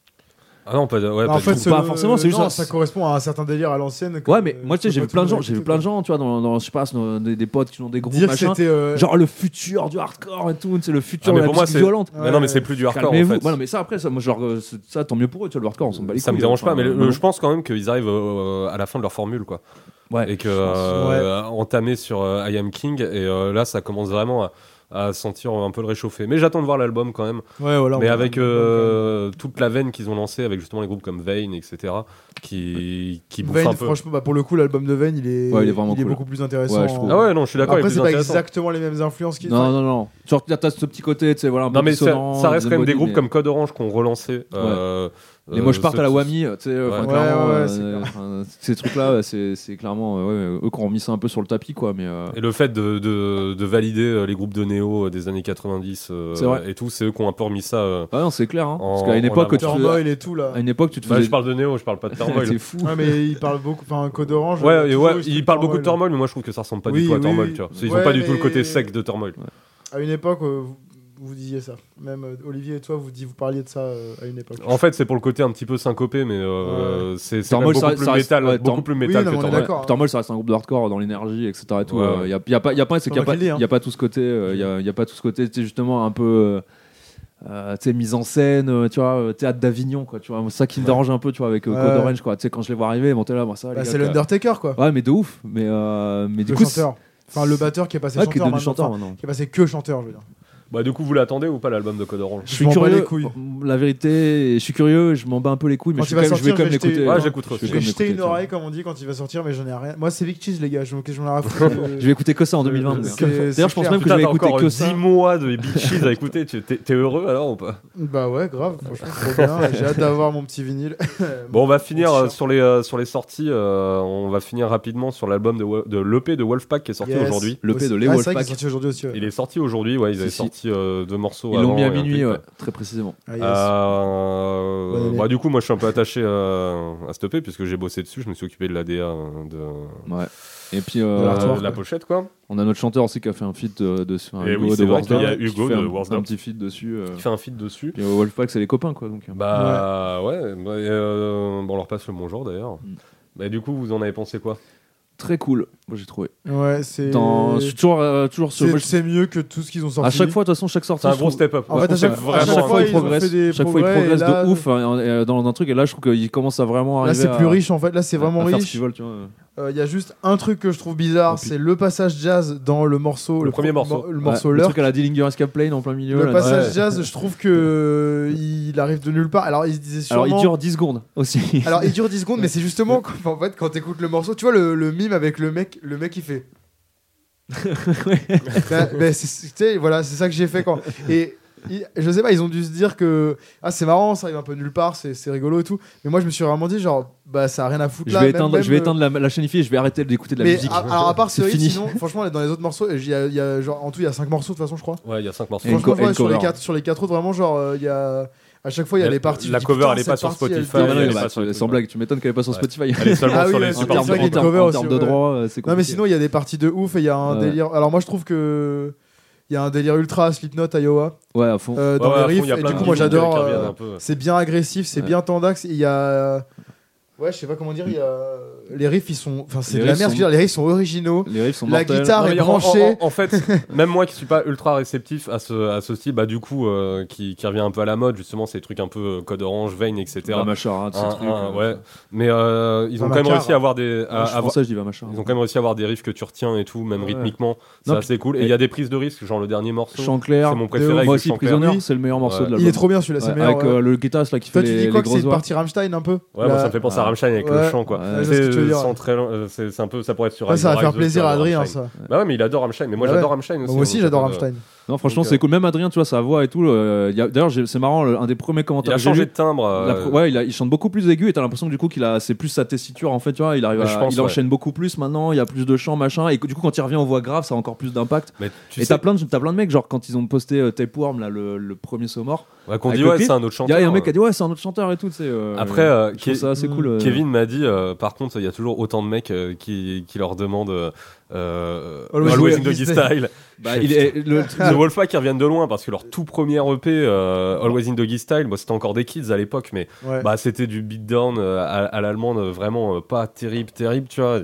Ah non, pas, de- ouais, pas Bah, en du fait, tout. c'est pas le- forcément, c'est juste non, un- ça correspond à un certain délire à l'ancienne. que- ouais mais moi tu sais que j'ai pas vu plein tout de le gens monde j'ai vu écoute, plein de quoi. gens tu vois dans, dans- je sais pas dans des, des potes qui ont des groupes Dire que machin c'était. euh, genre le futur du hardcore et tout c'est le Ah, futur mais de la pour moi, musique c'est- violente Mais non, mais c'est plus du hardcore en fait. Calmez-vous. Ouais, non, mais ça après ça moi genre euh, c'est- ça tant mieux pour eux tu vois le hardcore on s'en bat les ça me couilles, dérange enfin, pas, mais le- euh, je pense quand même qu'ils arrivent euh, à la fin de leur formule, quoi. Ouais. et que euh, entamé sur euh, I Am King, et euh, là, ça commence vraiment à, à sentir un peu le réchauffer. Mais j'attends de voir l'album quand même. Ouais, voilà. mais on- avec euh, toute la veine qu'ils ont lancée, avec justement les groupes comme Vane, etc., qui, qui bouffent Vane, un peu. franchement, bah, pour le coup, l'album de Vane, il est, Ouais, il est vraiment cool. beaucoup plus intéressant. Ouais, je trouve. Ah ouais, non, je suis d'accord. il est Après, plus c'est pas intéressant. exactement les mêmes influences qui. non non non genre t'as t'as ce petit côté tu sais voilà un peu Non, mais ça, dissonant, ça reste quand même des Unbodied, groupes mais- comme Code Orange qu'on relancé. euh, Les moches partent à la Wami, tu sais, Ouais. enfin, Ouais, clairement, ouais, euh, c'est clair. enfin, ces trucs-là, ouais, c'est c'est clairement euh, ouais, eux qui ont mis ça un peu sur le tapis, quoi. Mais euh, Et le fait de, de- de valider euh, les groupes de néo euh, des années 90 euh, C'est vrai. et tout, c'est eux qui ont un peu remis ça. euh. ah non, c'est clair, hein, parce En- qu'à une en époque, avant. tu faisais- Turmoil et tout, là. à une époque, tu te Bah, faisais je parle de néo, je parle pas de Turmoil. C'est fou. Ouais, mais il parle beaucoup. Enfin, Code Orange. ouais, euh, et toujours, ouais, se ils foutent parlent beaucoup de Turmoil. Turmoil, mais moi je trouve que ça ressemble pas Oui, du tout à oui, Turmoil. oui. Tu vois. Ils Ouais, ont pas du tout le mais- côté sec de Turmoil. À une époque, euh, vous, vous disiez ça. Même euh, Olivier et toi, vous, dis- vous parliez de ça euh, à une époque. En fait, c'est pour le côté un petit peu syncopé, mais euh, c'est c'est Turmoil, beaucoup, ça- plus ça reste- métal, ouais, beaucoup Turm- plus métal non, que mais on est Turmoil. d'accord, hein. Turmoil, ça reste un groupe de hardcore dans l'énergie, etc. Et tout. Ouais, euh, ouais. y a, y a pas, y a pas, c'est qu'il y a Faudrait pas, qu'il l'ait, hein. y a pas tout ce côté. Il y a, y a pas tout ce côté, tu sais, justement un peu. euh, euh, tu sais, mise en scène, euh, tu vois, euh, théâtre d'Avignon, quoi, tu vois, Moi, ça qui me dérange un peu, tu vois, avec euh, Ouais, Code ouais. Orange, quoi, tu sais, quand je les vois arriver, bon, t'es là, bon, ça, va, Bah, les c'est gars, quoi. l'Undertaker, quoi. Ouais, mais de ouf, mais, euh, mais du le coup, c'est- chanteur. Enfin, le batteur qui est passé ouais, qui est chanteur. devenu maintenant. chanteur Enfin, maintenant. qui est passé que chanteur, je veux dire. Bah, du coup, vous l'attendez ou pas l'album de Code Orange Je suis m'en bats curieux. les couilles. La vérité, je suis curieux, je m'en bats un peu les couilles, mais Quand je, suis il va quand même- je vais sortir, quand même je vais l'écouter. jeter- Ouais, j'écouterai. je vais Je quand vais même jeter l'écouter, une tiens. oreille, comme on dit, quand il va sortir, mais j'en ai rien. Moi, c'est Big Cheese, les gars. Je je m'en ai rien à foutre, euh, Je vais écouter que ça en 2020. mais- c'est- c'est D'ailleurs, je pense clair. même que Putain, je vais t'as écouter encore que 10 ça. mois de Big Cheese à écouter. Tu- T'es t'es heureux alors ou pas Bah ouais, grave, franchement, trop bien. J'ai hâte d'avoir mon petit vinyle. Bon, on va finir Mon euh, t-shirt. sur les, euh, sur les sorties. euh, on va finir rapidement sur l'album de, Wa- de l'EP de Wolfpack qui est sorti Yes. aujourd'hui. Le P de Aussi- Léo ah, c'est vrai Wolfpack. qu'il est sorti aujourd'hui aussi. ouais. Il est sorti aujourd'hui, ouais, ils Si, avaient si. sorti sorti euh, deux morceaux. Ils l'ont avant mis et à un minuit, clip. ouais, très précisément. Ah, yes. Euh, Bonne année. bah, du coup, moi je suis un peu attaché euh, à cette EP puisque j'ai bossé dessus. Je me suis occupé de l'ADA euh, de, Ouais. Et puis, de euh, la- l'artwork, de la quoi. pochette quoi. on a notre chanteur aussi qui a fait un feat de, de, enfin, Et Eh Hugo oui, de c'est vrai qu'il y a Warsdown, qui Hugo fait de un- Warsdown. Un petit feat dessus. euh. Qui fait un feed dessus. Puis euh, Wolfpack, c'est les copains, quoi. Donc, euh. Bah ouais, bah, et, euh, bon, on leur passe le bonjour d'ailleurs. Mm. Bah, du coup, vous en avez pensé quoi Très cool, moi j'ai trouvé. Ouais, c'est. euh, Dans, je suis toujours, euh, toujours sur. c'est- moi, je- C'est mieux que tout ce qu'ils ont sorti. à chaque fois, de toute façon, chaque sortie. C'est un je gros trouve- step-up. En fait, à C'est chaque- à vraiment chaque un- fois, ils ils ont progressent, fait des chaque fois, ils progrès, et progressent là- de ouf hein, et, euh, dans, dans le truc. Et là, je trouve qu'ils commencent à vraiment Là, arriver. c'est à- plus riche en fait. Là, c'est à- vraiment à faire ce riche. Euh, qu'ils veulent, tu vois. Il y a juste un truc que je trouve bizarre, Oh, putain. c'est le passage jazz dans le morceau. Le premier pro- morceau. mo- Le morceau Ouais, le Lurk. truc à la Dillinger Escape Plane en plein milieu. Le là, passage ouais. jazz, je trouve que il arrive de nulle part. Alors, il se disait sûrement. Ah, Alors, il dure 10 secondes aussi. Alors, il dure 10 secondes, mais c'est justement quand, en fait, quand t'écoutes le morceau, tu vois le, le mime avec le mec, le mec il fait. Bah, bah, c'est- c'est- tu sais, voilà, c'est ça que j'ai fait quand. Et il- je sais pas, ils ont dû se dire que ah c'est marrant, ça arrive un peu nulle part, c'est c'est rigolo et tout. Mais moi, je me suis vraiment dit genre bah ça a rien à foutre je là. vais même- éteindre, je vais même, éteindre la, la chaîne IFI et je vais arrêter d'écouter de la mais musique. à- alors à part C'est ce hit, fini. sinon, franchement, dans les autres morceaux, il y a, il y a- genre, en tout, il y a 5 morceaux de toute façon, je crois. Ouais, il y a 5 morceaux. Et une Franchement, co- ouais, une sur, les cover. quatre, sur les quatre autres, vraiment, genre, euh, il y a. À chaque fois, il y a La- les parties. la tu dis, cover, putain, elle est cette pas sur partie, elle Spotify. dé- Non, mais non, elle est bah, pas sur les sans trucs, blague, tu m'étonnes qu'elle est pas sur Ouais. Spotify. Elle est seulement Ah oui, sur ouais, les c'est en super pour termes, ça Bowl. qu'il y a en une termes- cover en aussi, termes de ouais. droit, euh, hein. c'est Non, mais compliqué. sinon, il y a des parties de ouf et il y a un Ouais. délire. Alors, moi, je trouve que. Il y a un délire ultra Slipknot, Iowa, Ouais, à fond. euh, dans Ouais, ouais, à fond, les il y a riffs. Et plein du de coup, moi, riffs qui j'adore. reviennent euh, un peu. C'est bien agressif, c'est Ouais. bien tendax. et Il y a. Ouais, je sais pas comment dire, il y a. Les riffs, ils sont. Enfin, c'est Les de la riffs merde, sont- je veux dire, les riffs sont originaux. Les riffs sont la mortels. guitare- Non, mais est en- branché. En, en fait, même moi qui suis pas ultra réceptif à ce, à ce style, bah du coup, euh, qui, qui revient un peu à la mode, justement, ces trucs un peu euh, code orange, veine, etc. Vama Bah, Machara, tous ces Un- trucs. un, euh, Ah, ouais. Mais euh, ils ont Dans quand la même réussi carte. à avoir des. à- Ah, avoir- je ça, je dis Vama Chara. Ils ont quand même réussi à avoir des riffs que tu retiens et tout, même Ouais. rythmiquement. C'est Non, assez cool. Et il y a des prises de risques, genre le dernier morceau. Chant clair. c'est mon préféré avec Moi le aussi, chant clair. Prisoner, c'est le meilleur morceau Ouais. de l'album. Il est trop bien, celui-là, c'est le Ouais, meilleur. Avec ouais. euh, le guitariste là qui fait Toi, tu les dis les quoi que c'est grosses une voix. partie Rammstein un peu Ouais, moi, La- ça me fait penser à Ah. Rammstein avec Ouais. le chant, quoi. Ouais, je vois C'est ce que tu veux dire, sans ouais. très long- euh, c'est- c'est un peu, ça pourrait être sur. Ouais, ça Rise Rise va faire de plaisir à Rammstein. Adrien, ça. Bah ouais, mais il adore Rammstein. Mais moi, Bah j'adore Rammstein aussi. Moi aussi, donc, j'adore euh, Rammstein. Non, franchement, Donc, c'est euh, cool. Même Adrien, tu vois, sa voix et tout. euh, il y a- D'ailleurs, j'ai- c'est marrant, le- un des premiers Il commentaires a que j'ai changé lu- de timbre. euh, la pro- ouais, il, a- il chante beaucoup plus aigu et t'as l'impression que du coup qu'il a c'est plus sa tessiture en fait tu vois il arrive à- Je pense, il enchaîne beaucoup plus maintenant il y a plus de chants machin et que- du coup quand il revient en voix grave ça a encore plus d'impact mais tu et sais- t'as plein de t'as plein de mecs genre quand ils ont posté euh, Tapeworm là le, le premier saut mort Ouais, qu'on Avec dit, le ouais, clip, c'est un autre il y chanteur. a un mec euh. qui a dit ouais c'est un autre chanteur et tout tu sais euh, Après, euh, je trouve Ke- ça assez cool euh. Kevin m'a dit, euh, par contre, il y a toujours autant de mecs euh, qui, qui leur demandent euh, euh, Always Always, Wear in Doggy This Style. Bah, il est- le- The Wolfpack, ils reviennent de loin parce que leur tout premier EP, euh, Always in Doggy Style, bon, c'était encore des kids à l'époque, mais Ouais. bah, c'était du beatdown euh, à, à l'allemande, euh, vraiment euh, pas terrible, terrible, tu vois.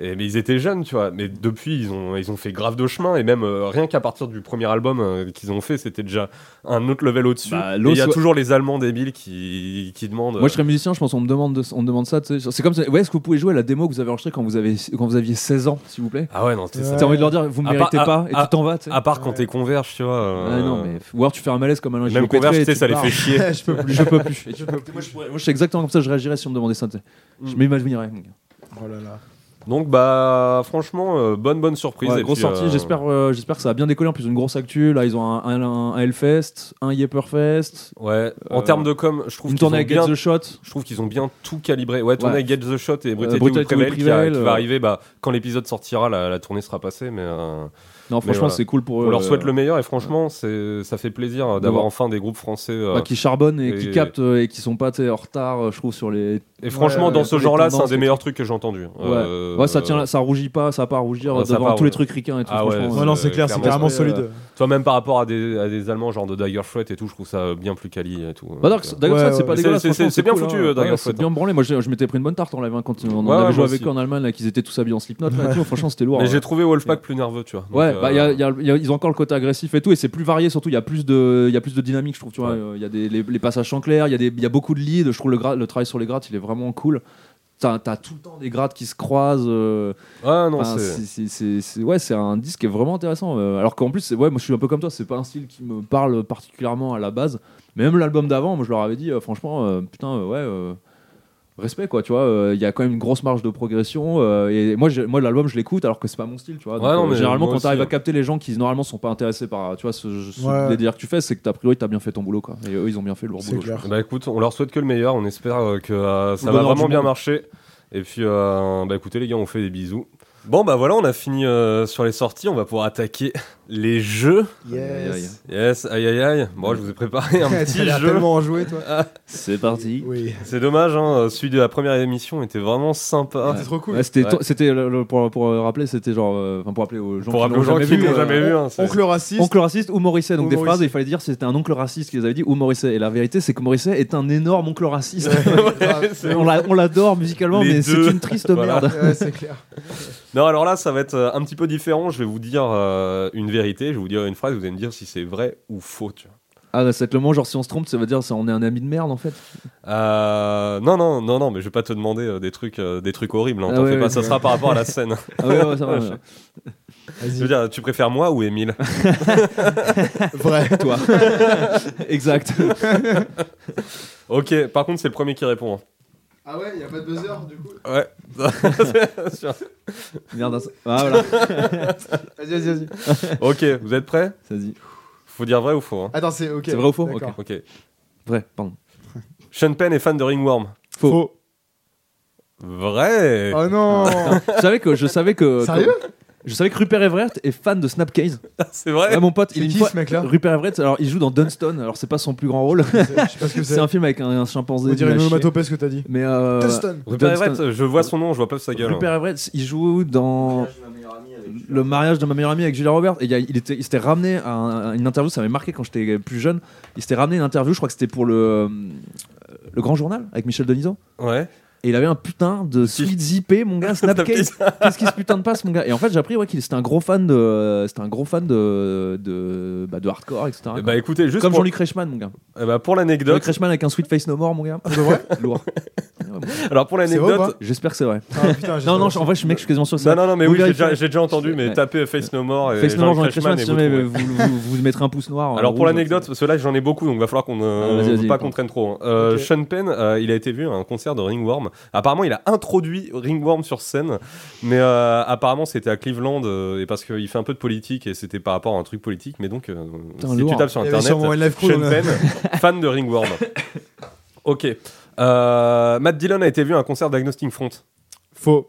Et, mais ils étaient jeunes, tu vois. Mais depuis, ils ont, ils ont fait grave de chemin. Et même euh, rien qu'à partir du premier album euh, qu'ils ont fait, c'était déjà un autre level au-dessus. Bah, Et l'os, il y a ouais. toujours les Allemands débiles qui, qui demandent. euh, moi je serais musicien je pense on me demande de- on me demande ça tu sais. c'est comme ça ouais est-ce que vous pouvez jouer à la démo que vous avez enregistrée quand vous avez quand vous aviez 16 ans s'il vous plaît Ah ouais, non, c'était ça. Ouais. t'as envie de leur dire vous me À part- méritez à- pas et à- tu t'en vas tu sais. À part quand Ouais. t'es converge, tu vois. euh, Ah, non mais ou alors tu fais un malaise comme Alain Même Gilles-Pétré converge, tu et sais, tu ça les pars. fait chier. je peux plus. je peux plus Je peux plus. Moi, je sais exactement comme ça je réagirais si on me demandait ça. tu sais. Je Mm. m'imaginerais. mon gars. Oh là là. Donc, bah, franchement, euh, bonne, bonne surprise. Ouais, Et grosse puis, sortie, euh, j'espère, euh, j'espère que ça a bien décollé. En plus, une grosse actu. Là, ils ont un, un, un Hellfest, un Yepperfest, Ouais, en Euh, termes de com, je trouve une qu'ils ont tournée avec bien Get the Shot. Je trouve qu'ils ont bien tout calibré. Ouais, tournée Ouais. avec Get the Shot et Brutality, Euh, Brutality with Prevail with qui, a- Prevail, qui euh. va arriver bah, quand l'épisode sortira, la, la tournée sera passée. Mais euh, Non, franchement, voilà. c'est cool pour eux. on leur souhaite euh, le meilleur et franchement, c'est ça fait plaisir euh, d'avoir Ouais. enfin des groupes français. euh, bah, qui charbonnent et, Et- qui captent euh, et qui sont pas tu sais, en retard, euh, je trouve, sur les. Et franchement, Ouais, dans ouais, ce les genre-là, c'est un tendances des et meilleurs trucs que j'ai entendu. Euh, ouais, ça tient, là, ça rougit pas, ça va pas à rougir Ouais, ça devant part, tous les ouais. trucs ricains et tout. Ah ouais, franchement, Ouais, Non, non, c'est clair, c'est carrément respect, solide. Toi-même par rapport à des, à des Allemands, genre de Dagger Fret et tout, je trouve ça bien plus quali et tout. Bah, Donc, Dark, euh, Dark Ouais, Side, c'est ouais. pas Mais dégueulasse. c'est- c'est- franchement, c'est bien cool, foutu, hein. euh, Dark Ouais, Side, C'est hein. bien branlé. Moi, je, je m'étais pris une bonne tarte en live hein, quand on en Ouais, avait ouais, joué moi avec aussi. eux en Allemagne, là, qu'ils étaient tous habillés en slip Ouais. tout. Franchement, c'était lourd. mais hein. j'ai trouvé Wolfpack plus nerveux, tu vois. Donc, Ouais, euh, bah, y a- y a- y a- ils ont encore le côté agressif et tout, et c'est plus varié surtout. Il y a plus de, il y a plus de dynamique, je trouve. Tu vois, Ouais. il y a des les, les passages en clair, il y a des, il y a beaucoup de leads. Je trouve le, gra- le travail sur les grattes, il est vraiment cool. T'as t'as tout le temps des grattes qui se croisent. euh, Ah non, enfin, c'est. c'est- c'est- c'est- c'est- ouais, c'est un disque qui est vraiment intéressant. euh, alors qu'en plus, c'est- ouais, moi je suis un peu comme toi. C'est pas un style qui me parle particulièrement à la base. Mais même l'album d'avant, moi je leur avais dit, euh, franchement, euh, putain, euh, ouais. euh, Respect quoi, tu vois, euh, il y a quand même une grosse marge de progression. euh, et moi, j'ai- moi l'album, je l'écoute alors que c'est pas mon style, tu vois. Donc, Ouais, non, euh, mais généralement, moi quand t'arrives aussi. à capter les gens qui normalement sont pas intéressés par, tu vois, ce, ce Ouais. délire que tu fais, c'est que t'as- a priori t'as bien fait ton boulot quoi. Et eux, ils ont bien fait leur C'est boulot. je clair. Bah écoute, on leur souhaite que le meilleur, on espère euh, que euh, ça Le va bonheur vraiment du bien monde. marcher. Et puis, euh, bah écoutez les gars, on fait des bisous. Bon bah voilà, on a fini euh, sur les sorties, on va pouvoir attaquer Les jeux. Aïe, aïe, aïe. Yes. Yes, aïe aïe aïe. Moi, je vous ai préparé un T'as petit l'air jeu. tellement enjoué, toi. Ah, C'est parti. Oui. C'est dommage, hein, celui de la première émission était vraiment sympa. Ah, C'est trop cool. Ouais, c'était Ouais. c'était le- le- pour, pour rappeler, c'était genre. euh, Enfin, pour rappeler aux gens Pour rappeler aux gens l'ont qui vu, l'ont euh, jamais vu. hein, c'est- Oncle raciste. Oncle raciste ou Morisset, donc Ou des Morrissey. phrases, et il fallait dire c'était un oncle raciste qui les avait dit ou Morisset. Et la vérité, c'est que Morisset est un énorme oncle raciste. Ah, grave. c'est- on l'a- on l'adore musicalement, Les mais deux. c'est une triste Voilà. merde. Ouais, c'est clair. Non, alors là, ça va être euh, un petit peu différent. Je vais vous dire euh, une vérité, je vais vous dire une phrase, vous allez me dire si c'est vrai ou faux. Tu vois. Ah, bah, ça va être le moment, genre si on se trompe, ça veut dire ça, on est un ami de merde en fait. Euh, non, non, non, non, mais je vais pas te demander euh, des trucs, euh, des trucs horribles. hein, Ah t'en ouais, fais pas. ouais, ça ouais. sera par rapport à la scène. Ah, ouais, ouais, ça va. ouais. je veux dire, tu préfères moi ou Émile Vrai. Toi. exact. Ok. Par contre, c'est le premier qui répond. hein. Ah ouais, y a pas de buzzer du coup. Ouais. C'est sûr. Merde, ah, voilà, Vas-y, vas-y, vas-y. ok. Vous êtes prêts ça dit. Faut dire vrai ou faux. hein. Attends, c'est ok. C'est vrai ou faux D'accord. Ok. Ok. Vrai, pardon. Sean Penn est fan de Ringworm. Faux. Ah Vrai. Oh non. Je savais que. Je savais que Sérieux Je savais que Rupert Everett est fan de Snapcase. c'est vrai. Ouais, Ah, mon pote, Ah il C'est est qui fois... ce mec-là Rupert Everett, alors il joue dans Dunston, alors c'est pas son plus grand rôle. Je sais pas ce que c'est. c'est un film avec un, un chimpanzé. On dirait nul à une chier. onomatopée ce que t'as dit. Mais euh, Dustin. Rupert Dunstan. Everett, je vois son nom, je vois pas sa gueule. hein. Rupert Everett, il joue dans le mariage de ma meilleure amie avec Julia Roberts. Et il, y a- il était, il s'était ramené à, un- à une interview, ça m'avait marqué quand j'étais plus jeune. Il s'était ramené à une interview, je crois que c'était pour le, euh, le Grand Journal avec Michel Denisot. Ouais. Et il avait un putain de tweet zippé, mon gars, Snapcase. Qu'est-ce qui se putain de passe, mon gars Et en fait, j'ai appris ouais, qu'il était un gros fan de, c'était un gros fan de, de, bah, de hardcore, etc. Eh Bah écoutez, juste Comme pour, Jean-Luc Reichmann, mon gars. eh bah, pour Jean-Luc l'anecdote. Reichmann avec un Sweet Face No More, mon gars. Lourd. Ouais, bon. Alors pour C'est vrai ou l'anecdote, pas J'espère que c'est vrai. Ah, putain, j'ai Non, non, pas- en vrai, je suis mec, je suis quasiment sûr que c'est Non, vrai. non, non, mais Vous oui, j'ai vérifiez. déjà, j'ai déjà entendu, mais Ouais. tapez Face No More et Face No More, Jean-Luc Euh, Jean-Luc Reichmann, si Reichmann et jamais vous vous, vous, vous mettrez un pouce noir. un Alors pour rouge, l'anecdote, parce que là j'en ai beaucoup, donc va falloir qu'on Ah, vas-y, ne vas-y, pas pardon. qu'on traîne trop. hein. Euh, Ok. Sean Penn, euh, il a été vu à un concert de Ringworm. Apparemment, il a introduit Ringworm sur scène, mais euh, apparemment c'était à Cleveland euh, et parce qu'il fait un peu de politique et c'était par rapport à un truc politique. Mais donc, euh, si lourd. tu tapes sur Il y avait internet, sûrement One Life Crew. Sean dans le- Penn, fan de Ringworm. Ok. Euh, Matt Dillon a été vu à un concert d'Agnostic Front. Faux.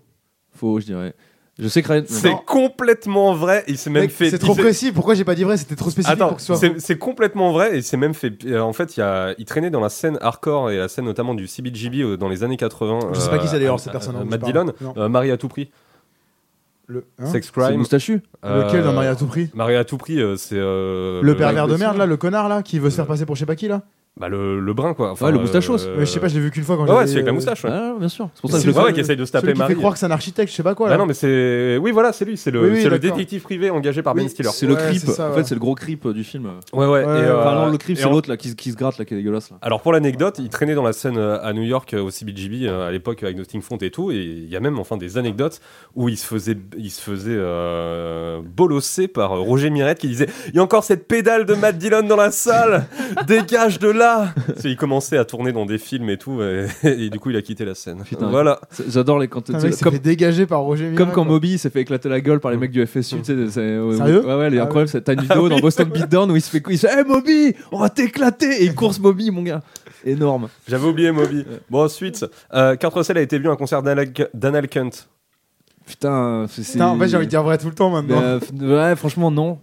euh, Faux, je dirais. Je sais que Ryan- C'est Non. complètement vrai. Il s'est même Mec, fait. C'est il trop s'est- précis. Pourquoi j'ai pas dit vrai C'était trop spécifique Attends, pour que ce soit. c'est c'est complètement vrai et c'est même fait. euh, en fait, il, y a, il traînait dans la scène hardcore et la scène notamment du CBGB euh, dans les années 80. Je sais pas qui c'est d'ailleurs euh, cette personne. euh, hein, Matt je sais pas. Dillon, Non. euh, Marie à tout prix, Le. hein Sex C'est Crime. moustachu. euh, Lequel dans Marie à tout prix Marie à tout prix, euh, c'est. euh, Le pervers de le- merde là, le connard là, qui veut se faire Euh, passer pour je sais pas qui là. Bah, le, le brun quoi. Enfin, Ouais, le euh, moustachos. euh, Mais Je sais pas, je l'ai vu qu'une fois quand ouais, ouais, j'avais- c'est avec la moustache. Ouais. Ah, bien sûr. C'est pour C'est ça que je le le vrai fais. qui essaye de se taper Celui qui Marie. fait croire que c'est un architecte, je sais pas quoi. Bah là. non, mais c'est. Oui, voilà, c'est lui. C'est le, Oui, oui, c'est le d'accord. détective privé engagé par Ben Stiller. C'est le Ouais, creep. c'est ça, En ouais. fait, c'est le gros creep euh, du film. Ouais, ouais. Ouais, et, euh, Enfin, non, le creep, et c'est en- l'autre là qui se- qui se gratte là, qui est dégueulasse là. Alors pour l'anecdote, il traînait dans la scène euh, à New York euh, au CBGB euh, à l'époque avec Nothing Front et tout, et il y a même enfin des anecdotes où il se faisait, il se faisait euh, bolosser par euh, Roger Mirette qui disait il y a encore cette pédale de Matt Dillon dans la salle, dégage de là. Parce qu'il commençait à tourner dans des films et tout, et, et du coup il a quitté la scène. Putain. Voilà. C'est- J'adore les quand Putain, tu mec, sais, s'est comme Ah, fait dégager par Roger Mira, comme quand quoi. Moby s'est fait éclater la gueule par les mecs du FSU, tu sais, c'est- ouais, Sérieux Ouais, ouais, les Ah incroyables, c'est- t'as une vidéo dans Boston Beatdown où il se fait, il se fait, hey Moby, on va t'éclater, et il course Moby, mon gars, énorme. J'avais oublié Moby. Bon ensuite, euh, Kurt Russell a été vu à un concert d'Anal d'Anal Cunt. Putain, c'est. c'est- Putain, en fait, j'ai envie de dire vrai tout le temps maintenant. Euh, f- ouais, franchement, non.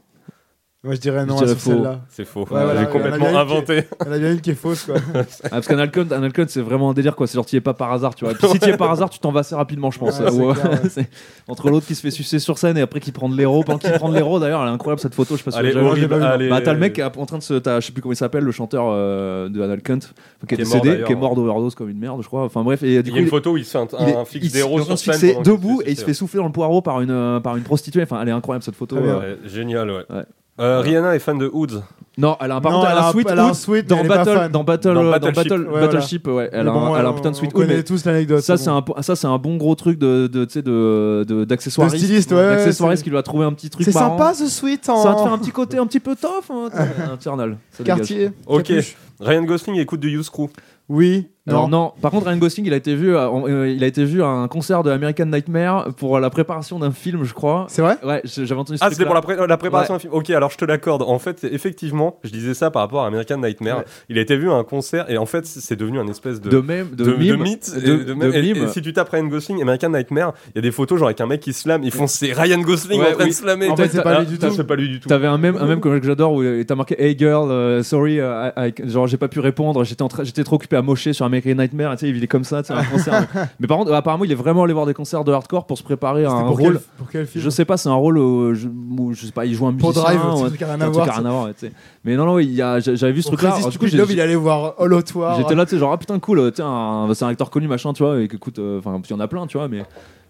Moi, je dirais non je à dirais sur faux. celle-là. C'est faux. Ouais, voilà, J'ai ouais, complètement on a bien eu inventé. Il y en a bien une qui est fausse quoi. Ah, parce qu'un alcool, un alcool, c'est vraiment un délire, quoi. C'est genre, t'y es pas par hasard, tu vois. Et puis, si t'y es par hasard, tu t'en vas assez rapidement, je pense. Ouais, c'est Ouais. clair, ouais. C'est- Entre l'autre qui se fait sucer sur scène et après qui prend de l'héros. Pendant qu'il prend de l'héros, d'ailleurs, elle est incroyable cette photo, je sais pas si Elle est vous l'avez vu. horrible, elle est- Bah, t'as le mec qui est en train de se. t'as- Je sais plus comment il s'appelle, le chanteur euh, de Anal Cunt, qui est Qui est mort décédé, d'ailleurs. qui est mort d'overdose comme une merde, je crois. Enfin bref, et euh, du Il y coup. a une il- photo où il se fait un, il est- un fixe il- d'héros il est sur scène. fixé pendant qu'il debout fait et il se fait souffler dans le poireau par une, euh, par une prostituée. Enfin, elle est incroyable cette photo. Très bien. Euh, Ouais, génial, ouais. Ouais. Euh, Rihanna est fan de Hoods. Non, elle a un, par Non, contre, elle a un sweet elle a un hood sweat, mais dans elle est pas Battle, fan. dans Battle, euh, Dans dans Battleship. Battle, Ouais, voilà. Battleship, ouais. Elle a Mais bon, un- elle a un on- putain de sweat On hood. connaît mais- tous l'anecdote. Ça, c'est un, po- ça, c'est un bon gros truc de, de, tu sais, de, de- d'accessoiriste. De styliste, ouais, D'accessoiriste c'est- qui lui a trouvé un petit truc C'est marrant. sympa ce sweat Ça va te faire un en petit côté un petit peu tough. Hein, t'as- un Eternal. ça dégage. quartier. Ok. Capuche. Ah, Ryan Gosling écoute du Youth Crew. Oui. Alors non. Par contre, Ryan Gosling, il a été vu, à, on- euh, il a été vu à un concert de American Nightmare pour la préparation d'un film, je crois. C'est vrai Ouais, je- j'avais entendu. ce Ah, c'était truc-là. pour la, pré- la préparation du film. Ok, alors je te l'accorde. En fait, effectivement, je disais ça par rapport à American Nightmare. Ouais. Il a été vu à un concert et en fait, c'est devenu un espèce de. de même, de, de- de mime. mythe et de- de même- de et- et mime. si tu tapes Ryan Gosling American Nightmare il y a des photos genre avec un mec qui slame ils font c'est Ryan Gosling Ouais, en train oui. de slammer En T'as- fait, c'est t'as- pas ah, lui du putain, tout. c'est pas lui du tout T'avais un même, un même que j'adore où euh, t'as marqué Hey girl, euh, sorry, euh, I- I- genre j'ai pas pu répondre, j'étais en train- j'étais trop occupé à mocher sur American Nightmare, tu sais, il est comme ça, tu sais, un concert. Mais par contre, euh, apparemment, il est vraiment allé voir des concerts de hardcore pour se préparer à C'était un pour, rôle. quel, pour quel film Je sais pas, c'est un rôle où, je, où je sais pas, il joue un musicien Pour Drive, ou c'est un- un truc à rien un à truc à voir. rien à voir, tu sais. Mais non, non, oui, il y a- j'a- j'avais vu ce Pour truc-là. Crazy alors, du coup, Stupid j'ai- Love, il allait voir All Out War. J'étais là, tu sais, genre, ah putain, cool, euh, tiens, un- c'est un acteur connu, machin, tu vois, et qu'écoute, euh, enfin, il y en a plein, tu vois, mais.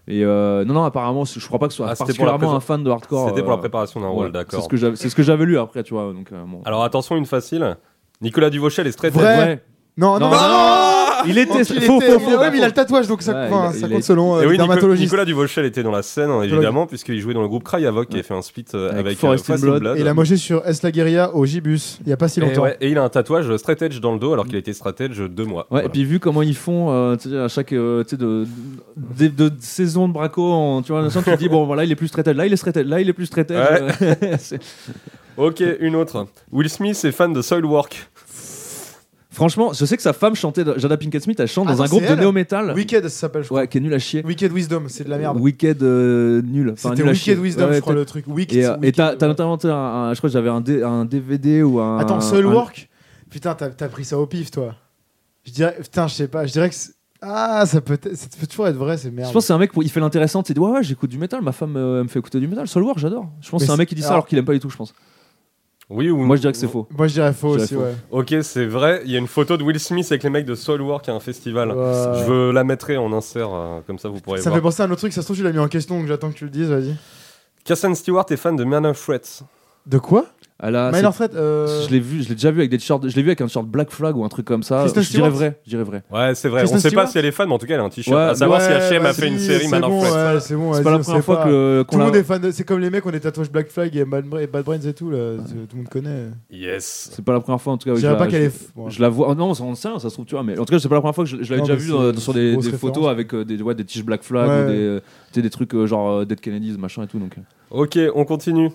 Et euh, non, non, apparemment, je crois pas que ce soit Ah, c'était pour la particulièrement pré- un fan de hardcore. c'était pour la euh, préparation d'un ouais, rôle C'est ce d'accord que j'avais- c'est ce que j'avais lu après, tu vois, donc euh, bon. alors attention une facile Nicolas Duvauchel est straight Vrai. edge. Ouais. Non, non, Non, non, Ah Il était. Il Faux, était- faux, il- faux. ouais, mais il a le tatouage, donc ça, Ouais, enfin, il a- ça il compte est- selon euh, et le oui, Nico- dermatologiste. Nicolas Duvauchel était dans la scène, hein, évidemment, puisqu'il jouait dans le groupe Cryavok qui a fait un split euh, Avec avec, Forest euh, in Blood. Et il a moché sur Es La Guerilla au Gibus il y a pas si Et, longtemps. ouais, et il a un tatouage straight edge dans le dos alors qu'il a été straight edge deux mois. Ouais, Voilà. et puis vu comment ils font euh, tu sais, à chaque euh, tu sais, de, de, de- de saison de Braco, en, tu vois, tu te dis bon voilà il est plus traité, là il est traité, là il est plus traité. Ok, une autre. Will Smith est fan de Soilwork. Franchement, je sais que sa femme chantait, dans- Jada Pinkett Smith, elle chante Ah dans non, un groupe c'est de elle néo-metal, Wicked, ça s'appelle, je crois. ouais, qui est nul à chier. Wicked Wisdom, c'est de Ah, la merde. Wicked euh, nul. Enfin, C'était nul à chier. Wicked Wisdom, Ouais, je crois, t'as- le truc. Wicked. Et, euh, et Wicked, t'as t'as ouais. notamment un, un- je crois que j'avais un, D- un DVD ou un. Attends, un- Soilwork Putain, t'as t'as pris ça au pif, toi. Je dirais, putain, je sais pas, je dirais que. c'est- Ah, ça peut, être- ça peut toujours être vrai, c'est merde. Je pense que c'est un mec, pour, il fait l'intéressant, il dit ouais, ouais j'écoute du métal, ma femme euh, elle me fait écouter du métal, Soulwork j'adore. Je pense que Mais c'est un c'est- mec qui dit ça alors- alors qu'il aime pas du tout, je pense. Oui ou Moi je dirais que c'est faux. Moi, je dirais faux Je dirais aussi, faux. ouais. Ok, c'est vrai. Il y a une photo de Will Smith avec les mecs de Soilwork à un festival. Ouais. Je veux la mettrai en insert, euh, comme ça vous pourrez Ça voir. fait penser à un autre truc, ça se trouve, tu l'as mis en question, donc j'attends que tu le dises, vas-y. Kirsten Stewart est fan de Man of Threats. De quoi euh, Elle a- Minor Threat Ah c'est- Je l'ai vu, je l'ai déjà vu avec des shorts, je l'ai vu avec un short Black Flag ou un truc comme ça. Kristen Je dirais Stewart vrai, je dirais vrai. Ouais, c'est vrai. Kirsten On sait Stewart pas si elle est fan, mais en tout cas, elle a un t-shirt. Ouais, à savoir Ouais, si HM a bah, fait une si, série C'est Man bon, of Threats. ouais, c'est bon, C'est vas-y, pas la on première sait fois pas. que euh, Tout qu'on le monde est l'a. fan de- C'est comme les mecs, on est tatouage Black Flag et Bad Bra- Bad Brains et tout, là. c'est- Tout le monde connaît. Yes. C'est pas la première fois en tout cas. Je oui, dirais la- pas qu'elle je- est. f- bon. Je la vois, oh non, on sait, rien, ça se trouve, tu vois, mais en tout cas, c'est pas la première fois que je, je Non, l'avais déjà mais vu c'est- euh, sur des, grosse des référence. photos avec euh, des, ouais, des tiges Black Flag Ouais. ou des, euh, tu sais, des trucs euh, genre euh, Dead Kennedys, machin et tout. Donc, euh, Ok, on continue.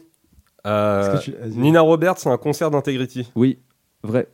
Est-ce que Euh, tu- vas-y. Nina Roberts, c'est un concert d'Integrity. oui, vrai,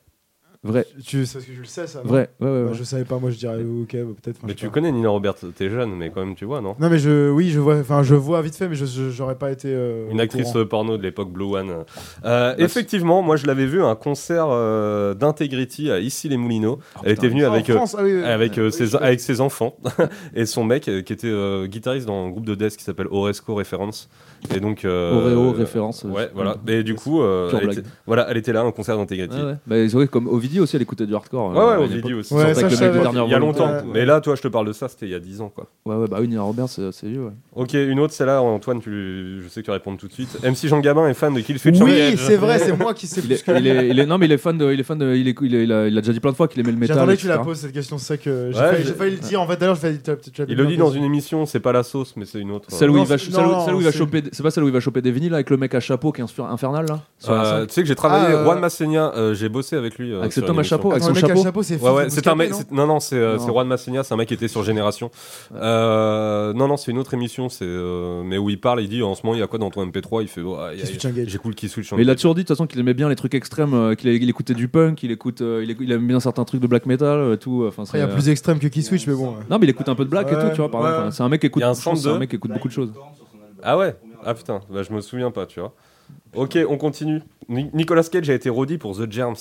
vrai, Tu sais ce que je le sais, ça non vrai, ouais, ouais, Bah, ouais. Je savais pas, moi, je dirais ok, bah, peut-être. enfin, Mais je tu sais pas. connais Nina Roberts, t'es jeune, mais quand même, tu vois, non Non, mais je. Oui, je vois, enfin, je vois vite fait, mais je- je- j'aurais pas été. euh, Une au actrice courant. Bah, euh, porno de l'époque Blue One. Euh, effectivement, moi je l'avais vue à un concert euh, d'Integrity à Issy-les-Moulineaux. Elle était venue Ah, en avec, euh, France, ah oui, oui. avec, euh, Oui, je ses, sais. avec ses enfants et son mec euh, qui était euh, guitariste dans un groupe de death qui s'appelle Oresco Reference. Et donc. euh, Oreo, euh, référence. euh, Ouais, je- voilà. Et du coup, euh, Pure elle blague. était, voilà, elle était là, un concert d'Integrity. Ah ouais. Bah, c'est vrai, comme Ovidie aussi, elle écoutait du hardcore. Ouais, ouais, euh, à on une dit époque. aussi. Ouais, Sortait avec ça, je le mec savais. de Il y a Il y a longtemps. Ouais. Mais là, toi, je te parle de ça, c'était il y a 10 ans, quoi. Ouais, ouais, bah oui, Nina Roberts, c'est c'est vieux. ouais. Ok, une autre, celle-là, Antoine, tu, je sais que tu réponds tout de suite. MC Jean Gabin est fan de Kill Switch Oui, Engage. c'est vrai, c'est moi qui sais Il plus est, il est- il est- non, mais il est fan de, il est fan de, il, est- il est- il a, il a déjà dit plein de fois qu'il aimait le métal. J'attendais que tu la etc. poses cette question, c'est ça que j'ai Ouais, failli, je- j'ai failli le dire. En fait, d'ailleurs, je failli. tu l'as- tu l'as Il bien le dit dans posé. une émission, c'est pas la sauce, mais c'est une autre. Euh, Celle où Non, il va, c'est- celle où- non, celle où il va c'est- choper, des- c'est pas celle où il va choper des vinyles avec le mec à chapeau qui est infir- infernal là sur la Euh, scène tu sais que j'ai travaillé, Ah, euh, Juan Massenia, euh, j'ai bossé avec lui. euh, Avec cet sur une homme à émission. chapeau, avec Attends, son le mec à chapeau. chapeau, c'est Ouais, fou, ouais, c'est un mec. Bouscapé, non c'est- Non, non, c'est euh, Non. c'est Juan Massenia, c'est un mec qui était sur Génération. Euh, non, non, c'est une autre émission, c'est euh, mais où il parle, il dit en ce moment il y a quoi dans ton MP3 Il fait ouais, il y a- Qui switch engage. j'écoute qui switch. Mais il a engage. toujours dit de toute façon qu'il aimait bien les trucs extrêmes, euh, qu'il a- il écoutait du punk, il écoute, euh, il, écoute- il aime bien certains trucs de black metal, euh, tout. euh, Enfin, Après, c'est, il y a euh, plus extrême que qui switch, mais bon. Non, mais il écoute un peu de black et tout, Ouais, tu vois. Par ouais. exemple. Enfin, c'est un mec qui écoute, Il y a un je pense que c'est centre un de- mec qui écoute beaucoup de choses. Ah ouais Ah putain, bah, je me souviens pas, tu vois. Ok, on continue. Ni- Nicolas Cage a été rôdi pour The Germs.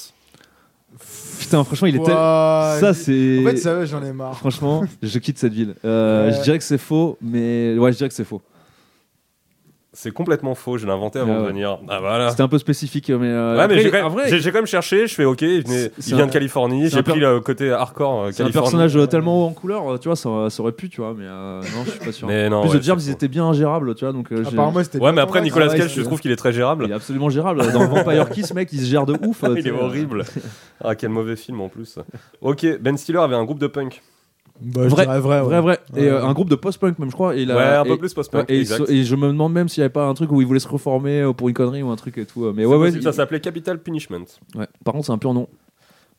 Putain, franchement, il était. Ouah, Ça, il- c'est. En fait, ça, j'en ai marre. Franchement, je quitte cette ville. Euh, Ouais. Je dirais que c'est faux, mais ouais, je dirais que c'est faux. C'est complètement faux, je l'ai inventé avant Ah de ouais. venir. Ah voilà. C'était un peu spécifique, mais. euh, Ouais, mais après, j'ai quand, en vrai, même- j'ai- j'ai quand même cherché, je fais ok, il, venait- C'est il un- vient de Californie, c'est un j'ai per- pris le côté hardcore euh, c'est un Californie. personnage euh, tellement haut en couleur, euh, tu vois, ça, ça aurait pu, tu vois, mais euh, non, je suis pas sûr. Mais non, en plus, ouais, le Jobs, c'est ils faux. étaient bien ingérables, tu vois, donc euh, j'ai- Apparemment, c'était. Ouais, mais bien après, dans Nicolas la- Cage, Ouais, je c'est- trouve qu'il est très gérable. il est absolument gérable. Dans Vampire Kiss, mec, il se gère de ouf. euh, il tu est sais, horrible. Ah, quel mauvais film en plus. Ok, Ben Stiller avait un groupe de punk. Bah, je Vrai, dirais vrai, euh, ouais. Vrai, vrai. Ouais. Et euh, un groupe de post-punk, même, je crois. Et il a- ouais, un et- peu plus ouais, post-punk. Et, exact. so- et je me demande même s'il n'y avait pas un truc où il voulait se reformer euh, pour une connerie ou un truc et tout. euh, Mais C'est ouais, ouais. possible, Ça il- s'appelait Capital Punishment. ouais. Par contre, c'est un pur nom.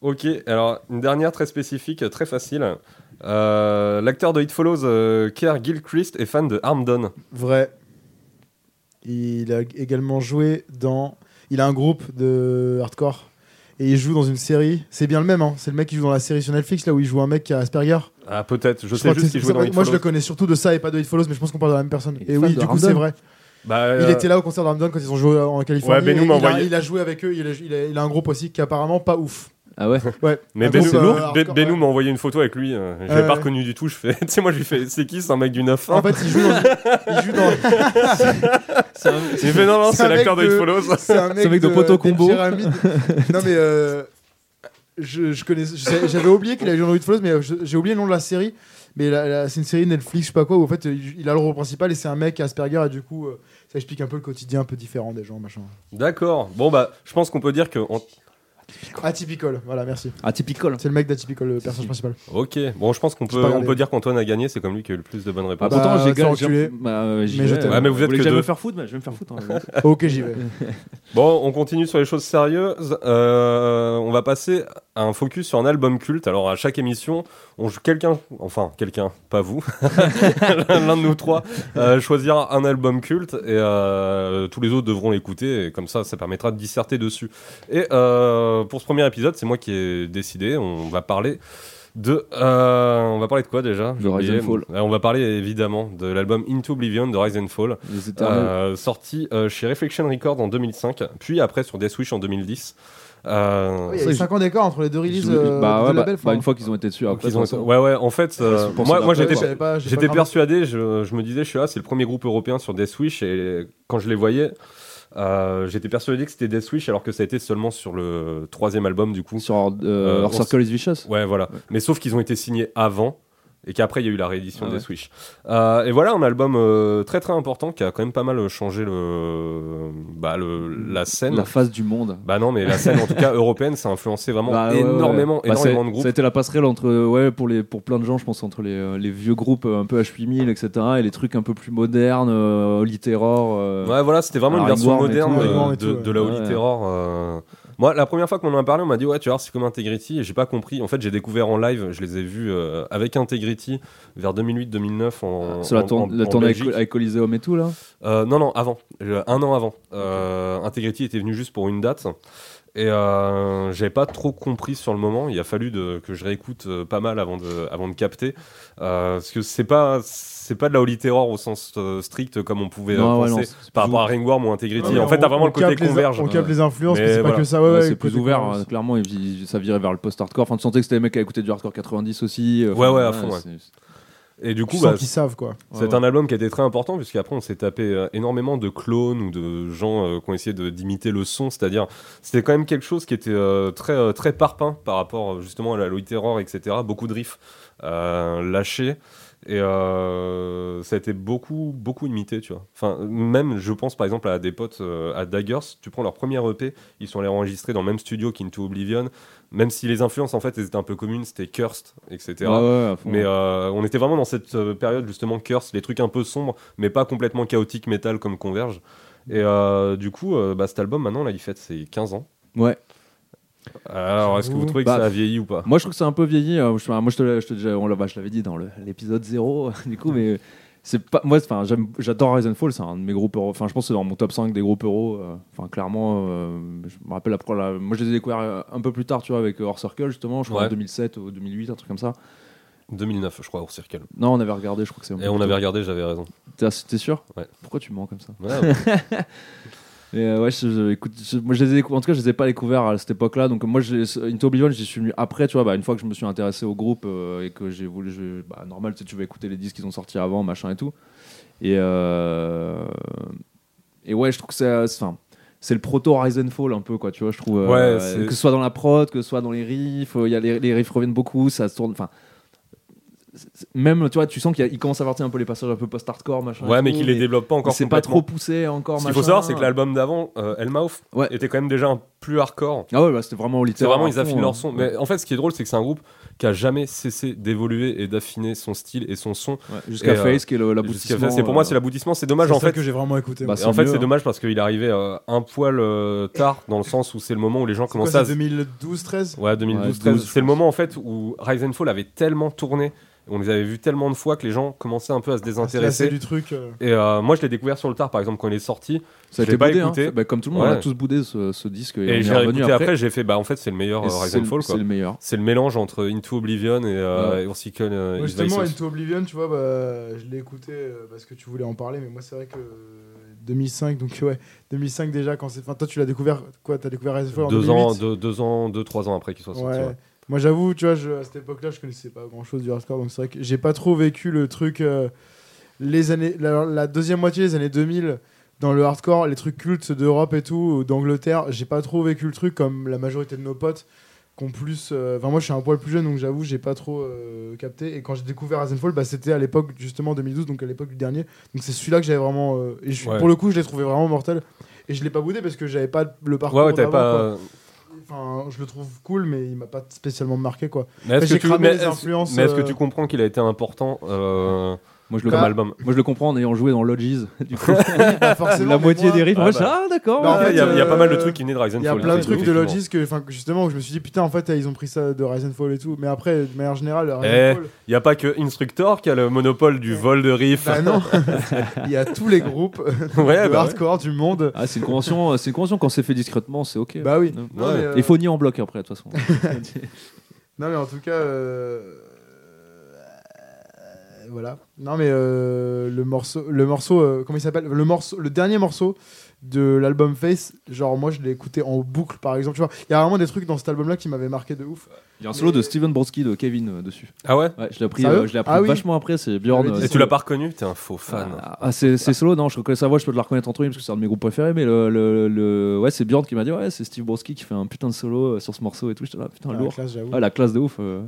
Ok, alors une dernière très spécifique, très facile. Euh, L'acteur de It Follows, euh, Kerr Gilchrist, est fan de Armdon. Vrai. Il a également joué dans. Il a un groupe de hardcore. Et il joue dans une série. C'est bien le même, hein. C'est le mec qui joue dans la série sur Netflix, là où il joue un mec qui a Asperger. Ah, peut-être, je, Je sais crois que juste c'est- qu'il jouait dans It Moi, je Follows. le connais surtout de ça et pas de It Follows, mais je pense qu'on parle de la même personne. Il est Et fan oui, du de coup, Ramdon. c'est vrai. Bah, Il euh, était là au concert d'Armdon quand ils ont joué en Californie. Ouais, Benoît et m'a il, a, envoyé. il a joué avec eux. Il a, il a- il a un groupe aussi qui est apparemment pas ouf. Ah ouais Ouais. Mais Un groupe, Benoît euh, Benoît- hardcore, Ben- ouais. Benoît m'a envoyé une photo avec lui. euh, Je l'ai Ouais, pas ouais. reconnu du tout. Je fais, tu sais, moi je lui fais, c'est qui, c'est un mec du hein 9 En fait, il joue dans. il joue dans- Il fait, non, non, c'est c'est un l'acteur de mec It de- Follows. C'est un Ce mec, mec de Proto des Combo. pyramides. non mais euh, je, je connais, je sais- j'avais oublié qu'il avait joué dans It Follows, mais euh, je- j'ai oublié le nom de la série. Mais la- la- c'est une série Netflix, je sais pas quoi, où en fait il il a le rôle principal et c'est un mec Asperger et du coup euh, ça explique un peu le quotidien un peu différent des gens machin. D'accord. Bon, bah, je pense qu'on peut dire que. on- Atypical, voilà merci. Atypical. C'est le mec d'Atypical le personnage principal. Ok. Bon, je pense qu'on peut, pas on regardé. peut dire qu'Antoine a gagné. C'est comme lui qui a eu le plus de bonnes réponses. Bah, pourtant, j'ai c'est enculé. gagné. Bah, euh, j'y Mais je vais. t'aime. Ouais, mais vous êtes que voulez que j'aille deux. me faire foutre, Bah, je vais me faire foutre. hein. Ok j'y vais. Bon, on continue sur les choses sérieuses. Euh, on va passer à un focus sur un album culte. Alors, à chaque émission, on joue quelqu'un, enfin, quelqu'un, pas vous, l'un de nous trois, euh, choisira un album culte et euh, tous les autres devront l'écouter. Et comme ça, ça permettra de disserter dessus. Et euh, pour ce premier épisode, c'est moi qui ai décidé. On va parler. De, euh, on va parler de quoi déjà De J'ai Rise and oublié. Fall. Euh, On va parler évidemment de l'album Into Oblivion de Rise and Fall. Les éternels. Euh, sorti euh, chez Reflection Records en 2005, puis après sur Deathwish en 2010. Euh, Il y a 5 ans d'écart entre les deux Je releases voulais- euh, bah, de ouais, bah, label, bah, enfin. une fois qu'ils ont été dessus, donc après. ils ont- ça- ouais, ouais, en fait, euh, c'est pour moi, ça moi d'après, j'étais Ouais, j'avais pas- j'ai J'étais pas persuadé, je, je me disais, je suis ah, c'est le premier groupe européen sur Deathwish, et quand je les voyais, euh, j'étais persuadé que c'était Deathwish, alors que ça a été seulement sur le troisième album du coup. Sur Our, euh, Euh, Our on Circle is Vicious. Ouais, voilà. Mais sauf qu'ils ont été signés avant et qu'après il y a eu la réédition Ah des ouais. Switch. Euh, et voilà un album euh, très très important qui a quand même pas mal euh, changé le, bah, le- la scène. La face du monde. Bah non, mais la scène en tout cas européenne, ça a influencé vraiment Bah, ouais, ouais, ouais. énormément, Bah, c'est- énormément de groupes. Ça a été la passerelle entre, euh, ouais, pour, les, pour plein de gens, je pense, entre les, euh, les vieux groupes euh, un peu H8000, etc., et les trucs un peu plus modernes, euh, Holy Terror. euh, Ouais, voilà, c'était vraiment Alors, une version Ringworm et moderne tout, euh, Ringworm de, et tout, de ouais. la Holy Ouais. Terror. euh. Moi, la première fois qu'on en a parlé, on m'a dit, ouais, tu vois, c'est comme Integrity, et j'ai pas compris. En fait, j'ai découvert en live, je les ai vus euh, avec Integrity vers 2008-2009 en. Sur la, en- tourne- en- la en tournée avec, Belgique. avec Coliseum et tout, là. Euh, non, non, avant. Euh, un an avant. Euh, Integrity était venu juste pour une date. Et euh, j'avais pas trop compris sur le moment. Il a fallu de- que je réécoute euh, pas mal avant de, avant de capter. Euh, parce que c'est pas, c'est pas de la Holy Terror au sens euh, strict comme on pouvait euh, Non, ouais, penser non, c'est- c'est par plus rapport à Ringworm ou Integrity. Ouais, en fait, on- t'as vraiment on le côté capte les- converge. hein. On capte les influences, Mais mais c'est pas voilà. que ça. Ouais, Ouais, ouais, c'est le plus côté ouvert, convergence. hein, clairement. ils- ils- ça virait vers le post-hardcore. Enfin, tu sentais que c'était les mecs qui écoutaient du hardcore 90 aussi. euh, Ouais, enfin, ouais, à fond, ouais. c'est- c'est- Et du Tu coup, bah, sens qu'ils savent quoi. C'est ouais, un album qui a été très important, puisqu'après on s'est tapé euh, énormément de clones ou de gens euh, qui ont essayé de- d'imiter le son, c'est-à-dire c'était quand même quelque chose qui était euh, très, euh, très parpaing par rapport euh, justement à la Louis Terror, etc. Beaucoup de riffs euh, lâchés. Et euh, ça a été beaucoup, beaucoup imité, tu vois. Enfin, même, je pense par exemple à des potes euh, à Daggers, tu prends leur premier EP, ils sont allés enregistrer dans le même studio qu'Into Oblivion, même si les influences en fait elles étaient un peu communes, c'était Cursed, etc. ouais, ouais, à fond. Mais euh, on était vraiment dans cette euh, période justement curse, les trucs un peu sombres, mais pas complètement chaotique métal comme Converge. Et euh, du coup, euh, bah, cet album maintenant là, il fête ses 15 ans. Ouais. Alors, est-ce que vous J'avoue. trouvez que Bah, ça a vieilli ou pas Moi, je trouve que c'est un peu vieilli. euh, je- moi, je te, l'ai- je te- je- on l'a- bah, je l'avais dit dans le- l'épisode 0, du coup, mais c'est pas. Moi, enfin, j'aime- j'adore Rise and Fall, c'est un de mes groupes euros. Enfin, je pense que c'est dans mon top 5 des groupes euros. euh, Enfin, clairement, euh, je me rappelle après. la- moi, je les ai découverts euh, un peu plus tard, tu vois, avec Hors Circle, justement, je crois Ouais. en 2007 ou 2008, un truc comme ça. 2009, je crois, au Circle. Non, on avait regardé, je crois que c'est. Et on avait regardé, j'avais raison. T'es t'es sûr Ouais. Pourquoi tu mens comme ça Ouais, ouais. Et euh, ouais, je, je- écoute, je- moi je les ai décou- en tout cas, je les ai pas découverts à cette époque-là. Donc, euh, moi, j'ai- Into Oblivion, j'y suis venu après, tu vois, bah, une fois que je me suis intéressé au groupe euh, et que j'ai voulu. je- bah, normal, tu sais, tu vas écouter les disques qu'ils ont sortis avant, machin et tout. Et, euh, et ouais, je trouve que c'est. euh, c'est- enfin, c'est le proto Horizon Fall un peu quoi tu vois je trouve euh, Ouais, c'est- que ce soit dans la prod que ce soit dans les riffs euh, il y a les, les riffs reviennent beaucoup ça se tourne enfin c'est- c'est- même tu vois, tu sens qu'il y a- il commence à partir un peu les passages un peu post-hardcore, machin. Ouais, et mais tout, qu'il les développe pas encore C'est pas trop complètement. poussé encore, Ce machin. qu'il faut savoir, c'est que l'album d'avant, euh, Hellmouth, Ouais. était quand même déjà un plus hardcore. Ah ouais, bah, c'était vraiment au C'est littéraire. vraiment, à ils fond, affinent hein. leur son. Mais en fait, ce qui est drôle, c'est que c'est un groupe qui a jamais cessé d'évoluer et d'affiner son style et son son. Ouais, Jusqu'à Et, euh, Face, qui est le- Jusqu'à- l'aboutissement. C'est pour moi, c'est euh, l'aboutissement. C'est dommage, C'est en ça fait. que j'ai vraiment écouté. Bah, moi. c'est En fait, mieux, c'est hein. dommage parce qu'il arrivait euh, un poil euh, tard dans le sens où c'est le moment où les gens Quoi, commençaient c'est à se 2012, 13 Ouais, 2012, Ouais, 13, 12, je c'est le pense. moment en fait où Rise and Fall avait tellement tourné, on les avait vus tellement de fois que les gens commençaient un peu à Ah, se Ah, C'est désintéresser. du truc. euh, Et euh, moi, je l'ai découvert sur le tard, par exemple, quand il est sorti. Ça a je été l'ai pas boudé, hein. écouté. Bah, comme tout le monde, on a Ouais. tous boudé ce, ce disque. on Et est j'ai revenu réécouté après, j'ai fait, bah en fait, c'est le meilleur et euh, Rise c'est and le- Fall. C'est quoi. le meilleur. C'est le mélange entre Into Oblivion et, euh, Ouais. et Ursical, euh, moi, Is justement, Thyself. Into Oblivion, tu vois, bah, je l'ai écouté euh, parce que tu voulais en parler, mais moi, c'est vrai que euh, 2005, donc ouais, 2005 déjà, quand c'est. Enfin, toi, tu l'as découvert, quoi, t'as découvert Rise and Fall en deux, ans, 2008. deux, deux ans, deux, trois ans après qu'il soit sorti. Ouais. ouais. Moi j'avoue, tu vois, je- à cette époque-là, je connaissais pas grand-chose du hardcore, donc c'est vrai que j'ai pas trop vécu le truc euh, les années la, la deuxième moitié des années 2000 dans le hardcore, les trucs cultes d'Europe et tout, ou d'Angleterre, j'ai pas trop vécu le truc comme la majorité de nos potes qu'on plus euh, enfin moi je suis un poil plus jeune donc j'avoue, j'ai pas trop euh, capté et quand j'ai découvert Rasenfall, bah c'était à l'époque justement 2012 donc à l'époque du dernier. Donc c'est celui-là que j'avais vraiment euh, et je suis- Ouais. pour le coup, je l'ai trouvé vraiment mortel et je l'ai pas boudé parce que j'avais pas le parcours Ouais, ouais, t'avais d'avant, quoi. pas. euh, Enfin, je le trouve cool, mais il m'a pas spécialement marqué quoi. Mais est-ce J'ai que, tu... cramé mais les est-ce- influences, mais est-ce que euh, tu comprends qu'il a été important euh, Moi, je le comme Bah, album Moi je le comprends en ayant joué dans Lodges. Du coup, Bah, forcément, la mais moitié moi, des rythmes. Ah moi, je- bah. Ah, d'accord. Il Bah, en fait, y, a- il y a pas mal de euh, trucs qui naissent de Rise and Il y a Fall, plein de effectivement. trucs de Logis que, enfin, que justement, où je me suis dit putain, en fait, ils ont pris ça de Rise and Fall et tout. Mais après, de manière générale, Rise Eh. and Fall, Il n'y a pas que Instructor qui a le monopole du vol de riff. bah non, il y a tous les groupes ouais, de bah ouais. hardcore du monde. Ah, c'est une convention. euh, C'est une convention quand c'est fait discrètement, c'est ok. Bah oui. Non. Non, Ouais. mais, euh, Il faut nier en bloc après, de toute façon. Non, mais en tout cas, euh, euh, voilà. Non, mais euh, le morceau, le morceau, euh, comment il s'appelle Le morceau, le dernier morceau de l'album Face. Genre, moi, je l'ai écouté en boucle, par exemple. Tu vois, il y a vraiment des trucs dans cet album-là qui m'avaient marqué de ouf. Il y a un solo de Steven Brodsky de Kevin euh, dessus. Ah ouais Ouais, je l'ai appris, Sérieux euh, je l'ai appris Ah oui. vachement après, c'est Bjorn. J'avais dit euh, Et tu l'as pas reconnu T'es un faux fan. Ah, ah, c'est c'est solo, non, je reconnais sa voix, je peux te la reconnaître entre lui parce que c'est un de mes groupes préférés, mais le, le- le- ouais, c'est Bjorn qui m'a dit ouais, c'est Steve Broski qui fait un putain de solo euh, sur ce morceau et tout, j'étais là putain Ah, lourd. classe, j'avoue. Ah, la classe de ouf. euh.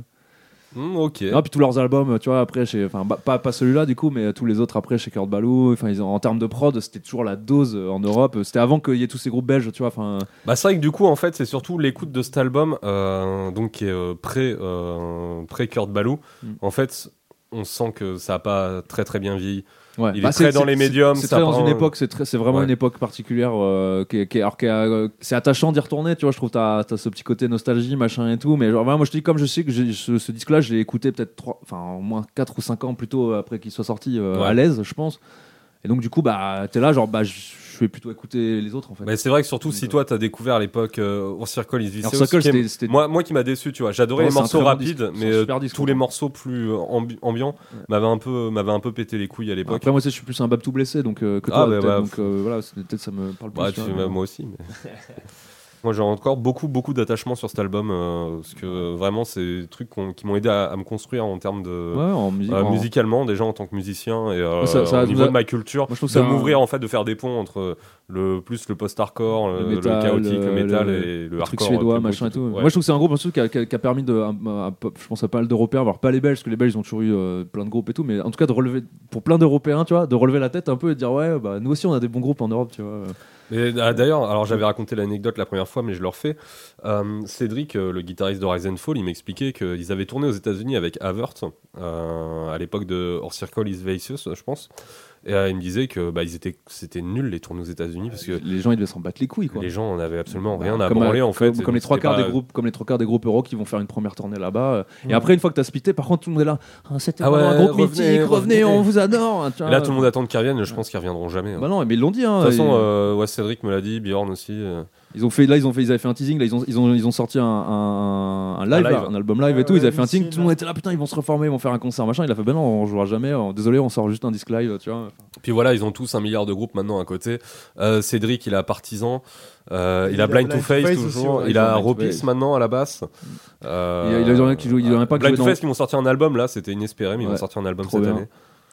Hmm, ok. Non, puis tous leurs albums, euh, tu vois, après chez enfin bah, pas, pas celui-là du coup, mais tous les autres après chez Kurt Ballou, enfin ils ont- en termes de prod, c'était toujours la dose euh, en Europe, c'était avant qu'il y ait tous ces groupes belges, tu vois, enfin Bah c'est vrai que du coup en fait c'est surtout l'écoute de cet album euh, donc qui est euh, pré euh, pré Kurt Ballou. Mm. En fait on sent que ça a pas très très bien vieilli. Ouais. Bah, Il est c'est- très dans c'est- les c'est- médiums, C'est ça très dans prend- une époque, c'est très- c'est vraiment Ouais. une époque particulière. euh, qui, est- qui est- alors qui a, euh, c'est attachant d'y retourner, tu vois. Je trouve t'as as ce petit côté nostalgie, machin et tout. Mais genre, vraiment, moi je te dis comme je sais que j'ai- ce, ce disque-là, je l'ai écouté peut-être trois, enfin au moins 4 ou 5 ans plutôt après qu'il soit sorti euh, Ouais. à l'aise, je pense. Et donc du coup, bah t'es là, genre bah je je vais plutôt écouter les autres en fait. Mais c'est vrai que surtout Donc, si euh, toi t'as découvert à l'époque euh, Circle is Vicious, alors Circle, qui est- c'était- c'était moi, moi qui m'a déçu, tu vois, j'adorais Ouais, les c'est un morceaux très bon rapides, disque. C'est mais un euh, super disque, tous les ouais. morceaux plus euh, ambi- ambiants Ouais. m'avaient un peu m'avaient un peu pété les couilles à l'époque. Après moi tu sais, je suis plus un bab tout blessé donc euh, que Ah, toi. bah, peut-être, bah, donc euh, voilà, c'est- peut-être ça me parle plus. Bah, tu- tu vois, bah, mais- moi aussi. mais- moi, j'ai encore beaucoup, beaucoup d'attachement sur cet album. euh, parce que euh, vraiment, c'est des trucs qu'on- qui m'ont aidé à, à me construire en termes de. Ouais, en musique. euh, en- musicalement, déjà en tant que musicien et euh, Ça- ça au nous niveau a- de ma culture, Moi, je trouve que de c'est un- m'ouvrir en fait, de faire des ponts entre le plus le post-hardcore, Le euh, le, métal, chaotique, le euh, métal le- et le, le truc hardcore suédois, euh, machin et tout. ouais. Moi, je trouve que c'est un groupe en dessous qui a, qui a- qui a permis, de, un- un peu- je pense à pas mal d'Européens, voire pas les Belges, parce que les Belges ils ont toujours eu euh, plein de groupes et tout, mais en tout cas de relever, pour plein d'Européens, tu vois, de relever la tête un peu et de dire ouais, bah nous aussi on a des bons groupes en Europe, tu vois. Et, ah, D'ailleurs, alors j'avais raconté l'anecdote la première fois, mais je le refais. Euh, Cédric, euh, le guitariste de Rise and Fall, il m'expliquait qu'ils avaient tourné aux États-Unis avec Avert euh, à l'époque de Or Circle is Vicious, euh, je pense. Et euh, il me disait que bah, ils étaient, c'était nul les tournées aux États-Unis parce que les gens ils devaient s'en battre les couilles, quoi. les gens en avaient absolument rien Bah, à comme, branler euh, en fait. comme, Et comme les donc, trois c'était quarts des pas- Mm. groupes, comme les trois quarts des groupes euro qui vont faire une première tournée là-bas. euh, Ouais. Et après une fois que t'as splitté, par contre tout le monde est là. Ah, C'était Ah vraiment ouais, un groupe revenez, mythique, revenez. revenez, on vous adore. hein, tu Et vois. là, tout le monde attend qu'ils reviennent. Je pense qu'ils reviendront jamais. hein. Bah non, mais ils l'ont dit. hein, de toute façon, ils- euh, ouais, Cédric me l'a dit, Bjorn aussi. euh. Ils ont fait là, ils ont fait, ils avaient fait un teasing, là, ils ont, ils ont, ils ont sorti un, un- un live, Un live. là, un album live et Ouais, tout. ouais, ils avaient fait un Missile, teasing, tout le monde était là, putain, ils vont se reformer, ils vont faire un concert, machin. Il a fait, ben non, on jouera jamais. euh, désolé, on sort juste un disque live, tu vois. Puis voilà, ils ont tous un milliard de groupes maintenant à côté. Euh, Cédric, il a Partisan, euh, il, a Blind to Face, aussi, toujours, ouais, il ils ont a Blind to Ropis Face. maintenant à la basse. Euh, Il y a- il y en a qui jouent- il y en a pas qui Blind jouent to dans- Face, ils vont sortir un album là, c'était inespéré, mais ils Ouais, vont sortir un album trop cette bien. année.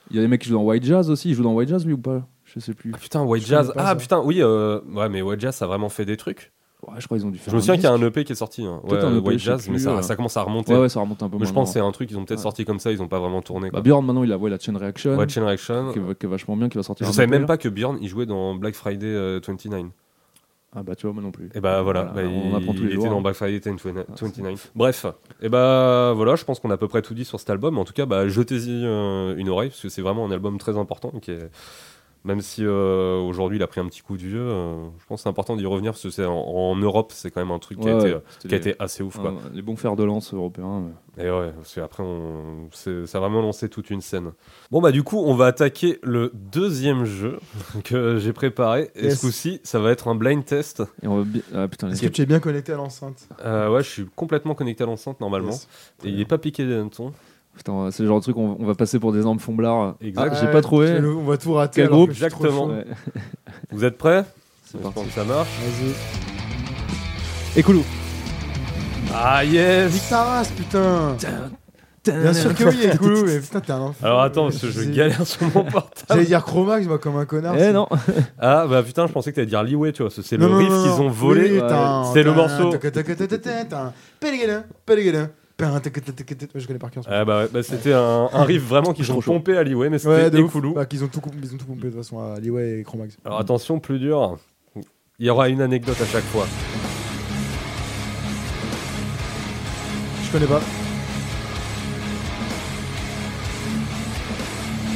Il y a des mecs qui jouent dans White Jazz aussi. Ils jouent dans White Jazz lui ou pas Je sais plus. Ah putain, White Je Jazz, connais pas ah ça. putain, oui, euh, ouais, mais White Jazz, ça a vraiment fait des trucs. Ouais, je crois qu'ils ont dû faire. Je me souviens qu'il y a disque. un EP qui est sorti, hein. ouais, Peut-être un EP, White je sais Jazz, mais plus, ça, euh. ça commence à remonter. Ouais, ouais, ça remonte un peu. mais je maintenant. pense que c'est un truc qu'ils ont peut-être hein. Ouais. sorti comme ça, ils ont pas vraiment tourné. Bah, Quoi. Bjorn, maintenant, il a ouais, la Chain Reaction, White Generation. qui, est, qui est vachement bien, qui va sortir. Je un hein. savais même EP. pas que Bjorn il jouait dans Black Friday euh, 29. Ah, bah, tu vois, moi non plus. Et bah voilà, bah, on il, apprend tous il les était jours. dans hein. Black Friday 29. Ah, c'est- Bref, et bah voilà, je pense qu'on a à peu près tout dit sur cet album. En tout cas, bah, jetez-y euh, une oreille parce que c'est vraiment un album très important. Qui est... Même si euh, aujourd'hui il a pris un petit coup de vieux, euh, je pense que c'est important d'y revenir parce que c'est en, en Europe, c'est quand même un truc qui, a Ouais, été, ouais, euh, c'était qui a les- été assez ouf. Quoi. un- les bons fers de lance européens. mais- Et ouais, parce qu'après, on... c'est- ça a vraiment lancé toute une scène. Bon, bah, du coup, on va attaquer le deuxième jeu que j'ai préparé. Et Yes. ce coup-ci, ça va être un blind test. Et on va bi- Ah putain, les Est-ce que tu es bien connecté à l'enceinte Euh, ouais, je suis complètement connecté à l'enceinte normalement. Yes. Et il n'est pas piqué d'un ton. Putain, c'est le genre de truc on, on va passer pour des armes fomblards. Exact. Ah, Ouais, j'ai pas trouvé. le- On va tout rater. Quel alors groupe que je suis trop Exactement. chaud. Ouais, Vous êtes prêts c'est Je pense parti. que ça marche. Vas-y. Et Koulou. Ah, yes Nique ta race, putain Bien sûr que oui, Ekulu, mais putain, t'es un enfant. Alors attends, parce que je J'ai- galère sur mon portable. J'allais dire Chromax, moi, comme un connard. Eh c'est- non. Ah, bah putain, je pensais que t'allais dire Leeway, tu vois. parce que C'est le Non, non, riff non, qu'ils non. ont volé. Oui, Ouais. t'as- C'est le t'as- morceau. t'as- t'as- t'as- t'as- t'as- t'as- Pélégalin, pélégalin, pin, t'as- t'as- t'as- t'as- Je connais par cœur. ce Ah, bah, ouais, bah, c'était un, un riff vraiment Je qu'ils suis ont trop chaud. pompé à Leeway, mais morceau. Ouais, c'était de ouf. Ekulu. Bah, qu'ils ont tout, com- ils ont tout pompé de toute façon à Leeway et Chromax. Alors attention, plus dur. Il y aura une anecdote à chaque fois. Je connais pas.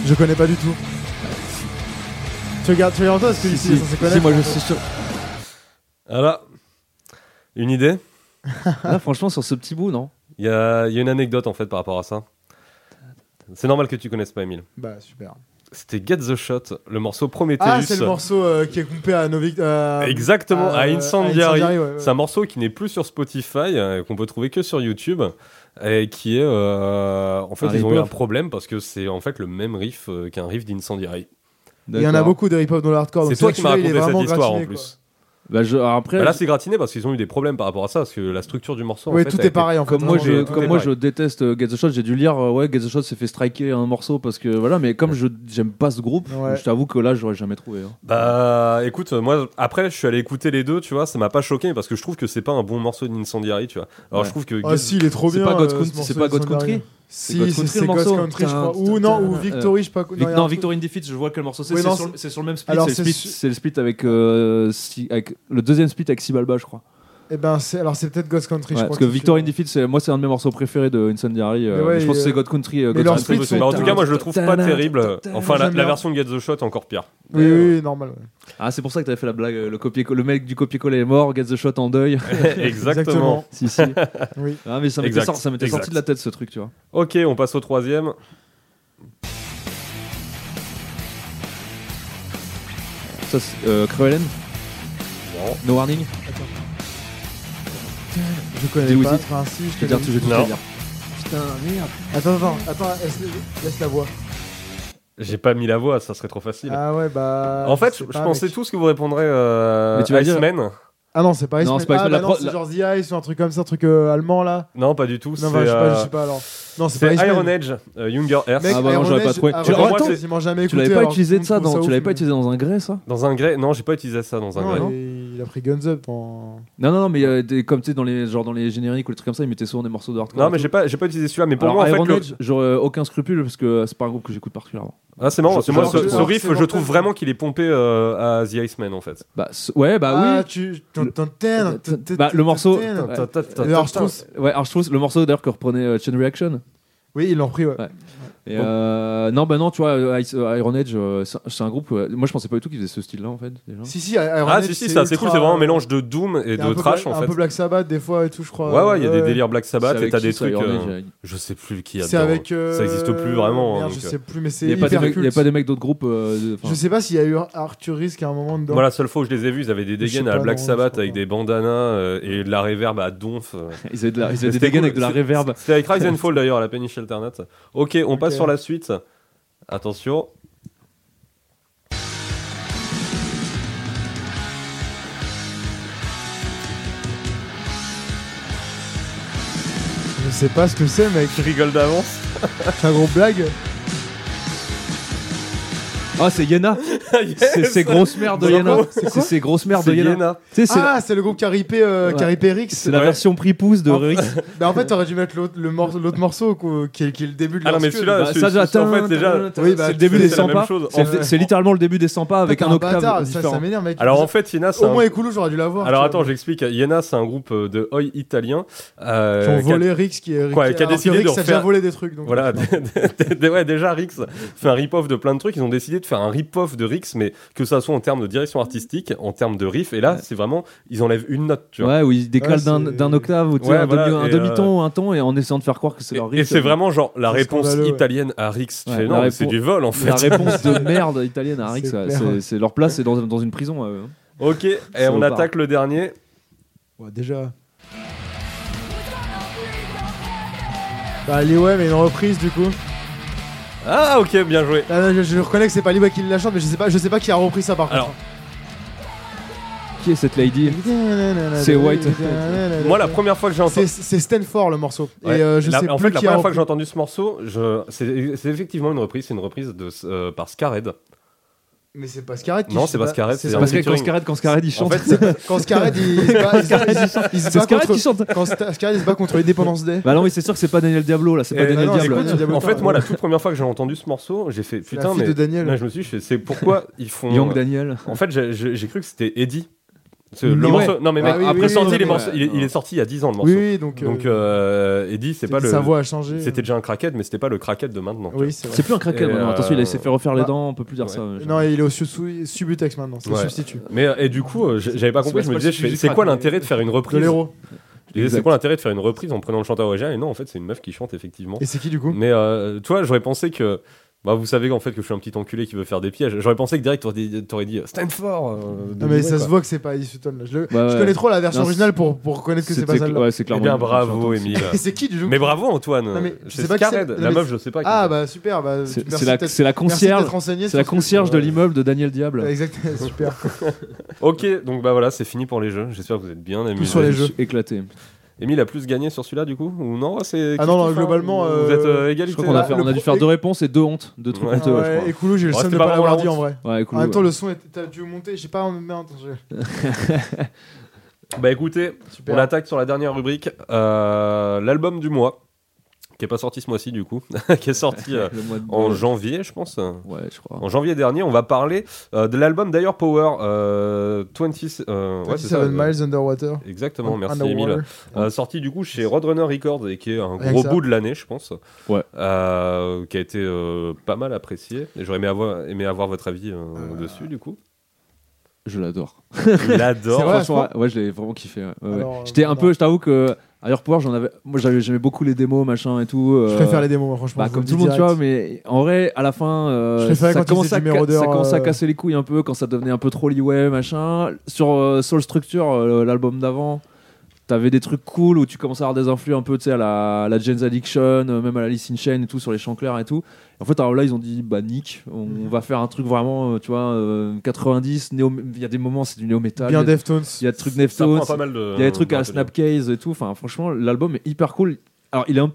Je connais pas du tout. Tu regardes, tu regardes toi parce que ici, si, ça se hein. connaît. si, moi je suis sûr. Voilà. Une idée Là, franchement, sur ce petit bout, non Il y a, il y a une anecdote en fait par rapport à ça. C'est normal que tu connaisses pas Emile. Bah super. C'était Get the Shot, le morceau Prometheus. Ah, c'est le morceau euh, qui est compé à Novik. euh, Exactement, à euh, Incendiary. Incendiary, ouais, ouais. C'est un morceau qui n'est plus sur Spotify, euh, qu'on peut trouver que sur YouTube, et qui est. euh, en fait, Un ils ont eu rip-off. un problème parce que c'est en fait le même riff euh, qu'un riff d'Incendiary. Il y en a beaucoup de hip-hop dans le hardcore. C'est Ah, donc toi si qui tu m'as veux, il raconté est cette vraiment histoire en gratiné, plus. quoi. Bah, je- alors après, Bah là, c'est gratiné parce qu'ils ont eu des problèmes par rapport à ça, parce que la structure du morceau. en Ouais, fait, tout a est été- pareil en fait. comme moi, je, tout vraiment, est comme moi pareil. je déteste euh, Get the Shot, j'ai dû lire euh, ouais Get the Shot s'est fait striker un morceau parce que voilà, mais comme je j'aime pas ce groupe, Ouais. je t'avoue que là j'aurais jamais trouvé. hein. Bah écoute, euh, moi après, je suis allé écouter les deux, tu vois, ça m'a pas choqué parce que je trouve que c'est pas un bon morceau d'Incendiary, tu vois. Alors Ouais. je trouve que. Ah si, il est trop C'est bien. pas God euh, Country- ce c'est pas God morceau Country. d'Incendiary. God Si, c'est Country, c'est le God morceau. Country, je Putain, crois. putain, Ou non, putain, ou euh, Victory, je sais pas. Vic- il y a non, un Victorine Defeat, je vois quel morceau c'est. Oui, c'est non, sur, le- c'est sur le même split. Alors, C'est le c'est split, su- c'est le split avec, euh, si- avec le deuxième split avec Sibalba, je crois. truc- Eh ben, c'est alors c'est peut-être Ghost Country. Ouais, je crois parce que c'est- Victorine Defeat, c'est moi c'est un de mes morceaux préférés de Incendiary. euh, Mais ouais, mais je pense et, que euh, c'est God Country. euh, mais God leur Country. split sont- Bah, en tout cas, moi je le trouve pas terrible. Enfin, la, J'aime la bien. version de Get the Shot est encore pire. Oui, oui, normal. ouais. Ah, c'est pour ça que t'avais fait la blague. euh, Le, copier le mec du copier-coller est mort, Get the Shot en deuil. Exactement. si, si. Oui. Ah, mais ça m'était Exact. sorti, ça m'était Exact. sorti de la tête ce truc, tu vois. Ok, on passe au troisième. Ça, c'est, euh, Cruellen, Non. No Warning. Je connais Deal pas. with it. Enfin, si, je Je vais connais. dire, je vais tout Non. te dire. Putain, merde. Attends, attends, attends. Laisse laisse la voix. J'ai pas mis la voix, ça serait trop facile. Ah ouais, bah. en fait, je, sais je pas, pensais mec. tous que vous répondrez euh, Mais tu vas dire- Iceman. Ah non, c'est pas Non, Iceman. c'est pas Ah Iceman, bah la non, pro- c'est la- genre The Ice ou un truc comme ça, un truc euh, allemand là. Non, pas du tout. Non, C'est bah, je sais pas, je euh, sais pas alors. Non, c'est c'est pas Iceman. Iron Age, euh, Younger Earth. Mec, Ah bah non, Iron j'aurais pas Age, trouvé. ah, Tu bah, l'aurais- attends, attends, ils m'ont jamais Tu écouté, l'avais pas alors utilisé tout de le ça, monde trouve dans, tu l'avais pas ouf, utilisé dans un grès, ça Dans un grès. Non, j'ai pas utilisé ça dans un Non, grès. il- il a pris Guns Up en. Non, non, non, mais euh, des- comme tu sais, dans les, genre dans les génériques ou les trucs comme ça, ils mettaient souvent des morceaux de hardcore. Non, et mais tout. j'ai pas, j'ai pas utilisé celui-là. Mais pour Alors, moi, en fait, Iron le- Age, j'aurais aucun scrupule parce que euh, c'est pas un groupe que j'écoute particulièrement. Ah, c'est marrant. je- parce que moi, alors ce, que- ce alors que riff, c'est je mortel. trouve vraiment qu'il est pompé euh, à The Iceman, en fait. Bah, ce- ouais, bah ah, oui. tu. Le- Bah, le morceau- Ouais. Ta- ta- ta- ta- Le Archtrousse. Ouais, alors je trouve le morceau d'ailleurs que reprenait euh, Chain Reaction. Oui, ils l'ont pris, ouais. Ouais. Et, Bon. euh, non, bah non, tu vois, euh, Ice- euh, Iron Age, euh, c'est c'est un groupe. euh, moi, je pensais pas du tout qu'ils faisaient ce style-là en fait. Déjà. Si, si, Iron Ah, Age, si, si, ça, c'est ultra- cool. C'est vraiment un mélange de Doom et Il y a un de peu trash, Black- en Un fait. peu Black Sabbath, des fois, et tout, je crois. Ouais, ouais, il y a des délires Black Sabbath C'est et t'as avec des qui, ça, trucs. Iron euh, Age, euh, Je sais plus qui a C'est dedans. avec. euh, Ça existe plus vraiment, hein, Merde, donc, je euh, sais plus, mais c'est. Il y a pas des hyper mecs- il y a culte. pas des mecs d'autres groupes. euh, de- enfin, Je sais pas s'il y a eu Arturis qui à un moment dedans. Moi, la seule fois où je les ai vus, ils avaient des Je sais dégaines à la pas, Black non, je Sabbath crois avec pas. des bandanas euh, et de la réverb à donf. euh. Ils avaient, de la, ils avaient des C'était dégaines cool, avec de la c'est- réverb. C'était avec Rise and Fall d'ailleurs, la péniche alternate. Ok, on passe Ok. sur la suite. Attention. Je sais pas ce que c'est, mec. Tu rigoles d'avance C'est un gros blague. Ah, c'est Yena C'est ces grosses mères de Bonjour, Yena comment- C'est ces grosses mères de C'est Yena Yéna. Tu sais, c'est Ah, c'est le groupe Caripé, euh, Ouais. Caripé Rix. c'est la Ouais. version pripouce de Ah, Rix. Bah, en fait, t'aurais dû mettre l'autre le mor- l'autre morceau quoi, qui, est, qui est le début de Ah non, mais leur celui-là, Bah, celui- ça, celui- en attends, fait, déjà, attends, Oui, attends, bah, c'est le début tu des fais la 100 même pas. chose. C'est En fait- c'est littéralement le début des 100 pas avec Putain, un t'es octave bâtard, ça, ça différent. m'énerve, mec. Alors Vous- en fait, Yena, c'est au un- moins Ekulu, j'aurais dû l'avoir. Alors tu attends, vois. j'explique. Yena, c'est un groupe euh, de oi italien. Qui ont euh, qui a- volé Rix qui est. Quoi, qui a alors que décidé de Rix a déjà refaire- volé des trucs. Donc euh, Voilà, ouais, déjà Rix fait un rip-off de plein de trucs. Ils ont décidé de faire un rip-off de Rix, mais que ça soit en termes de direction artistique, en termes de riff. Et là, Ouais. c'est vraiment, ils enlèvent une note, tu vois. Ouais, où ils décalent Ouais, d'un- Ah, c'est- d'un octave ou tu sais, Ouais, un voilà, demi- un et, euh, demi-ton ou un ton et en essayant de faire croire que c'est Et- leur Et, rythme. c'est vraiment genre la C'est réponse scandaleux, ouais. italienne à Rix. Tu Ouais, fais, la non, mais c'est répo- du vol en fait. La réponse de merde italienne à Rix, C'est ouais, clair. c'est c'est- leur place, c'est dans, dans une prison. à eux, hein. ok, et on Salopard. attaque le dernier. Ouais, déjà. Bah, Liwem mais une reprise du coup. Ah, ok, bien joué. Là, là, je, je reconnais que c'est pas Liwem qui la chante, mais je sais pas, je sais pas qui a repris ça par Alors, Qui est cette lady contre. c'est White. Moi, la première fois que j'ai C'est entendu. c'est Stanford le morceau. Ouais. Et euh, je La- sais en plus fait, la qui a première fois que repris. j'ai entendu ce morceau, je... c'est c'est effectivement une reprise. C'est une reprise de, euh, par Scared. Mais c'est pas Scarred qui Non, chante c'est pas ça. Scarred, c'est ça. un Parce que quand featuring. Scarred, quand Scarred, il En chante. fait, c'est- Quand Scarred il il se bat- il se bat- il se c'est bat Scarred contre. qui chante. Quand Sta- Scarred il se bat contre Independence Day. Bah non, mais c'est sûr que c'est pas Daniel Diablo là, c'est pas Eh, Daniel non, Diablo. c'est pas Ah, Diablo. en fait, moi, la toute première fois que j'ai entendu ce morceau, j'ai fait C'est la putain, fille mais. de Daniel. Là, je me suis dit, je fais, c'est pourquoi ils font. Young Daniel. En fait, j'ai- j'ai j'ai cru que c'était Eddie. Ce- Mais le ouais. morceau. Non, mais mec, Ah oui, après oui, sorti, oui, les oui. morceaux- il, est, il est sorti il y a 10 ans le morceau. Oui, oui, donc. euh, Donc, euh, Eddie, c'est pas le. Sa voix a changé. C'était déjà un crackhead, mais c'était pas le crackhead de maintenant. Oui, c'est vrai. C'est plus un craquel Et, maintenant. euh, Attention, il a- il s'est fait refaire les bah, dents, on peut plus dire ouais. ça. ouais, Non, il est au su- sous- subutex maintenant, c'est le Ouais. substitut. Mais euh, et du coup, euh, j'ai- j'avais pas C'est compris. pas- Je me c'est pas disais, le je fais, sujet c'est du quoi crack, l'intérêt de faire une De reprise l'héros. Je disais, C'est Exact. quoi l'intérêt de faire une reprise en prenant le chanteur original Et non, en fait, c'est une meuf qui chante effectivement. Et c'est qui du coup Mais euh, toi, j'aurais pensé que. Bah, vous savez qu'en fait que je suis un petit enculé qui veut faire des pièges. J'aurais pensé que direct t'aurais dit, t'aurais dit Stanford. euh, de Non, Ah, mais Murray, ça quoi. se voit que c'est pas Issuton. là. Je, le- Bah, je ouais. connais trop la version Non, originale pour, pour connaître que c'est pas C'était- celle-là. ouais, c'est Eh clairement. bien, une- bravo, une- Emile. Et c'est qui du coup Mais bravo, Antoine. Non, mais je c'est sais pas qui Scarred. c'est- non, La mais meuf, c'est- je sais pas. qui Ah c'est. bah super, bah, C'est merci c'est la, d'être- c'est la merci concierge, d'être renseigné c'est sur la ce concierge de truc. l'immeuble de Daniel Diable. Exact, super. Ok, donc bah voilà, c'est fini pour les jeux. J'espère que vous êtes bien amusés. sur les jeux. Éclaté. Emile a plus gagné sur celui-là du coup ou non c'est Ah non, non, kiff-kiff, hein globalement, Vous euh, êtes euh, égalité. Je crois qu'on a, là fait- le on a dû pro- faire deux réponses et deux hontes, deux trucs Ouais. honteux. je Ouais, crois. et Koulou, j'ai le Bon, seum c'était de pas pas vraiment l'avoir la dit en honte. vrai. Ouais, cool, En même temps, ouais. le son, était- t'as dû monter, j'ai pas en même temps, je- Bah écoutez, on Super. attaque sur la dernière rubrique, euh, l'album du mois, qui est pas sorti ce mois-ci du coup, qui est sorti euh, Le mois de- en janvier, je pense. Ouais, je crois. En janvier dernier, on va parler euh, de l'album d'ailleurs Power euh, 20. euh, ouais, c'est ça, 27 euh, Miles Underwater. Exactement, merci Underwater. Emile. Euh, sorti du coup chez Roadrunner Records et qui est un Rien gros que ça. bout de l'année, je pense. Ouais. Euh, qui a été euh, pas mal apprécié. Et j'aurais aimé avoir, aimé avoir votre avis euh, dessus, du coup. Je l'adore. L'adore. C'est vrai, Franchement, ouais, ouais, je l'ai vraiment kiffé. ouais. Ouais, ouais. Alors, euh, J'étais un voilà. peu, je t'avoue que à Air Power, j'en avais, moi j'avais- j'aimais beaucoup les démos, machin et tout. Je euh, préfère les démos, moi, franchement. Bah, je comme vous tout le le monde, dis tu vois, direct. mais en vrai, à la fin, euh, Je préférais ça, quand ils commençait faisaient à du ca- maraudeur, ça commençait à euh, casser les couilles un peu, quand ça devenait un peu trop leeway, machin. Sur euh, Soul Structure, euh, l'album d'avant, t'avais des trucs cool où tu commençais à avoir des influx un peu, tu sais, à la, à la Jane's Addiction, euh, même à la Alice in Chain et tout, sur les chants clairs et tout. Et en fait, alors là, ils ont dit, bah, nick, on, Mm. on va faire un truc vraiment, euh, tu vois, euh, 90, néo- il y a des moments, c'est du néo-metal. Bien il y a- Deftones. il y a des trucs Ça prend Deftones, pas mal Euh, de. il y a des trucs à de- Snapcase et tout. Enfin, franchement, l'album est hyper cool. Alors, il est un-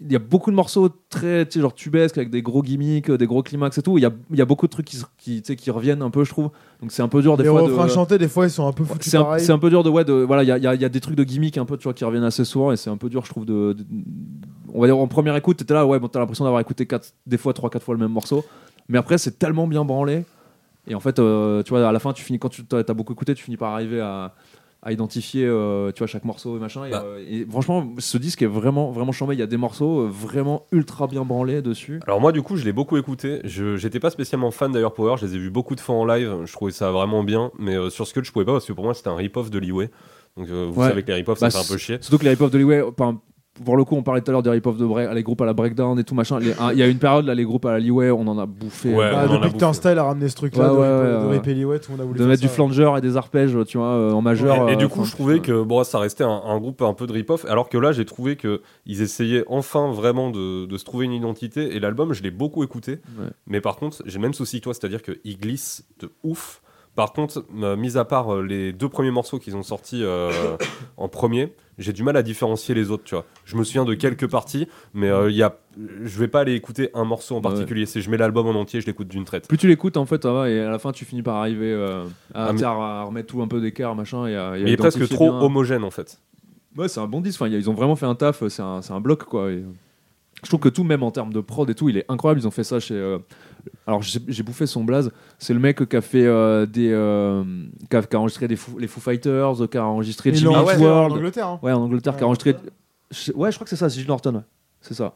il y a beaucoup de morceaux très, tu sais, genre tubesques avec des gros gimmicks, euh, des gros climax et tout. Il y a, il y a beaucoup de trucs qui, se- qui, tu sais, qui reviennent un peu, je trouve. Donc, c'est un peu dur des Les fois. refrains de- chantés, des fois, ils sont un peu foutus c'est un, pareil. c'est un peu dur de ouais de voilà il y a, il y a- il y a des trucs de gimmick un peu tu vois qui reviennent assez souvent et c'est un peu dur je trouve de, de- on va dire en première écoute t'étais là ouais bon t'as l'impression d'avoir écouté quatre des fois trois quatre fois le même morceau mais après c'est tellement bien branlé et en fait euh, tu vois à la fin tu finis quand tu t'as t'as beaucoup écouté tu finis par arriver à à identifier euh, tu vois chaque morceau et machin et, Bah. euh, et franchement ce disque est vraiment vraiment chambé il y a des morceaux euh, vraiment ultra bien branlés dessus Alors moi du coup je l'ai beaucoup écouté, je j'étais pas spécialement fan d'ailleurs Power, je les ai vus beaucoup de fois en live, je trouvais ça vraiment bien, mais euh, sur ce que je pouvais pas parce que pour moi c'était un rip-off de Leeway, donc euh, vous Ouais. savez que les rip-offs Bah, ça fait un peu chier. Surtout que les rip-off de Leeway, enfin, pour le coup, on parlait tout à l'heure des rip-off de break, les groupes à la breakdown et tout machin. Les- un- Il y a une période là, les groupes à la Leeway, on en a bouffé. Ouais, euh, on en Bah, a depuis que bouffé. Turnstile Style a ramené ce truc-là, de- Ouais, ouais, ouais, de ouais. Ripelli, ouais, tout le monde a voulu de faire mettre du ça. flanger et des arpèges, tu vois, euh, en majeur. Et, et euh, du coup enfin, je trouvais ouais. que bon ça restait un, un groupe un peu de rip-off, alors que là j'ai trouvé que ils essayaient enfin vraiment de, de se trouver une identité et l'album je l'ai beaucoup écouté, Ouais. mais par contre j'ai le même souci que toi, c'est-à-dire qu'ils glissent de ouf. Par contre, euh, mis à part euh, les deux premiers morceaux qu'ils ont sortis euh, en premier, j'ai du mal à différencier les autres, tu vois. Je me souviens de quelques parties, mais euh, il y a... je vais pas aller écouter un morceau en Ouais. particulier. C'est je mets l'album en entier, je l'écoute d'une traite. Plus tu l'écoutes, en fait, ça va, et à la fin, tu finis par arriver euh, à, Ah, mais- à remettre tout un peu d'écart, machin. Et à, et à Mais il est presque identifier trop bien. euh, homogène en fait. Ouais, c'est un bon disque. Enfin, y a- ils ont vraiment fait un taf. euh, C'est un, c'est un bloc, quoi. Et, euh, je trouve que tout, même en termes de prod et tout, il est incroyable. Ils ont fait ça chez. euh, alors, j'ai j'ai bouffé son blaze. C'est le mec qui a fait euh, des. euh, qui a, qui a enregistré des Foo- les Foo Fighters, euh, qui a enregistré Ils Jimmy l'ont Ah Eat ouais. enregistré en World. Angleterre. hein. Ouais, en Angleterre, qui a Ouais. enregistré. Je- Ouais, je crois que c'est ça, c'est Gilles Norton, ouais. C'est ça.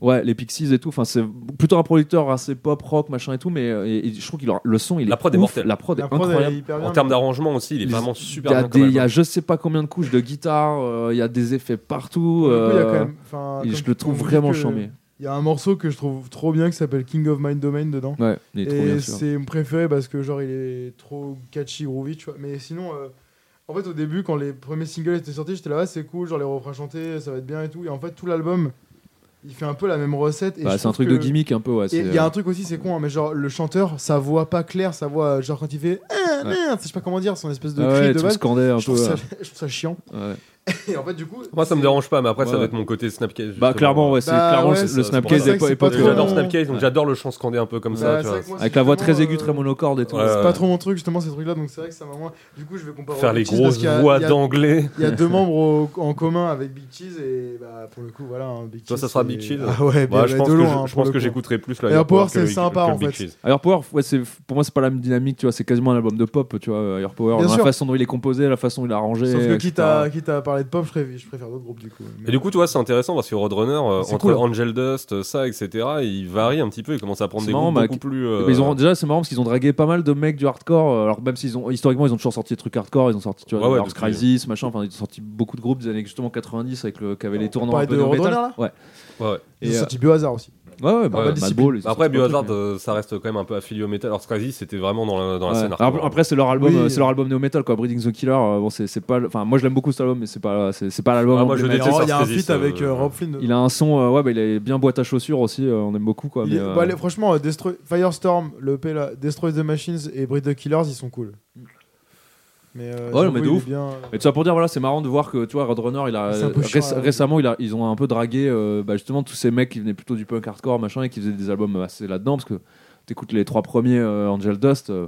Ouais, les Pixies et tout. Enfin, c'est plutôt un producteur assez pop rock, macin et tout, mais euh, et- et je trouve que le son, il La est prod est ouf, mortelle. La prod est La prod, elle est incroyable. hyper bien, En termes mais- d'arrangement aussi, il est Les- vraiment Il y, super a bien. comme des, il y a album. je sais pas combien de couches de guitare, euh, il y a des effets partout. pour le coup, il y a euh, quand même- enfin, et comme je tu- le trouve on dit vraiment que charmé. Il y a un morceau que je trouve trop bien qui s'appelle King of Mind Domain dedans. Ouais, il est trop bien Et celui-là. c'est mon préféré parce que genre il est trop catchy, groovy, tu vois. Mais sinon, euh, en fait au début quand les premiers singles étaient sortis, j'étais là, ouais, c'est cool, genre les refrains chantés, ça va être bien et tout. Et en fait tout l'album, il fait un peu la même recette. et Bah, je c'est un trouve truc de que- gimmick un peu, ouais. Et c'est, il y a euh, un truc aussi, c'est con, hein, mais genre le chanteur, sa voix pas claire, sa voix, euh, genre quand il fait. Ah, Ouais. merde, je sais pas comment dire, son espèce de ah cri ouais, de tout base. scandé un Je peu. trouve, ça, ouais. je trouve ça chiant. Ouais. Et en fait, du coup. Moi ça me c'est- dérange pas, mais après ça Ouais. doit être mon côté Snapcase. Bah, clairement, ouais, c'est Bah, clairement ouais, c'est- c'est- le c'est Snapcase vrai des que c'est époques. pas Parce que J'adore Ouais. Snapcase, donc Ouais. j'adore le chant scandé un peu comme Ouais, ça. Bah, tu c'est vois. vrai que moi, Avec la voix très justement, aiguë, très euh, monocorde et tout. Ouais, C'est pas trop mon truc, justement, ces trucs-là, donc c'est vrai que ça m'a moins. Du coup, je vais comparer. Faire aux les Beaches parce grosses qu'il y a- voix il y a- d'anglais. Il y a deux membres au- en commun avec Big Cheese et bah, pour le coup, voilà. hein, Big Toi, Cheese, ça sera c'est- Big Cheese Ah ouais, bien, Bah, je bah, pense de que loin, je- hein, je pour pense le que coup. j'écouterai plus la Air Power, que- c'est sympa, que en Big fait. Cheese. Air Power, ouais, c'est, pour moi, c'est pas la même dynamique, tu vois. C'est quasiment un album de pop, tu vois, Air Power. Bien dans sûr. la façon dont il est composé, la façon dont il est arrangé. Sauf que euh, etc. quitte à, quitte à parler de pop, je préfère, je préfère d'autres groupes du coup. Mais- Et du coup, tu vois, c'est intéressant parce que Roadrunner, euh, C'est entre cool. Angel Dust, euh, ça, etc., il varie un petit peu. Il commence à prendre C'est des marrant, groupes bah, beaucoup plus. euh, Mais ils ont, déjà, c'est marrant parce qu'ils ont dragué pas mal de mecs du hardcore. euh, Alors, même s'ils ont historiquement, ils ont toujours sorti des trucs hardcore. Ils ont sorti, tu vois, Ouais, ouais, Dark depuis- Crisis, machin. Enfin, ils ont sorti beaucoup de groupes des années justement 90 avec le, qui avaient les On tournants parlait un peu de de Roadrunner, métal. là ouais. ouais, ouais. Ils Et, ont euh, sorti Biohazard aussi. Ouais, ouais, bah, bah, Mad discipline. Ball, ils Après, ont sorti plein de Biohazard, trucs, mais- euh, ça reste quand même un peu affilié au metal. Alors, Strazy, c'était vraiment dans la, dans la Ouais. scène Alors, euh, hardcore. Après, c'est leur album, Oui. euh, c'est leur album néo metal quoi. Breeding the Killer. euh, Bon, c'est c'est pas, le- enfin, moi je l'aime beaucoup cet album, mais c'est pas, c'est c'est pas l'album. Ah, moi, je Il y emblématique. déteste a il y a un Arthusis, feat avec euh, euh, Rob Flynn. Il a un son, euh, ouais, bah, il est bien boîte à chaussures aussi. euh, on aime beaucoup quoi. Il mais, est- euh, bah, les- franchement, euh, Destroy- Firestorm, le EP là, Destroy the Machines et Breed the Killers, ils sont cool. Mais, euh, Ouais, non, j'avoue, mais de il est ouf. bien, Et tout ça pour dire, voilà, c'est marrant de voir que tu vois, Roadrunner, il a C'est un peu chiant, hein. réc- ouais. récemment, il a, ils ont un peu dragué euh, bah, justement tous ces mecs qui venaient plutôt du punk hardcore machin et qui faisaient des albums assez là-dedans parce que t'écoutes les trois premiers euh, Angel Dust. euh,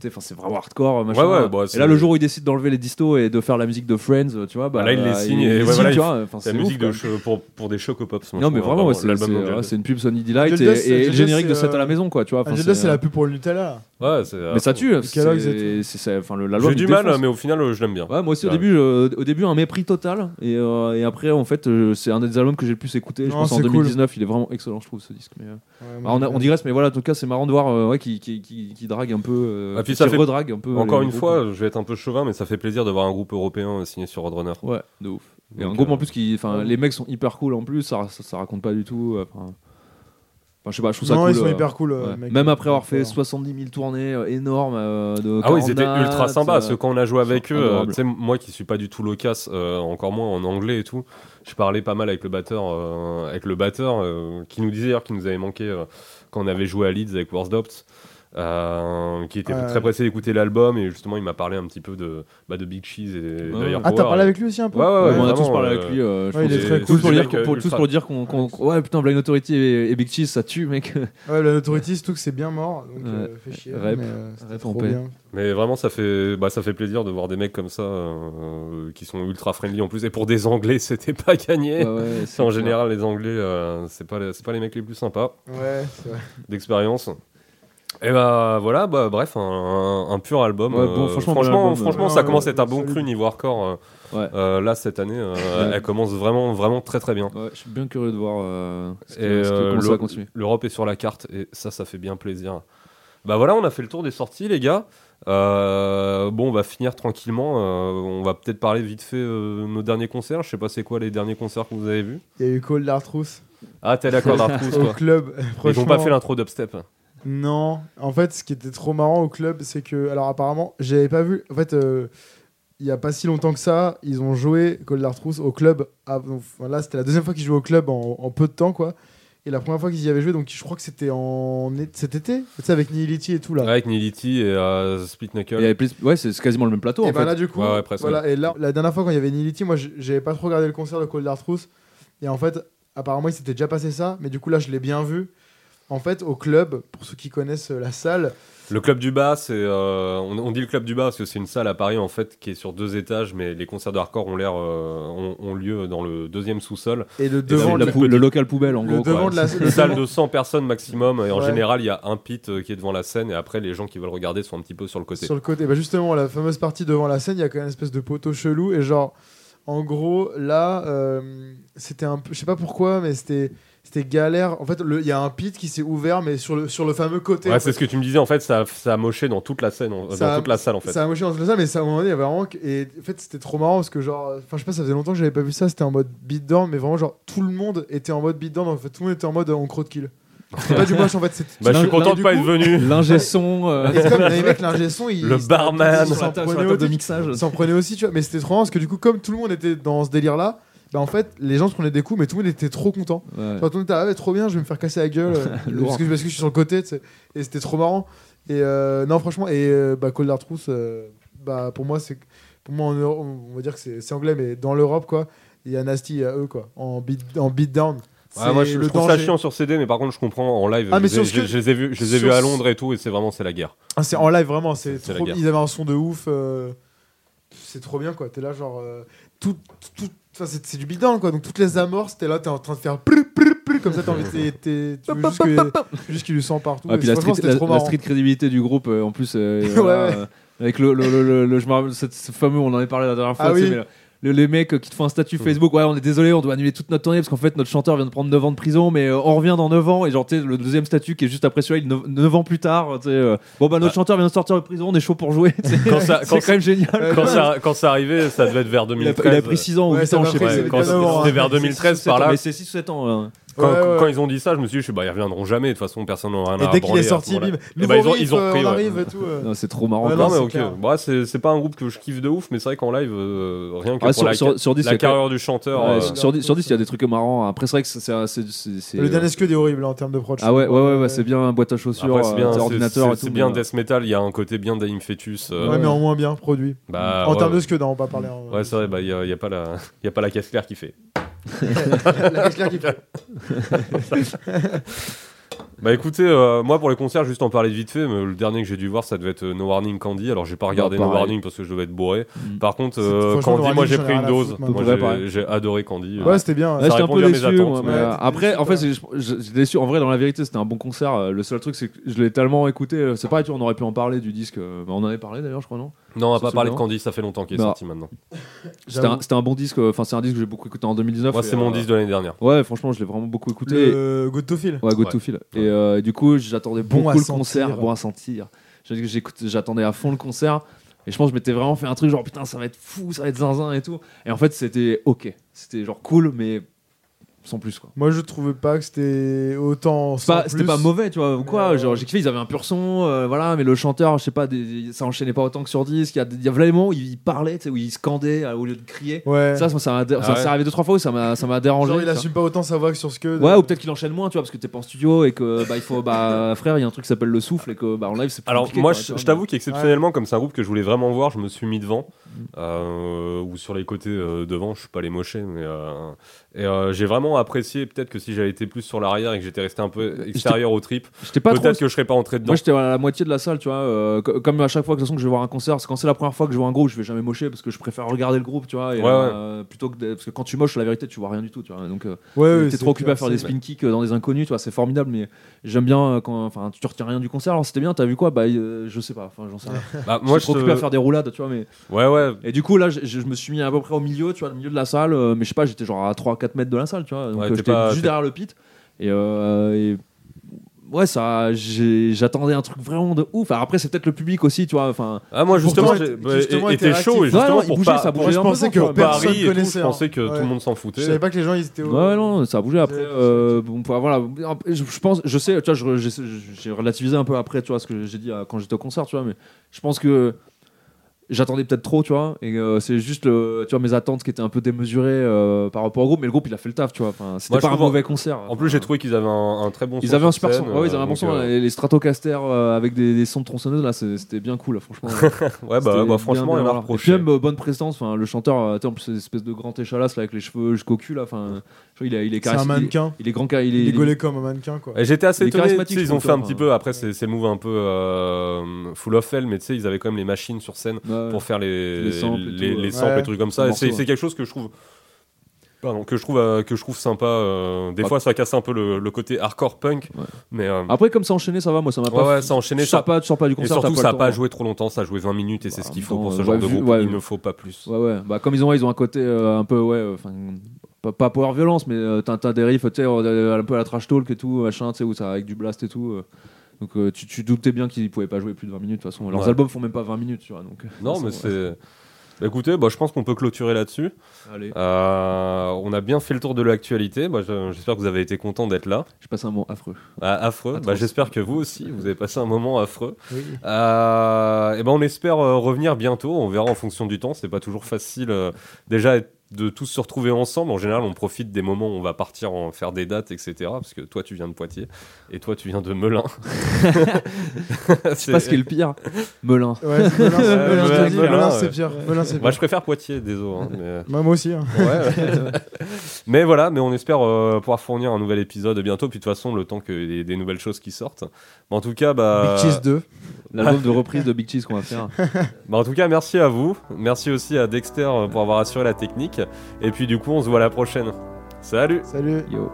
tu sais, 'fin, c'est vraiment hardcore euh, machin. Ouais, ouais, bah, c'est- et là le jour où ils décident d'enlève d'enlever les distos et de faire la musique de Friends euh, tu vois bah, Bah, là, il les signe et ouais, voilà, tu il- vois, enfin, C'est la ouf, musique quoi. de cho- pour, pour des chocopops. moi, non je mais trouve, vraiment ouais, c'est l'album c'est- d'Angel ouais, Dust. c'est une pub Sony Delight Angel et, Dust, et Angel le générique de Dust, c'est, cette à la euh, maison quoi tu vois enfin, Angel Dust, c'est c'est- euh, la pub pour le Nutella. là. Ouais, c'est- mais ça tue hein, Du c'est- Kellogg's et tout. c'est- c'est enfin le- l'album J'ai il du mal, défonce. mais au final, euh, je l'aime bien. Ouais, moi aussi au Ouais. début, euh, au début un mépris total et, euh, et après en fait euh, c'est un des albums que j'ai le plus écouté. Je Non, pense en c'est cool. 2019, il est vraiment excellent, je trouve ce disque. Mais, euh, Ouais, alors, on, a- mais- on digresse, mais voilà, en tout cas c'est marrant de voir euh, ouais, qui, qui, qui, qui drague un peu, euh, Ah, puis qui ça fait- redrague un peu. Encore les une groupes. hein. fois, je vais être un peu chauvin, mais ça fait plaisir de voir un groupe européen euh, signé sur Roadrunner. ouais, de ouf. Et un Donc, groupe euh, en plus qui, enfin, les mecs sont hyper cool en plus, ça, ça, ça raconte pas du tout. euh, Enfin, enfin, je sais pas, je trouve ça non, cool. ils sont euh, hyper cool. euh, ouais. mec. Même après avoir fait Ouais. 70 000 tournées euh, énormes euh, de Ah oui, ils 40 étaient ultra dates, sympas. euh, Parce que quand on a joué avec sont eux, euh, adorables. tu sais, moi qui suis pas du tout loquace, euh, encore moins en anglais et tout, je parlais pas mal avec le batteur, euh, avec le batteur euh, qui nous disait d'ailleurs qu'il nous avait manqué euh, quand on avait joué à Leeds avec Warsdopt. Euh, qui était Ouais. très pressé d'écouter l'album et justement il m'a parlé un petit peu de, bah, de Big Cheese et d'ailleurs Ouais. Ah, t'as parlé avec lui aussi un peu Ouais, ouais, Ouais, ouais, on a vraiment, tous parlé euh, avec lui. euh, je ouais, il pense est que- très tous cool. pour C'est dire mec, euh, qu'on- pour- tous ultra- pour dire qu'on. qu'on- qu'on- Ouais, putain, Blind Authority et, et Big Cheese, ça tue, mec. Ouais, la notoriété, tout que c'est bien mort. Donc, Ouais. euh, fait chier. Rep. mais, euh, c'était Rep trop en paix. bien. Mais vraiment, ça fait, bah, ça fait plaisir de voir des mecs comme ça euh, qui sont ultra friendly en plus. Et pour des Anglais, c'était pas gagné. Ouais, ouais, C'est en général, les Anglais, euh, c'est pas, les- c'est pas les mecs les plus sympas Ouais, c'est vrai. d'expérience. Et bah voilà, bah, bref, un, un pur album. Ouais, bon, franchement, bon franchement, album, franchement, euh. ça commence à être un bon Solide. cru niveau hardcore. euh, Ouais. euh, là, cette année, euh, elle commence vraiment, vraiment très très bien. Ouais, je suis bien curieux de voir euh, ce Et, que- ce que- euh, comment ça l'Eu- va continuer. L'Europe est sur la carte et ça, ça fait bien plaisir. Bah voilà, on a fait le tour des sorties, les gars. Euh, bon, on va finir tranquillement. Euh, on va peut-être parler vite fait euh, nos derniers concerts. Je sais pas, c'est quoi les derniers concerts que vous avez vus Il y a eu Cold Artrousse Ah, t'es d'accord, Darkus, au quoi. club. Ils Franchement, ont pas fait l'intro d'Upstep. hein. Non, en fait, ce qui était trop marrant au club, c'est que, alors apparemment, j'avais pas vu. En fait, euh, il y a pas si longtemps que ça, ils ont joué Cold Artrousse au club. à- enfin, là, c'était la deuxième fois qu'ils jouaient au club en, en peu de temps, quoi. Et la première fois qu'ils y avaient joué, donc je crois que c'était en é- cet été, tu sais, avec Nihility et tout là. Ouais, avec Nihility et euh, Split Knuckle. Et Please- ouais, c'est c'est quasiment le même Eh plateau. et en ben bah fait. là, du coup, Ouais, ouais, presque, voilà, et là, la dernière fois quand il y avait Nihility, moi j- j'avais pas trop regardé le concert de Cold Art Truth. Et en fait, apparemment, il s'était déjà passé ça, mais du coup, là, je l'ai bien vu. En fait, au club, pour ceux qui connaissent euh, la salle, Le club du bas, c'est euh, on, on dit le club du bas parce que c'est une salle à Paris en fait qui est sur deux étages, mais les concerts de hardcore ont l'air euh, ont, ont lieu dans le deuxième sous-sol. et le là, devant il de a La la- plus pou- le local poubelle, en le gros. quoi. devant de la Une le salle devant- de 100 personnes maximum, et en Ouais. général il y a un pit euh, qui est devant la scène, et après les gens qui veulent regarder sont un petit peu sur le côté. Sur le côté. Bah justement, la fameuse partie devant la scène, il y a quand même une espèce de poteau chelou. Et genre, en gros, là, euh, c'était un peu. Je sais pas pourquoi, mais c'était. C'était galère. En fait, le- il y a un pit qui s'est ouvert, mais sur le, sur le fameux côté. Ouais, en c'est fait. ce que tu me disais en fait, ça, ça a moché dans toute la scène, en- Ça dans a- toute la salle en fait. Ça a moché dans tout ça, mais ça, à un moment donné, il y avait vraiment. que- Et en fait, c'était trop marrant parce que, genre. Enfin, je sais pas, ça faisait longtemps que j'avais pas vu ça. C'était en mode beatdown, mais vraiment, genre, tout le monde était en mode beatdown. En fait, tout le monde était en mode euh, on crotte kill. C'était pas du moche, en fait. c'était- Bah, je suis Non, content non, de du pas être coup- venu. L'ingé son. euh, Et c'est comme les mecs, l'ingé son, il- Le il- barman. il sur la s'en ta- sur la prenait au table de tic. mixage. s'en prenait aussi, tu vois. Mais c'était trop marrant parce que du coup, comme tout le monde était dans ce délire là, bah en fait, les gens se prenaient des coups, mais tout le monde était trop content. Ouais. Enfin, tout le monde était ah ouais, trop bien, je vais me faire casser la gueule euh, Lourd. parce, que, parce que je suis sur le côté, tu sais. Et c'était trop marrant. Et euh, non, franchement, et euh, bah, Cold Hard Truth, euh, bah, pour moi, c'est pour moi, en Euro- on va dire que c'est c'est anglais, mais dans l'Europe, quoi, il y a Nasty à eux, quoi, en beat, en beatdown. Ouais, C'est moi je, je le trouve ça danger. chiant sur CD, mais par contre je comprends en live. Ah, mais je, les ai- sur ce que- je- je les ai vus, je les ai sur vus à ce- Londres et tout, et c'est vraiment c'est la guerre. Ah, c'est en live vraiment, c'est C'est la trop, guerre. ils avaient un son de ouf, euh, c'est trop bien quoi. T'es là genre euh, tout, tout, enfin, c'est c'est du bidon quoi. Donc toutes les amorces, t'es là, t'es en train de faire plou, plou, plou, comme ça, t'as envie, t'es, t'es- tu veux juste que- juste qu'il le sent partout. Ah, Et puis la franchement, street, c'était la, trop la marrant. street crédibilité du groupe, euh, en plus, euh, Ouais, voilà, ouais. euh, avec le, le, le, le- le- je me rappelle, cette- ce fameux, on en avait parlé la dernière fois, Ah tu sais, oui. mais le- le- les mecs euh, qui te font un statut Facebook, ouais, on est désolé, on doit annuler toute notre tournée parce qu'en fait, notre chanteur vient de prendre 9 ans de prison, mais euh, on revient dans 9 ans, et genre, tu sais, le deuxième statut qui est juste après celui-là, 9, ans plus tard, tu sais, euh, bon, bah, notre Ah. chanteur vient de sortir de prison, on est chaud pour jouer, tu sais. Quand ça- c'est quand quand même génial. Ouais, Quand ouais. ça, quand ça arrivait, ça devait être vers Il a, 2013. il a pris 6 ans ou Ouais, 8 ça ans, m'a je sais pris, pas. c'est quand- les canons, hein. c'était vers 2013 six ou sept par ans, là. mais C'est 6 ou 7 ans. hein. Quand, Ouais, ouais. quand ils ont dit ça, je me suis dit, je sais, bah, ils reviendront jamais, de toute façon, personne n'aura rien à Et dès qu'il branler à est ce sorti, moment-là. bim, Eh nouveau ben, ils ont- riff, ils ont euh, repris, on ouais. arrive et tout. euh. Non, C'est trop marrant. Ouais, quoi. non, c'est mais ok. clair. Bah, c'est c'est pas un groupe que je kiffe de ouf, mais c'est vrai qu'en live, euh, rien que Ah, pour sur, la, sur, sur 10, la il y a que- carrière du chanteur. Ouais, euh, sur, 10, sur 10, il y a des trucs marrants. Après, c'est vrai que c'est- c'est. c'est- c'est- c'est- euh, Le dernier scud est horrible en termes de prod. Ah ouais, ouais, ouais, ouais, c'est bien boîte à chaussures, après, c'est bien, euh, c'est- ordinateur c'est- et tout. c'est bien mais- death metal, il y a un côté bien Daim Fetus. euh, euh, Ouais, mais en moins bien produit. bah, en ouais, termes de ouais. scud, hein, on va pas parler. en- Ouais, c'est vrai, bah, il n'y a, il y a pas la, il y a pas la caisse claire qui fait. La Kessler qui fait. Bah écoutez, euh, moi pour les concerts, juste en parler vite fait, mais le dernier que j'ai dû voir, ça devait être euh, No Warning Candy. Alors j'ai pas regardé No pareil. Warning parce que je devais être bourré. Mm. Par contre, Bah, C'est- euh, franchement, No Candy, moi Warning, j'ai j'en ai pris rien une à dose. foutre, Moi, maintenant. Ouais, pareil. j'ai- j'ai adoré Candy. euh. Ouais, c'était bien. Ouais, Ça j'étais un répond peu bien à mes déçu. attentes, moi, mais, ouais. euh, Ouais, t'étais après, déçu, en fait, ouais. c'est- je- je- j'étais déçu. En vrai, dans la vérité, c'était un bon concert. Euh, Le seul truc, c'est que je l'ai tellement écouté. euh, C'est pareil, tu vois, on aurait pu en parler du disque. euh, bah, On en avait parlé d'ailleurs, je crois, non Non, on va C'est pas parler de souvent. Candy, ça fait longtemps qu'il est Bah, Non. sorti maintenant. C'était un, J'avoue. c'était un bon disque. euh, Enfin, c'est un disque que j'ai beaucoup écouté en 2019. Moi, et, c'est mon euh, disque de l'année dernière. Ouais, franchement, je l'ai vraiment beaucoup écouté. Le Good to Feel. Ouais, Go Ouais. to Feel. Et euh, du coup, j'attendais Bon à beaucoup le sentir. concert, bon à sentir. J'ai- j'écoute- J'attendais à fond le concert. Et je pense que je m'étais vraiment fait un truc genre putain, ça va être fou, ça va être zinzin et tout. Et en fait, c'était ok. C'était genre cool, mais sans plus quoi. Moi, je trouvais pas que c'était autant. C'est sans pas- C'était plus. pas mauvais, tu vois, ou quoi. Euh, Genre, j'ai kiffé, ils avaient un pur son, euh, voilà, mais le chanteur, je sais pas, des- ça enchaînait pas autant que sur 10. Il y a, il y a vraiment où il parlait, tu sais, où il scandait euh, au lieu de crier. Ouais. Ça, moi, ça m'a dé- Ah ça- ouais. c'est arrivé deux, trois fois où ça m'a ça m'a dérangé. Genre, il ça. assume pas autant sa voix que sur ce que. Ouais, ou peut-être qu'il enchaîne moins, tu vois, parce que t'es pas en studio et que bah il faut bah frère, il y a un truc qui s'appelle le souffle et que bah en live c'est plus Alors compliqué, moi, quoi, tu je, vois, je t'avoue qu'exceptionnellement, comme c'est un groupe que je voulais vraiment voir, je me suis mis devant Mm. euh, ou sur les côtés euh, devant. Je suis pas les mochés, mais euh, et euh, j'ai vraiment apprécié. Peut-être que si j'avais été plus sur l'arrière et que j'étais resté un peu extérieur au trip, mais J'étais pas trop. peut-être que je serais pas entré dedans. Moi j'étais à la moitié de la salle, tu vois. euh, co- comme à chaque fois que de toute façon que je vais voir un concert, parce que quand c'est la première fois que je vois un groupe, je vais jamais mocher parce que je préfère regarder le groupe, tu vois. Et, Ouais, euh, Plutôt que de- parce que quand tu moches, la vérité, tu vois rien du tout, tu vois. Donc euh, Ouais, ouais, t'es c'est trop occupé clair, à faire des c'est- spin kicks euh, dans des inconnus, tu vois. C'est formidable, mais j'aime bien euh, quand enfin tu retiens rien du concert. Alors c'était bien, t'as vu quoi Bah euh, je sais pas, enfin j'en sais rien. Bah, Moi moi, je suis trop occupé à faire des roulades, tu vois, mais. Ouais, ouais. Et du coup, là, je, je- je me suis mis à peu près au milieu, tu vois, au milieu de la salle, euh, mais je sais pas, j'étais genre à 3-4 mètres de la salle, tu vois. Donc Ouais, euh, t'es j'étais pas- juste t'es- derrière le pit. Et, euh, et- ouais, ça, j'ai- j'attendais un truc vraiment de ouf. Alors après, c'est peut-être le public aussi, tu vois. Enfin, Ah, moi justement, Pourtant, j'ai- qui justement bah, était était chaud et réactif. justement Ouais, non, il pour bougeait, pas- ça pour Moi, bougeait. je un pensais peu, quoi. que Paris personne et tout, je connaissait. hein. pensais que Ouais. tout le monde s'en foutait. Je savais pas que les gens ils étaient. au- Ouais, non, ça a bougé après. Ouais, euh, bon, bah, voilà. Après, Je, je pense, je sais, tu vois, je- je- j'ai relativisé un peu après, tu vois, ce que j'ai dit euh, quand j'étais au concert, tu vois, mais je pense que j'attendais peut-être trop, tu vois. Et euh, c'est juste, le- tu vois, mes attentes qui étaient un peu démesurées euh, par rapport au groupe. Mais le groupe, il a fait le taf, tu vois. Enfin, c'était Moi, je pas un trouve- mauvais concert. En plus, j'ai trouvé qu'ils avaient un, un très bon son. Ils avaient un sur super son. Ah scène, Ouais, ils avaient un euh, bon son. donc, euh, Et les Stratocaster euh, avec des, des sons de tronçonneuse, là, c'est- c'était bien cool, là, franchement. Ouais, bah, C'était bah, bien, franchement, bien, il y en a voilà. reproché. Et puis même euh, bonne prestance, enfin, le chanteur, euh, tu sais, en plus, cette espèce de grand échalasse là, avec les cheveux jusqu'au cul, là, enfin, je crois qu'il est, il est C'est un charismatique. mannequin. Il est grand, il est, Il est il est- gaulé comme un mannequin, quoi. Et J'étais assez Il est étonné, tu charismatique, sais, je ils ont trouve, fait un toi, petit hein. peu, après c'est c'est le move un peu euh, full of hell, mais tu sais, ils avaient quand même les machines sur scène Ouais. pour faire les, Les samples et les, tout, les ouais. samples et Ouais. trucs comme ça. Et C'est Morceaux, c'est quelque chose que je trouve. Pardon, que je trouve euh, que je trouve sympa euh, des Ah. fois ça casse un peu le, le côté hardcore punk Ouais. mais euh, Après, comme ça enchaîné, ça va. Moi, ça m'a ouais, pas. ouais, ça a enchaîné tu sors ça pas, tu sors pas du et concert. surtout t'as ça a le pas temps. hein. joué trop longtemps ça a joué 20 minutes et c'est Bah, ce en qu'il même faut temps, pour ce euh, genre ouais, de vu- groupe ouais, il vu- ne faut pas plus Ouais, ouais. Bah, comme ils ont, ils ont un côté euh, un peu, ouais, enfin, pas, pas power violence, mais euh, t'as t'as des riffs, tu sais, euh, un peu à la trash talk et tout, machin, tu sais, où ça avec du blast et tout. euh. Donc, euh, tu, tu doutais bien qu'ils pouvaient pas jouer plus de 20 minutes. De toute façon, leurs Ouais. albums font même pas 20 minutes, tu vois. Donc, euh, non de mais toute façon, ouais. c'est Bah, écoutez bah, je pense qu'on peut clôturer là-dessus Allez, Euh, on a bien fait le tour de l'actualité Bah, je- j'espère que vous avez été content d'être là je passe un moment affreux. Ah, affreux Atroce. Bah, j'espère que vous aussi vous avez passé un moment affreux Oui. Euh, et ben on espère euh, revenir bientôt. On verra en fonction du temps. C'est pas toujours facile. euh, déjà de tous se retrouver ensemble. En général, on profite des moments où on va partir en faire des dates, etc. Parce que toi, tu viens de Poitiers et toi, tu viens de Melun. C'est pas ce qui est le pire. Melun. Ouais, c'est Melun, c'est- Ouais, Melun, je ouais, te dis, Melun, Melun, ouais. c'est pire. Melun, c'est Moi, pire. je préfère Poitiers, désolé. hein, mais... Moi moi aussi. hein. mais voilà, mais on espère euh, pouvoir fournir un nouvel épisode bientôt. Puis de toute façon, le temps que des, des nouvelles choses qui sortent. Mais en tout cas, bah. Big Cheese 2. L'album de reprise de Big Cheese qu'on va faire. Bah, en tout cas, merci à vous. Merci aussi à Dexter euh, pour avoir assuré la technique. Et puis du coup, on se voit à la prochaine. Salut Salut. Yo.